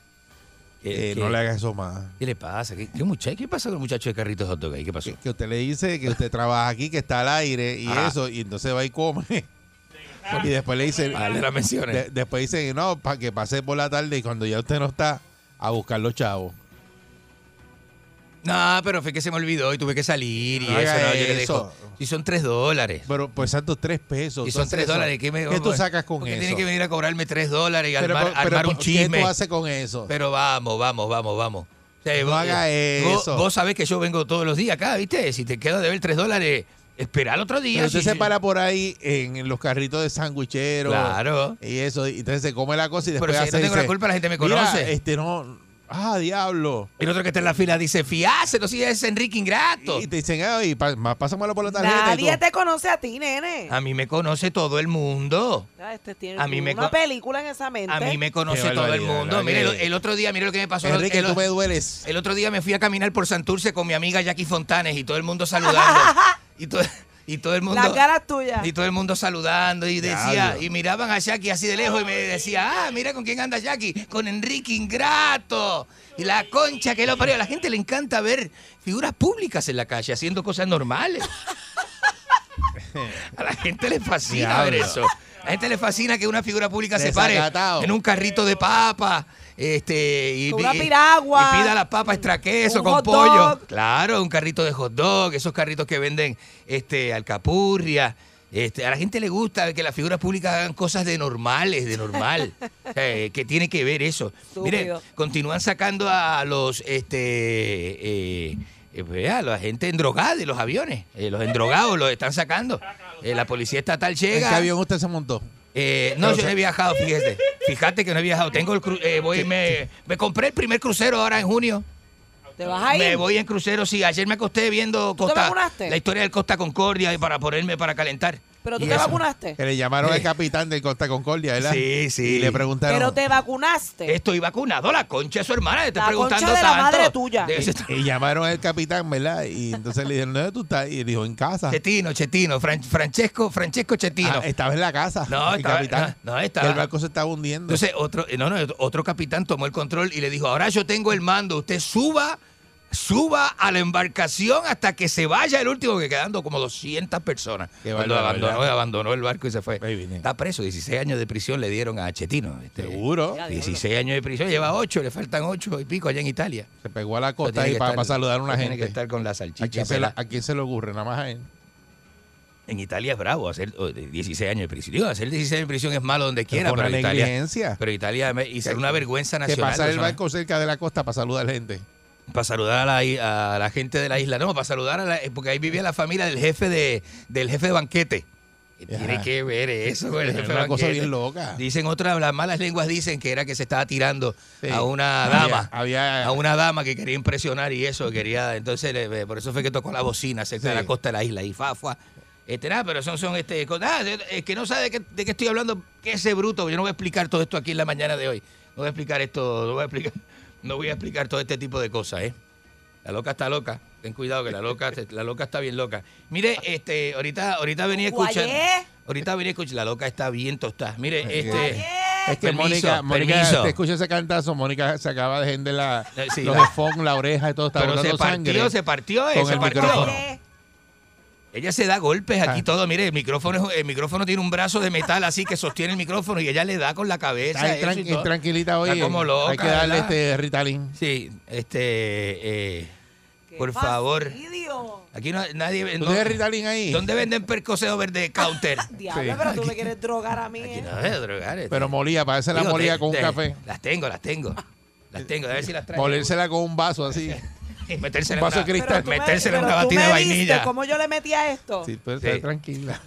S4: ¿Qué-
S2: eh,
S4: qué?
S2: no le haga eso más.
S4: ¿Qué le pasa? ¿Qué, qué, muchacho, ¿Qué pasa con el muchacho de carrito de hot dog ahí? ¿Qué pasó?
S2: Que usted le dice que
S4: *laughs*
S2: usted trabaja aquí, que está al aire y
S4: Ajá.
S2: eso, y entonces va y come. Y después le dicen.
S4: darle las menciones.
S2: de- después dicen, no, para que pase por la tarde y cuando ya usted no está, a buscar los chavos.
S4: No, pero fue que se me olvidó y tuve que salir y
S2: No
S4: eso,
S2: haga
S4: no, yo le
S2: eso.
S4: dejo. Y son tres dólares.
S2: Pero pues santos tres pesos.
S4: Y son
S2: entonces
S4: tres
S2: eso-
S4: dólares. ¿Qué, me,
S2: tú sacas con
S4: porque
S2: eso?
S4: tiene que venir a cobrarme tres dólares y
S2: Pero,
S4: armar,
S2: pero,
S4: armar un
S2: ¿qué
S4: chisme.
S2: tú haces con eso?
S4: Pero vamos, vamos, vamos, vamos. O sea,
S2: No
S4: vos- eh,
S2: haga
S4: vos-
S2: eso.
S4: Vos sabés que yo vengo todos los días acá, ¿viste? Si te quedas de ver tres dólares, espera el otro día.
S2: Pero usted
S4: Sí,
S2: se
S4: sí.
S2: para por ahí en los carritos de sandwichero.
S4: Claro.
S2: Y eso, y entonces se come la cosa y
S4: Pero
S2: después
S4: si yo
S2: hace,
S4: no tengo la
S2: dice,
S4: culpa, la gente me
S2: "Mira,
S4: conoce".
S2: este no. Ah, diablo.
S4: Y el otro que está en la fila dice, fiase, no si es Enrique Ingrato.
S2: Y te dicen, ay, pa- ma- pásamelo por la tarjeta. y
S3: Nadie
S2: tú,
S3: te conoce a ti, nene.
S4: A mí me conoce todo el mundo.
S3: Ah, este tiene
S4: A mí me
S3: una
S4: co-
S3: película en esa mente.
S4: A mí me
S2: Qué
S4: conoce todo el
S2: barbaridad,
S4: mundo.
S2: ¿verdad?
S4: Mire, el,
S2: Que-
S4: el otro día, mire lo que me pasó.
S2: Enrique,
S4: el,
S2: tú me dueles.
S4: el otro día me fui a caminar por Santurce con mi amiga Jackie Fontanes y todo el mundo saludando. y, to- y todo el mundo.
S3: Las caras tuyas.
S4: Y todo el mundo saludando y decía,
S2: Diablo.
S4: y miraban a Jackie así de lejos y me decía, ah, mira con quién anda Jackie, con Enrique Ingrato, y la concha que lo parió. A la gente le encanta ver figuras públicas en la calle haciendo
S2: *laughs*
S4: cosas normales. A la gente le fascina ver
S1: Diablo.
S4: eso. A la gente le fascina que una figura pública se pare
S2: Desacatado.
S4: en un carrito de papa. Este, y,
S3: Con una
S4: y-
S3: piragua.
S4: y pida las papas extra queso
S3: Un
S4: con
S3: hot
S4: pollo.
S3: dog.
S4: Claro, un carrito de hot dog, esos carritos que venden este alcapurria. Este, a la gente le gusta que las figuras públicas hagan cosas de normales, de
S3: *laughs*
S4: normal. Eh, que tiene que ver eso. Mire,
S3: Estúpido.
S4: continúan sacando a los este eh, eh, pues, a la gente endrogada de los aviones. Eh, los endrogados los están sacando. Eh, la policía estatal
S2: ¿En qué
S4: llega.
S2: Este avión usted se montó?
S4: Eh, no,
S2: Pero
S4: yo no
S2: se-
S4: he viajado, fíjate. Fíjate que no he viajado. Tengo el cru- eh, voy, me, me compré el primer crucero ahora en junio.
S3: Te vas a ir.
S4: Me voy en crucero, sí. Ayer me acosté viendo
S3: te
S4: Costa,
S3: vacunaste?
S4: la historia del Costa Concordia y para ponerme para calentar.
S3: Pero tú
S4: Y
S3: te
S4: eso.
S3: vacunaste.
S2: Que le llamaron al capitán del Costa Concordia, ¿verdad?
S4: Sí, sí.
S2: Y le preguntaron.
S3: Pero te vacunaste.
S4: Estoy vacunado, la concha de su hermana, te estoy
S3: La
S4: preguntando
S3: concha de la
S4: tanto.
S3: madre tuya.
S4: De- se-
S2: Y llamaron al capitán, ¿verdad? Y entonces le dijeron, ¿dónde tú estás? Y él dijo, en casa.
S4: Chetino, Chetino, Fran- Francesco, Francesco Chetino.
S2: Ah, estaba en la casa.
S4: No,
S2: el
S4: estaba- ah,
S2: capitán.
S4: no, no, estaba-
S2: El barco se estaba hundiendo.
S4: Entonces otro, no, no, otro capitán tomó el control y le dijo, ahora yo tengo el mando, usted suba, suba a la embarcación hasta que se vaya el último, que quedando como 200 personas.
S2: Qué
S4: Cuando
S2: bárbaro,
S4: abandonó,
S2: ¿verdad?
S4: abandonó el barco y se fue.
S2: Ahí viene.
S4: Está preso, 16 años de prisión le dieron a Chetino. este,
S2: Seguro.
S4: 16 años de prisión, lleva 8, le faltan 8 y pico allá en Italia.
S2: Se pegó a la
S4: Pero
S2: costa
S4: tiene
S2: ahí
S4: que
S2: para,
S4: estar-
S2: para saludar a una
S4: tiene que
S2: gente.
S4: estar con la
S2: ¿A
S4: salchicha.
S2: quién, se la-
S4: pelada.
S2: a quién se le ocurre? Nada más a él.
S4: En Italia es bravo hacer oh, 16 años de prisión. Digo, hacer 16 años de prisión es malo donde
S2: Pero
S4: quiera,
S2: por
S4: pero,
S2: una
S4: Italia.
S2: negligencia.
S4: Pero Italia me- y ser una vergüenza
S2: Que
S4: nacional.
S2: pasar el
S4: eso no es-
S2: barco cerca de la costa para saludar a la gente.
S4: Para saludar a la, i- a la gente de la isla, no, para saludar a la, porque ahí vivía la familia del jefe de, del jefe de banquete. Que Tiene
S2: Ajá.
S4: que ver eso con el
S2: Es
S4: jefe de
S2: una cosa
S4: banquete.
S2: bien loca.
S4: Dicen otras, las malas lenguas dicen que era que se estaba tirando
S2: Sí.
S4: a una
S2: Había-
S4: dama,
S2: había- eh,
S4: a una dama que quería impresionar y eso, quería, entonces le- eh, por eso fue que tocó la bocina cerca de
S2: Sí.
S4: la costa de la isla y fa, fa. Este, nada, pero son, son este, co- ah, de- es que no sabe de qué, de qué estoy hablando, que ese bruto, yo no voy a explicar todo esto aquí en la mañana de hoy. No voy a explicar esto, no voy a explicar, *laughs* no voy a explicar todo este tipo de cosas, ¿eh? La loca está loca. Ten cuidado que la loca, la loca está bien loca. Mire, este, ahorita, ahorita venía escuchando.
S3: Guayé.
S4: Ahorita venía escuchando. La loca está bien tostada. Mire, este.
S2: Es que
S4: permiso,
S2: Mónica, Mónica,
S4: permiso.
S2: te escucha ese cantazo, Mónica se acaba de gente la,
S4: Eh, sí,
S2: los
S4: la-
S2: esfón, la oreja y todo, está
S4: Pero se
S2: botando
S4: partió,
S2: sangre.
S4: se partió, eh,
S2: con
S4: se
S2: el
S4: partió.
S2: micrófono.
S4: Ella se da golpes aquí
S2: Ah.
S4: todo. Mire, el micrófono, es- el micrófono tiene un brazo de metal así que sostiene el micrófono y ella le da con la cabeza.
S2: Está
S4: eso y
S2: tran-
S4: todo.
S2: tranquilita hoy.
S4: Está como loca,
S2: Hay que darle
S4: ¿verdad?
S2: este Ritalin.
S4: Sí, este. eh, por favor. Aquí no, nadie.
S2: ¿Tú
S4: no-
S2: tienes Ritalin ahí?
S4: ¿Dónde venden percoceo verde counter?
S3: *laughs* Diablo,
S2: Sí.
S3: pero tú me quieres drogar a mí. ¿eh?
S4: No, de drogar, este.
S2: Pero molía, para hacer la
S4: Digo,
S2: molía
S4: te-
S2: con un
S4: te-
S2: café.
S4: Las tengo, las tengo. Las tengo, a ver si las traigo. *laughs*
S2: Molérsela con un vaso así.
S4: Meterse
S2: un
S4: en
S2: vaso
S4: una,
S2: de cristal.
S3: Pero tú me-
S4: metérsela en
S3: pero
S4: una
S3: tú
S4: batida de
S3: me viste
S4: vainilla.
S2: pues,
S3: ¿Cómo yo le metí a esto?
S2: Sí, tú estás
S4: Sí.
S2: tranquila.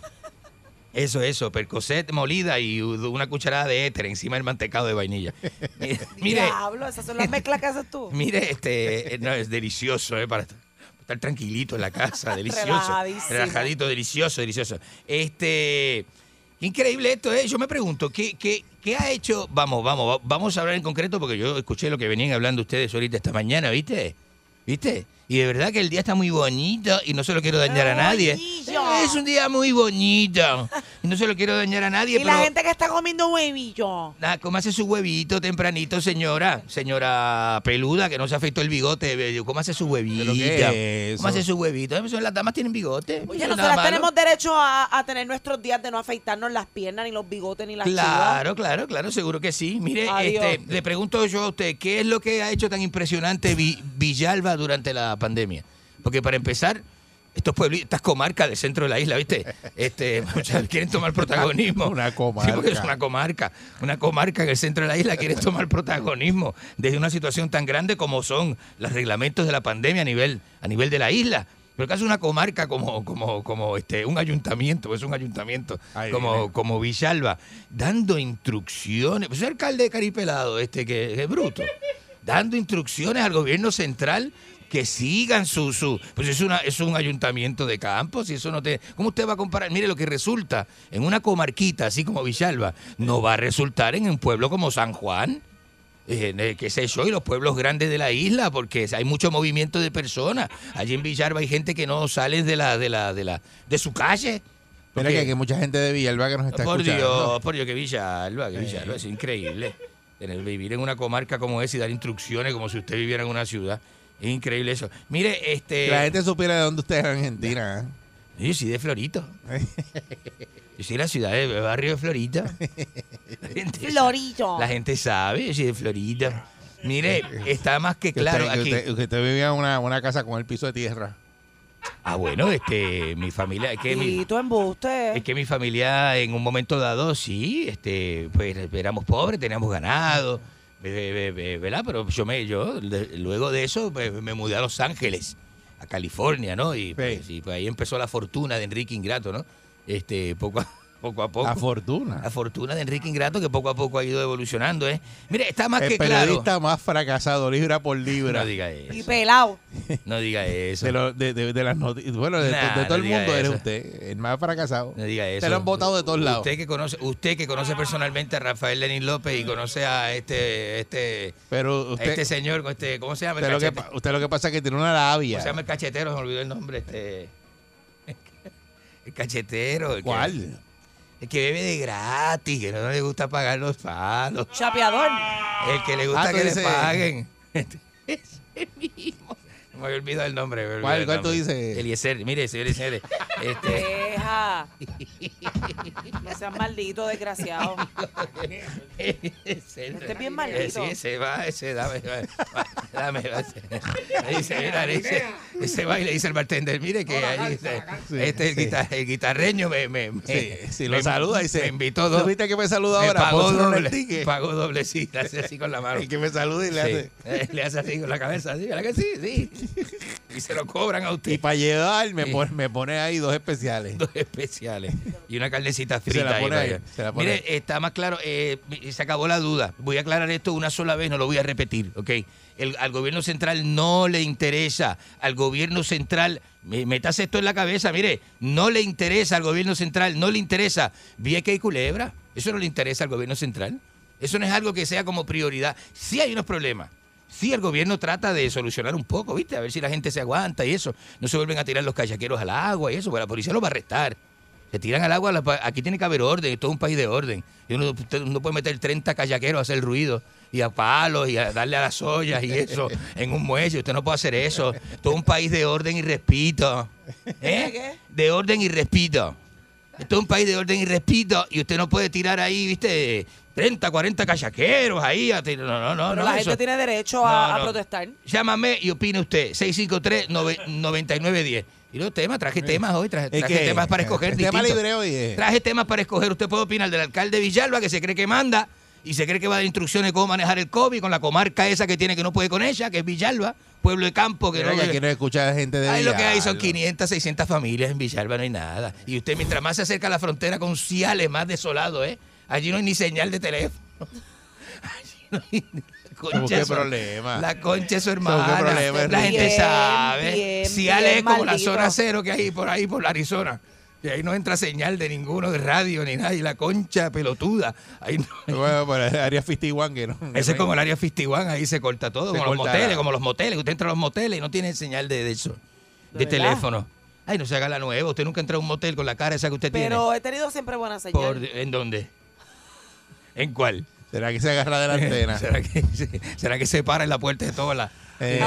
S4: Eso, eso, percocet molida y una cucharada de éter encima del mantecado de vainilla. Mire, mire,
S5: Diablo, esas son las mezclas que haces tú.
S4: mire, este, eh, no, es delicioso, eh, para estar- estar tranquilito en
S5: *laughs*
S4: la casa, delicioso.
S5: Relajadísimo.
S4: Relajadito, delicioso, delicioso. Este, increíble esto, eh. Yo me pregunto, ¿qué, qué, qué ha hecho? Vamos, vamos, va- vamos a hablar en concreto porque yo escuché lo que venían hablando ustedes ahorita esta mañana, ¿viste? ¿Viste? Y de verdad que el día está muy bonito y no se lo quiero dañar a nadie. Es un día muy bonito. Y no se lo quiero dañar a nadie,
S5: *laughs* Y
S4: pero
S5: la gente que está comiendo huevillo.
S4: nada, cómase su huevito tempranito, señora. Señora peluda, que no se afeitó el bigote. be- Cómase su huevito.
S2: ¿qué es eh, eso?
S4: Cómase su huevito. Eso, Las damas tienen bigote.
S5: Oye,
S4: Nada
S5: nosotras
S4: malo.
S5: tenemos derecho a, a tener nuestros días de no afeitarnos las piernas, ni los bigotes, ni las chivas.
S4: Claro, claro, claro, seguro que sí. Mire,
S5: Adiós.
S4: este, le pregunto yo a usted, ¿qué es lo que ha hecho tan impresionante Vi- Villalba durante la pandemia? Porque para empezar, estos pueblitos, estas comarcas del centro de la isla, ¿viste? Este, *laughs* muchas quieren tomar protagonismo. *laughs* Una comarca. Sí, porque es una comarca. Una comarca en el centro de la isla quiere tomar protagonismo desde una situación tan grande como son los reglamentos de la pandemia a nivel, a nivel de la isla. Pero casi una comarca como, como, como este, un ayuntamiento, es un ayuntamiento como, como Villalba, dando instrucciones. Pues el alcalde de Caripelado, este que, que es bruto, dando instrucciones al gobierno central que sigan su, su pues es una es un ayuntamiento de campos y eso no te cómo usted va a comparar mire lo que resulta en una comarquita así como Villalba no va a resultar en un pueblo como San Juan eh, eh, qué sé yo, y los pueblos grandes de la isla, porque hay mucho movimiento de personas. Allí en Villarba hay gente que no sale de la, de la, de la, de su calle.
S2: Mira que hay mucha gente de Villalba que nos está
S4: Por
S2: escuchando. Eh.
S4: Dios, por Dios, que Villalba, que Villalba, es increíble. Tener, vivir en una comarca como es y dar instrucciones como si usted viviera en una ciudad. Es increíble eso. Mire, este.
S2: Que la gente supiera de dónde usted es en Argentina. ¿eh?
S4: Yo soy de Florito. *laughs* *laughs* Yo soy de la ciudad de barrio de Florita.
S5: Florillo.
S2: *laughs*
S4: La gente sabe, yo soy de Florida. Mire, está más que
S2: Que
S4: claro
S2: usted, que
S4: aquí.
S2: usted- que usted vivía en una, una casa con el piso de tierra.
S4: Ah, bueno, este, mi familia, es que mi,
S5: Y tú embuste.
S4: es que mi familia en un momento dado, sí, este, pues éramos pobres, teníamos ganado, ve- ve- ve- ¿verdad? Pero yo me, yo, de- luego de eso me, me mudé a Los Ángeles, a California, ¿no? Y, pues, y, pues, ahí empezó la fortuna de Enrique Ingrato, ¿no? Este, poco a *laughs* poco. A poco.
S2: La fortuna.
S4: La fortuna de Enrique Ingrato que poco a poco ha ido evolucionando, ¿eh? Mire, está más
S2: el
S4: que
S2: periodista
S4: claro.
S2: más fracasado, libra por libra.
S4: No diga eso.
S5: Y pelado.
S4: No diga eso.
S2: De, lo- de- de- de las noticias. Bueno, de,
S4: Nah,
S2: de todo
S4: no
S2: el
S4: diga
S2: mundo eres
S4: eso.
S2: usted. El más fracasado.
S4: No diga eso.
S2: Te lo han votado de todos lados.
S4: Usted que conoce, usted que conoce personalmente a Rafael Lenin López y conoce a este, este,
S2: Pero
S4: a
S2: Mm. usted-
S4: este señor, con este, ¿cómo se llama? El
S2: Usted lo, que,
S4: cachete-
S2: pa- usted lo que pasa es que tiene una labia.
S4: ¿Cómo se llama el cachetero? Se Me olvidó el nombre, este. El cachetero. el que-
S2: ¿Cuál?
S4: el que bebe de gratis, que no le gusta pagar los palos.
S5: Chapeador.
S4: El que le gusta
S2: Ah, tú
S4: que le
S2: dices-
S4: paguen. *laughs* Ese mismo. Me había olvidado el nombre. me había
S2: ¿Cuál-
S4: olvidado el
S2: cuál tú
S4: nombre.
S2: dices?
S4: Eliezer, mire, señor Eliezer. Este,
S5: Deja. No seas maldito, desgraciado.
S4: Este
S5: es bien maldito.
S4: Sí, se va, ese, dame, dame, dame. ese. Le dice, mira, le dice, ese va y le dice al bartender, mire que ahí dice, este el, guitar- el guitarreño me, me, me-
S2: Sí, sí, lo
S4: me-
S2: saluda y dice,
S4: me invitó
S2: ¿tú
S4: dos.
S2: viste que me saluda ahora?
S4: Pagó
S2: Pónselo en el
S4: doble,
S2: ticket.
S4: pagó doble, sí, le hace así con la mano.
S2: El que me saluda y le
S4: Sí.
S2: hace.
S4: Eh, Le hace así con la cabeza, sí, ¿verdad que sí? Sí. Y se lo cobran a usted.
S2: Y para llevar me,
S4: Sí.
S2: pone, me pone ahí dos especiales.
S4: Dos *laughs* especiales. Y una carnecita
S2: Y se
S4: frita.
S2: la
S4: ahí
S2: pone
S4: para
S2: ahí,
S4: allá.
S2: se la pone
S4: Mire, está más claro, eh, se acabó la duda. Voy a aclarar esto una sola vez, no lo voy a repetir, ¿ok? El- al gobierno central no le interesa, al gobierno central, me- metas esto en la cabeza, mire, no le interesa al gobierno central, no le interesa Vieca y Culebra, eso no le interesa al gobierno central, eso no es algo que sea como prioridad. Sí hay unos problemas, Sí, el gobierno trata de solucionar un poco, ¿viste? A ver si la gente se aguanta y eso. No se vuelven a tirar los callaqueros al agua y eso, porque la policía los va a arrestar. Se tiran al agua, la pa- aquí tiene que haber orden, esto es un país de orden. Y uno, usted no puede meter 30 callaqueros a hacer ruido y a palos y a darle a las ollas
S5: *laughs*
S4: y eso en un muelle. Usted no puede hacer eso. Esto es un país de orden
S5: *laughs*
S4: y respeto. ¿Eh? De orden y respeto. Esto es un país de orden y respeto y usted no puede tirar ahí, ¿viste? 30, 40 callaqueros ahí. a tir- No, no, no.
S5: Pero
S4: no,
S5: la
S4: eso-
S5: gente tiene derecho a,
S4: No,
S5: a
S4: no.
S5: protestar.
S4: Llámame y opine usted. 653-9910. Y los temas, traje temas hoy, traje,
S2: Es
S4: traje
S2: que-
S4: temas para escoger.
S2: el tema
S4: distintos.
S2: libre hoy es-
S4: Traje temas para escoger. Usted puede opinar del alcalde Villalba, que se cree que manda, y se cree que va a dar instrucciones de cómo manejar el COVID con la comarca esa que tiene que no puede con ella, que es Villalba, pueblo de campo que
S2: Mira,
S4: no
S2: ya quiero escuchar a gente de
S4: Ahí lo que hay son
S2: Villalba.
S4: 500, 600 familias en Villalba, no hay nada. Y usted mientras más se acerca a la frontera con Ciales, más desolado, ¿eh? Allí no hay ni señal de teléfono. Allí no hay ni- la
S2: ¿Cómo
S4: concha
S2: qué
S4: de su-
S2: problema?
S4: La concha es su
S2: ¿Cómo
S4: hermana.
S2: qué problema,
S4: la
S2: Enrique?
S4: gente
S2: Bien,
S4: sabe.
S2: bien,
S4: Ciales
S2: bien,
S4: es como
S2: maldito.
S4: la zona cero que hay por ahí, por la Arizona. Y ahí no entra señal de ninguno, de radio ni nada. Y la concha pelotuda. Ahí no hay-
S2: Bueno, por el área 51 que no. que
S4: ese es
S2: no hay-
S4: como el área 51, ahí se corta todo,
S2: Se
S4: como los
S2: corta.
S4: moteles, como los moteles. Usted entra a los moteles y no tiene señal de, de eso, de,
S5: verdad?
S4: teléfono. Ay, no se haga la nueva, usted nunca entra a un motel con la cara esa que usted
S5: Pero he tenido siempre buena señal.
S4: tiene. Por- ¿En dónde? ¿En cuál?
S2: ¿Será que se agarra
S4: *laughs*
S2: de la antena?
S4: ¿Será que, se- será que se para en la puerta de toda la...
S2: Eh.
S4: y no se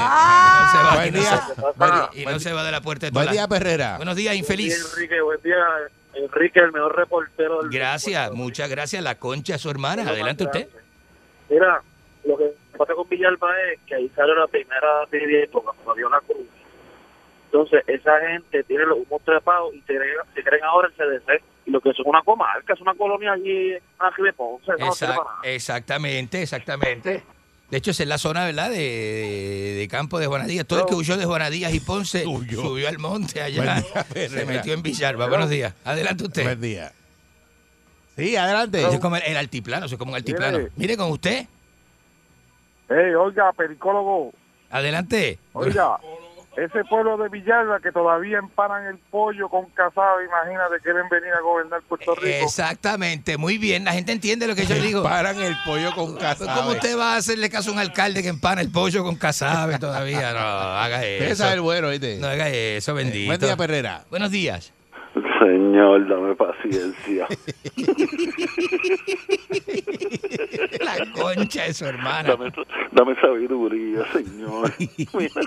S4: va-
S2: Buen
S4: y no
S2: día.
S4: se-
S2: Buen día.
S4: y no se va de la puerta de toda
S2: Buen día, Perrera.
S4: Buenos días, infeliz.
S6: Enrique, buen día. Enrique, el mejor reportero del
S4: Gracias, muchas gracias. La concha a su hermana.
S6: Es lo más
S4: Adelante usted.
S6: Mira, lo que pasa con Villalba es que ahí sale la primera serie de época, cuando había una cruz. Entonces, esa gente tiene los humos trepados y se creen, se creen ahora el CDC. Y lo que es una comarca, es una colonia allí, arriba de Ponce. No,
S4: Exact-
S6: sirve para nada.
S4: exactamente, exactamente. De hecho, esa es la zona, ¿verdad? De, de- de campo de Juanadías. Todo el que huyó de Juanadías y
S2: *laughs*
S4: Ponce subió al monte allá. *laughs* se metió en Villalba. Buenos días. Adelante usted.
S2: Buen día. Sí, adelante.
S4: Es como el, el altiplano, es como un altiplano.
S9: Mire.
S4: Mire con usted.
S9: Ey, oiga, pericólogo,
S4: Adelante.
S9: oiga, ese pueblo de Villalba que todavía empanan el pollo con casado, imagínate, quieren venir a gobernar Puerto
S4: Eh,
S9: Rico.
S4: Exactamente, muy bien. La gente entiende lo que yo digo.
S2: Paran el pollo con casabe.
S4: ¿Cómo usted va a hacerle caso a un alcalde que empana el pollo con casabe todavía? No, haga
S2: Usted
S4: eso.
S2: sabe el bueno, ¿viste? Eh,
S4: No haga eso, bendito.
S2: Buen día, Perrera.
S4: Buenos días.
S15: Señor, dame paciencia.
S4: *laughs* La *laughs* concha de su hermana.
S15: Dame, dame sabiduría,
S4: *laughs*
S15: señor. Mira,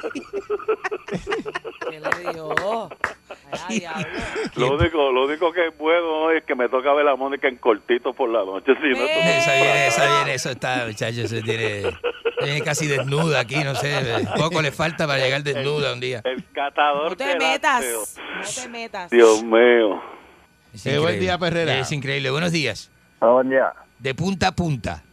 S5: ¿Qué le dio? Ay, diablo.
S15: lo único, lo único que es bueno es que me toca ver a Mónica en cortito por la noche.
S4: Eh,
S15: Si no,
S4: Esa viene, esa viene, eso está, muchachos, se tiene, viene casi desnuda aquí, no sé, poco le falta para llegar desnuda un día.
S15: el catador de
S5: No te metas.
S15: lácteos.
S5: No te metas.
S15: Dios mío.
S4: Es
S2: Eh, buen
S4: increíble.
S2: día, Perrera.
S4: Es increíble, buenos días.
S16: Ah, Buen día.
S4: De punta a punta.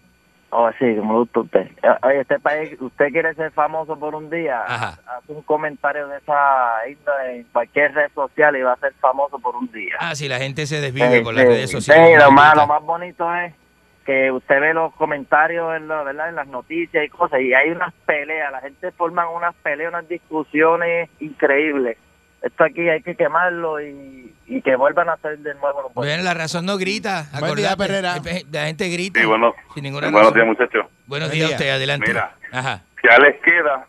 S16: Oh, sí, como gusta usted. Eh, Oye, este país, usted quiere ser famoso por un día, hace un comentario de esa índole en cualquier red social y va a ser famoso por un día.
S4: Ah, si la gente se desvive
S16: Eh,
S4: por las
S16: sí,
S4: redes
S16: sí,
S4: sociales.
S16: lo, más, lo más bonito es que usted ve los comentarios en, la- ¿verdad? en las noticias y cosas, y hay unas peleas, la gente forman unas peleas, unas discusiones increíbles. Esto aquí hay que quemarlo y, y que vuelvan a hacer de nuevo los
S4: Bueno, la razón no grita.
S16: Buen día,
S4: acordate.
S16: Perrera.
S4: La gente grita.
S16: Sí, bueno.
S4: sin ninguna
S16: Buenos
S4: razón.
S16: días,
S17: muchachos.
S4: Buenos
S17: Buen
S4: días a
S17: día.
S4: usted, adelante.
S17: Mira.
S4: Ajá.
S17: Ya les queda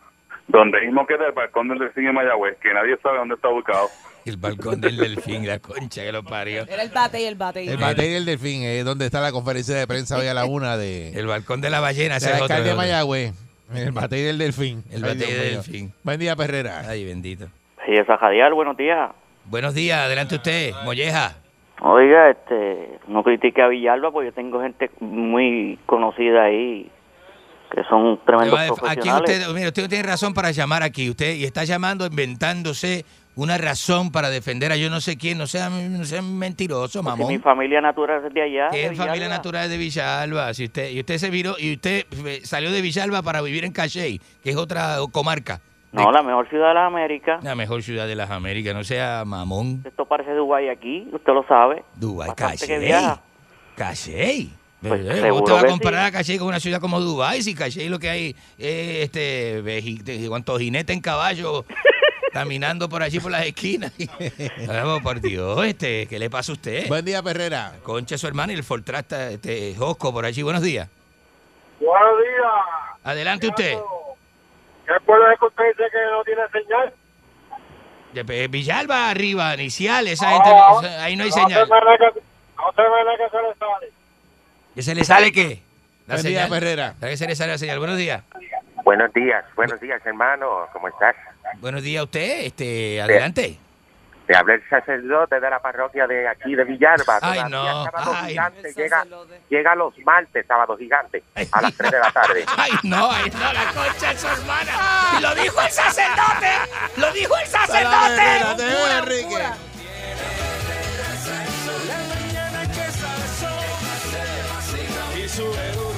S17: donde mismo queda el balcón del delfín en Mayagüez, que nadie sabe dónde está ubicado.
S4: El balcón del delfín, la concha que lo parió.
S5: Era el bate y el bate. y
S4: Eh,
S2: El Batey del Delfín eh, es donde está la conferencia de prensa hoy a la una de.
S4: El balcón de la ballena, ese
S2: El
S4: es otro,
S2: alcalde de
S4: es otro.
S2: Mayagüez. El Batey del Delfín.
S4: El
S2: Ay,
S4: bate
S2: Dios
S4: del
S2: mío.
S4: delfín.
S2: Buen día, Perrera.
S4: Ay, bendito.
S16: Sí, esa Jadial, buenos días.
S4: Buenos días, adelante usted, Molleja.
S16: Oiga, este, no critique a Villalba porque yo tengo gente muy conocida ahí que son tremendos
S4: Aquí
S16: profesionales.
S4: usted, mire, usted no tiene razón para llamar aquí, usted y está llamando inventándose una razón para defender a yo no sé quién, no sea, no sea mentiroso,
S16: Porque Pues mi
S4: mamón.
S16: familia natural es de allá. de
S4: Que es familia
S16: Villalba.
S4: natural de Villalba, si usted y usted se viró y usted eh, salió de Villalba para vivir en Cachey, que es otra comarca,
S16: No, la mejor ciudad de las Américas.
S4: la mejor ciudad de las Américas, no sea mamón.
S16: Esto parece Dubái aquí, usted lo sabe.
S4: Dubái,
S16: Bastante que
S4: Cachey.
S16: viaja. Pues
S4: Cachey. Pero, eh, ¿Cómo
S16: seguro
S4: usted va a
S16: que
S4: comparar
S16: sí.
S4: a Cachey con una ciudad como Dubái? Si Cachey lo que hay es este, veji- de- cuantos jinetes
S16: *laughs*
S4: en caballo caminando por allí por las esquinas. *laughs* Vamos, por Dios, este, ¿qué le pasa a usted?
S2: Buen día, Perrera.
S4: Concha, su hermana, y el Fortrasta, este, Josco, por allí. Buenos días.
S9: Buenos días.
S4: Adelante usted.
S9: ¿Qué pueblo es que usted dice que no tiene señal?
S4: De- de eh, Villalba arriba, inicial, esa gente, no- esa- ahí no hay señal.
S9: No se ve la que se le sale.
S4: ¿Que se le sale qué?
S2: Buen día, Perrera.
S4: ¿Sabe que se le sale la señal? Buenos días.
S10: Buenos días, buenos días, hermano. ¿Cómo estás?
S4: Buenos días a usted, este, adelante.
S10: Te habla el sacerdote de la parroquia de aquí de Villalba.
S4: Ay,
S10: Todavía
S4: no.
S10: Sábado
S4: Ay.
S10: gigante llega, llega los martes, sábado gigante, a las 3 de
S4: *laughs*
S10: la tarde.
S4: Ay, no, ay, no, la concha es su hermana. Y lo dijo el sacerdote. Lo dijo
S1: Dale,
S4: el sacerdote.
S1: dale,
S4: Pura,
S1: dale, Enrique.
S4: pura.
S1: La mañana que sale el sol, se vacila y sube duro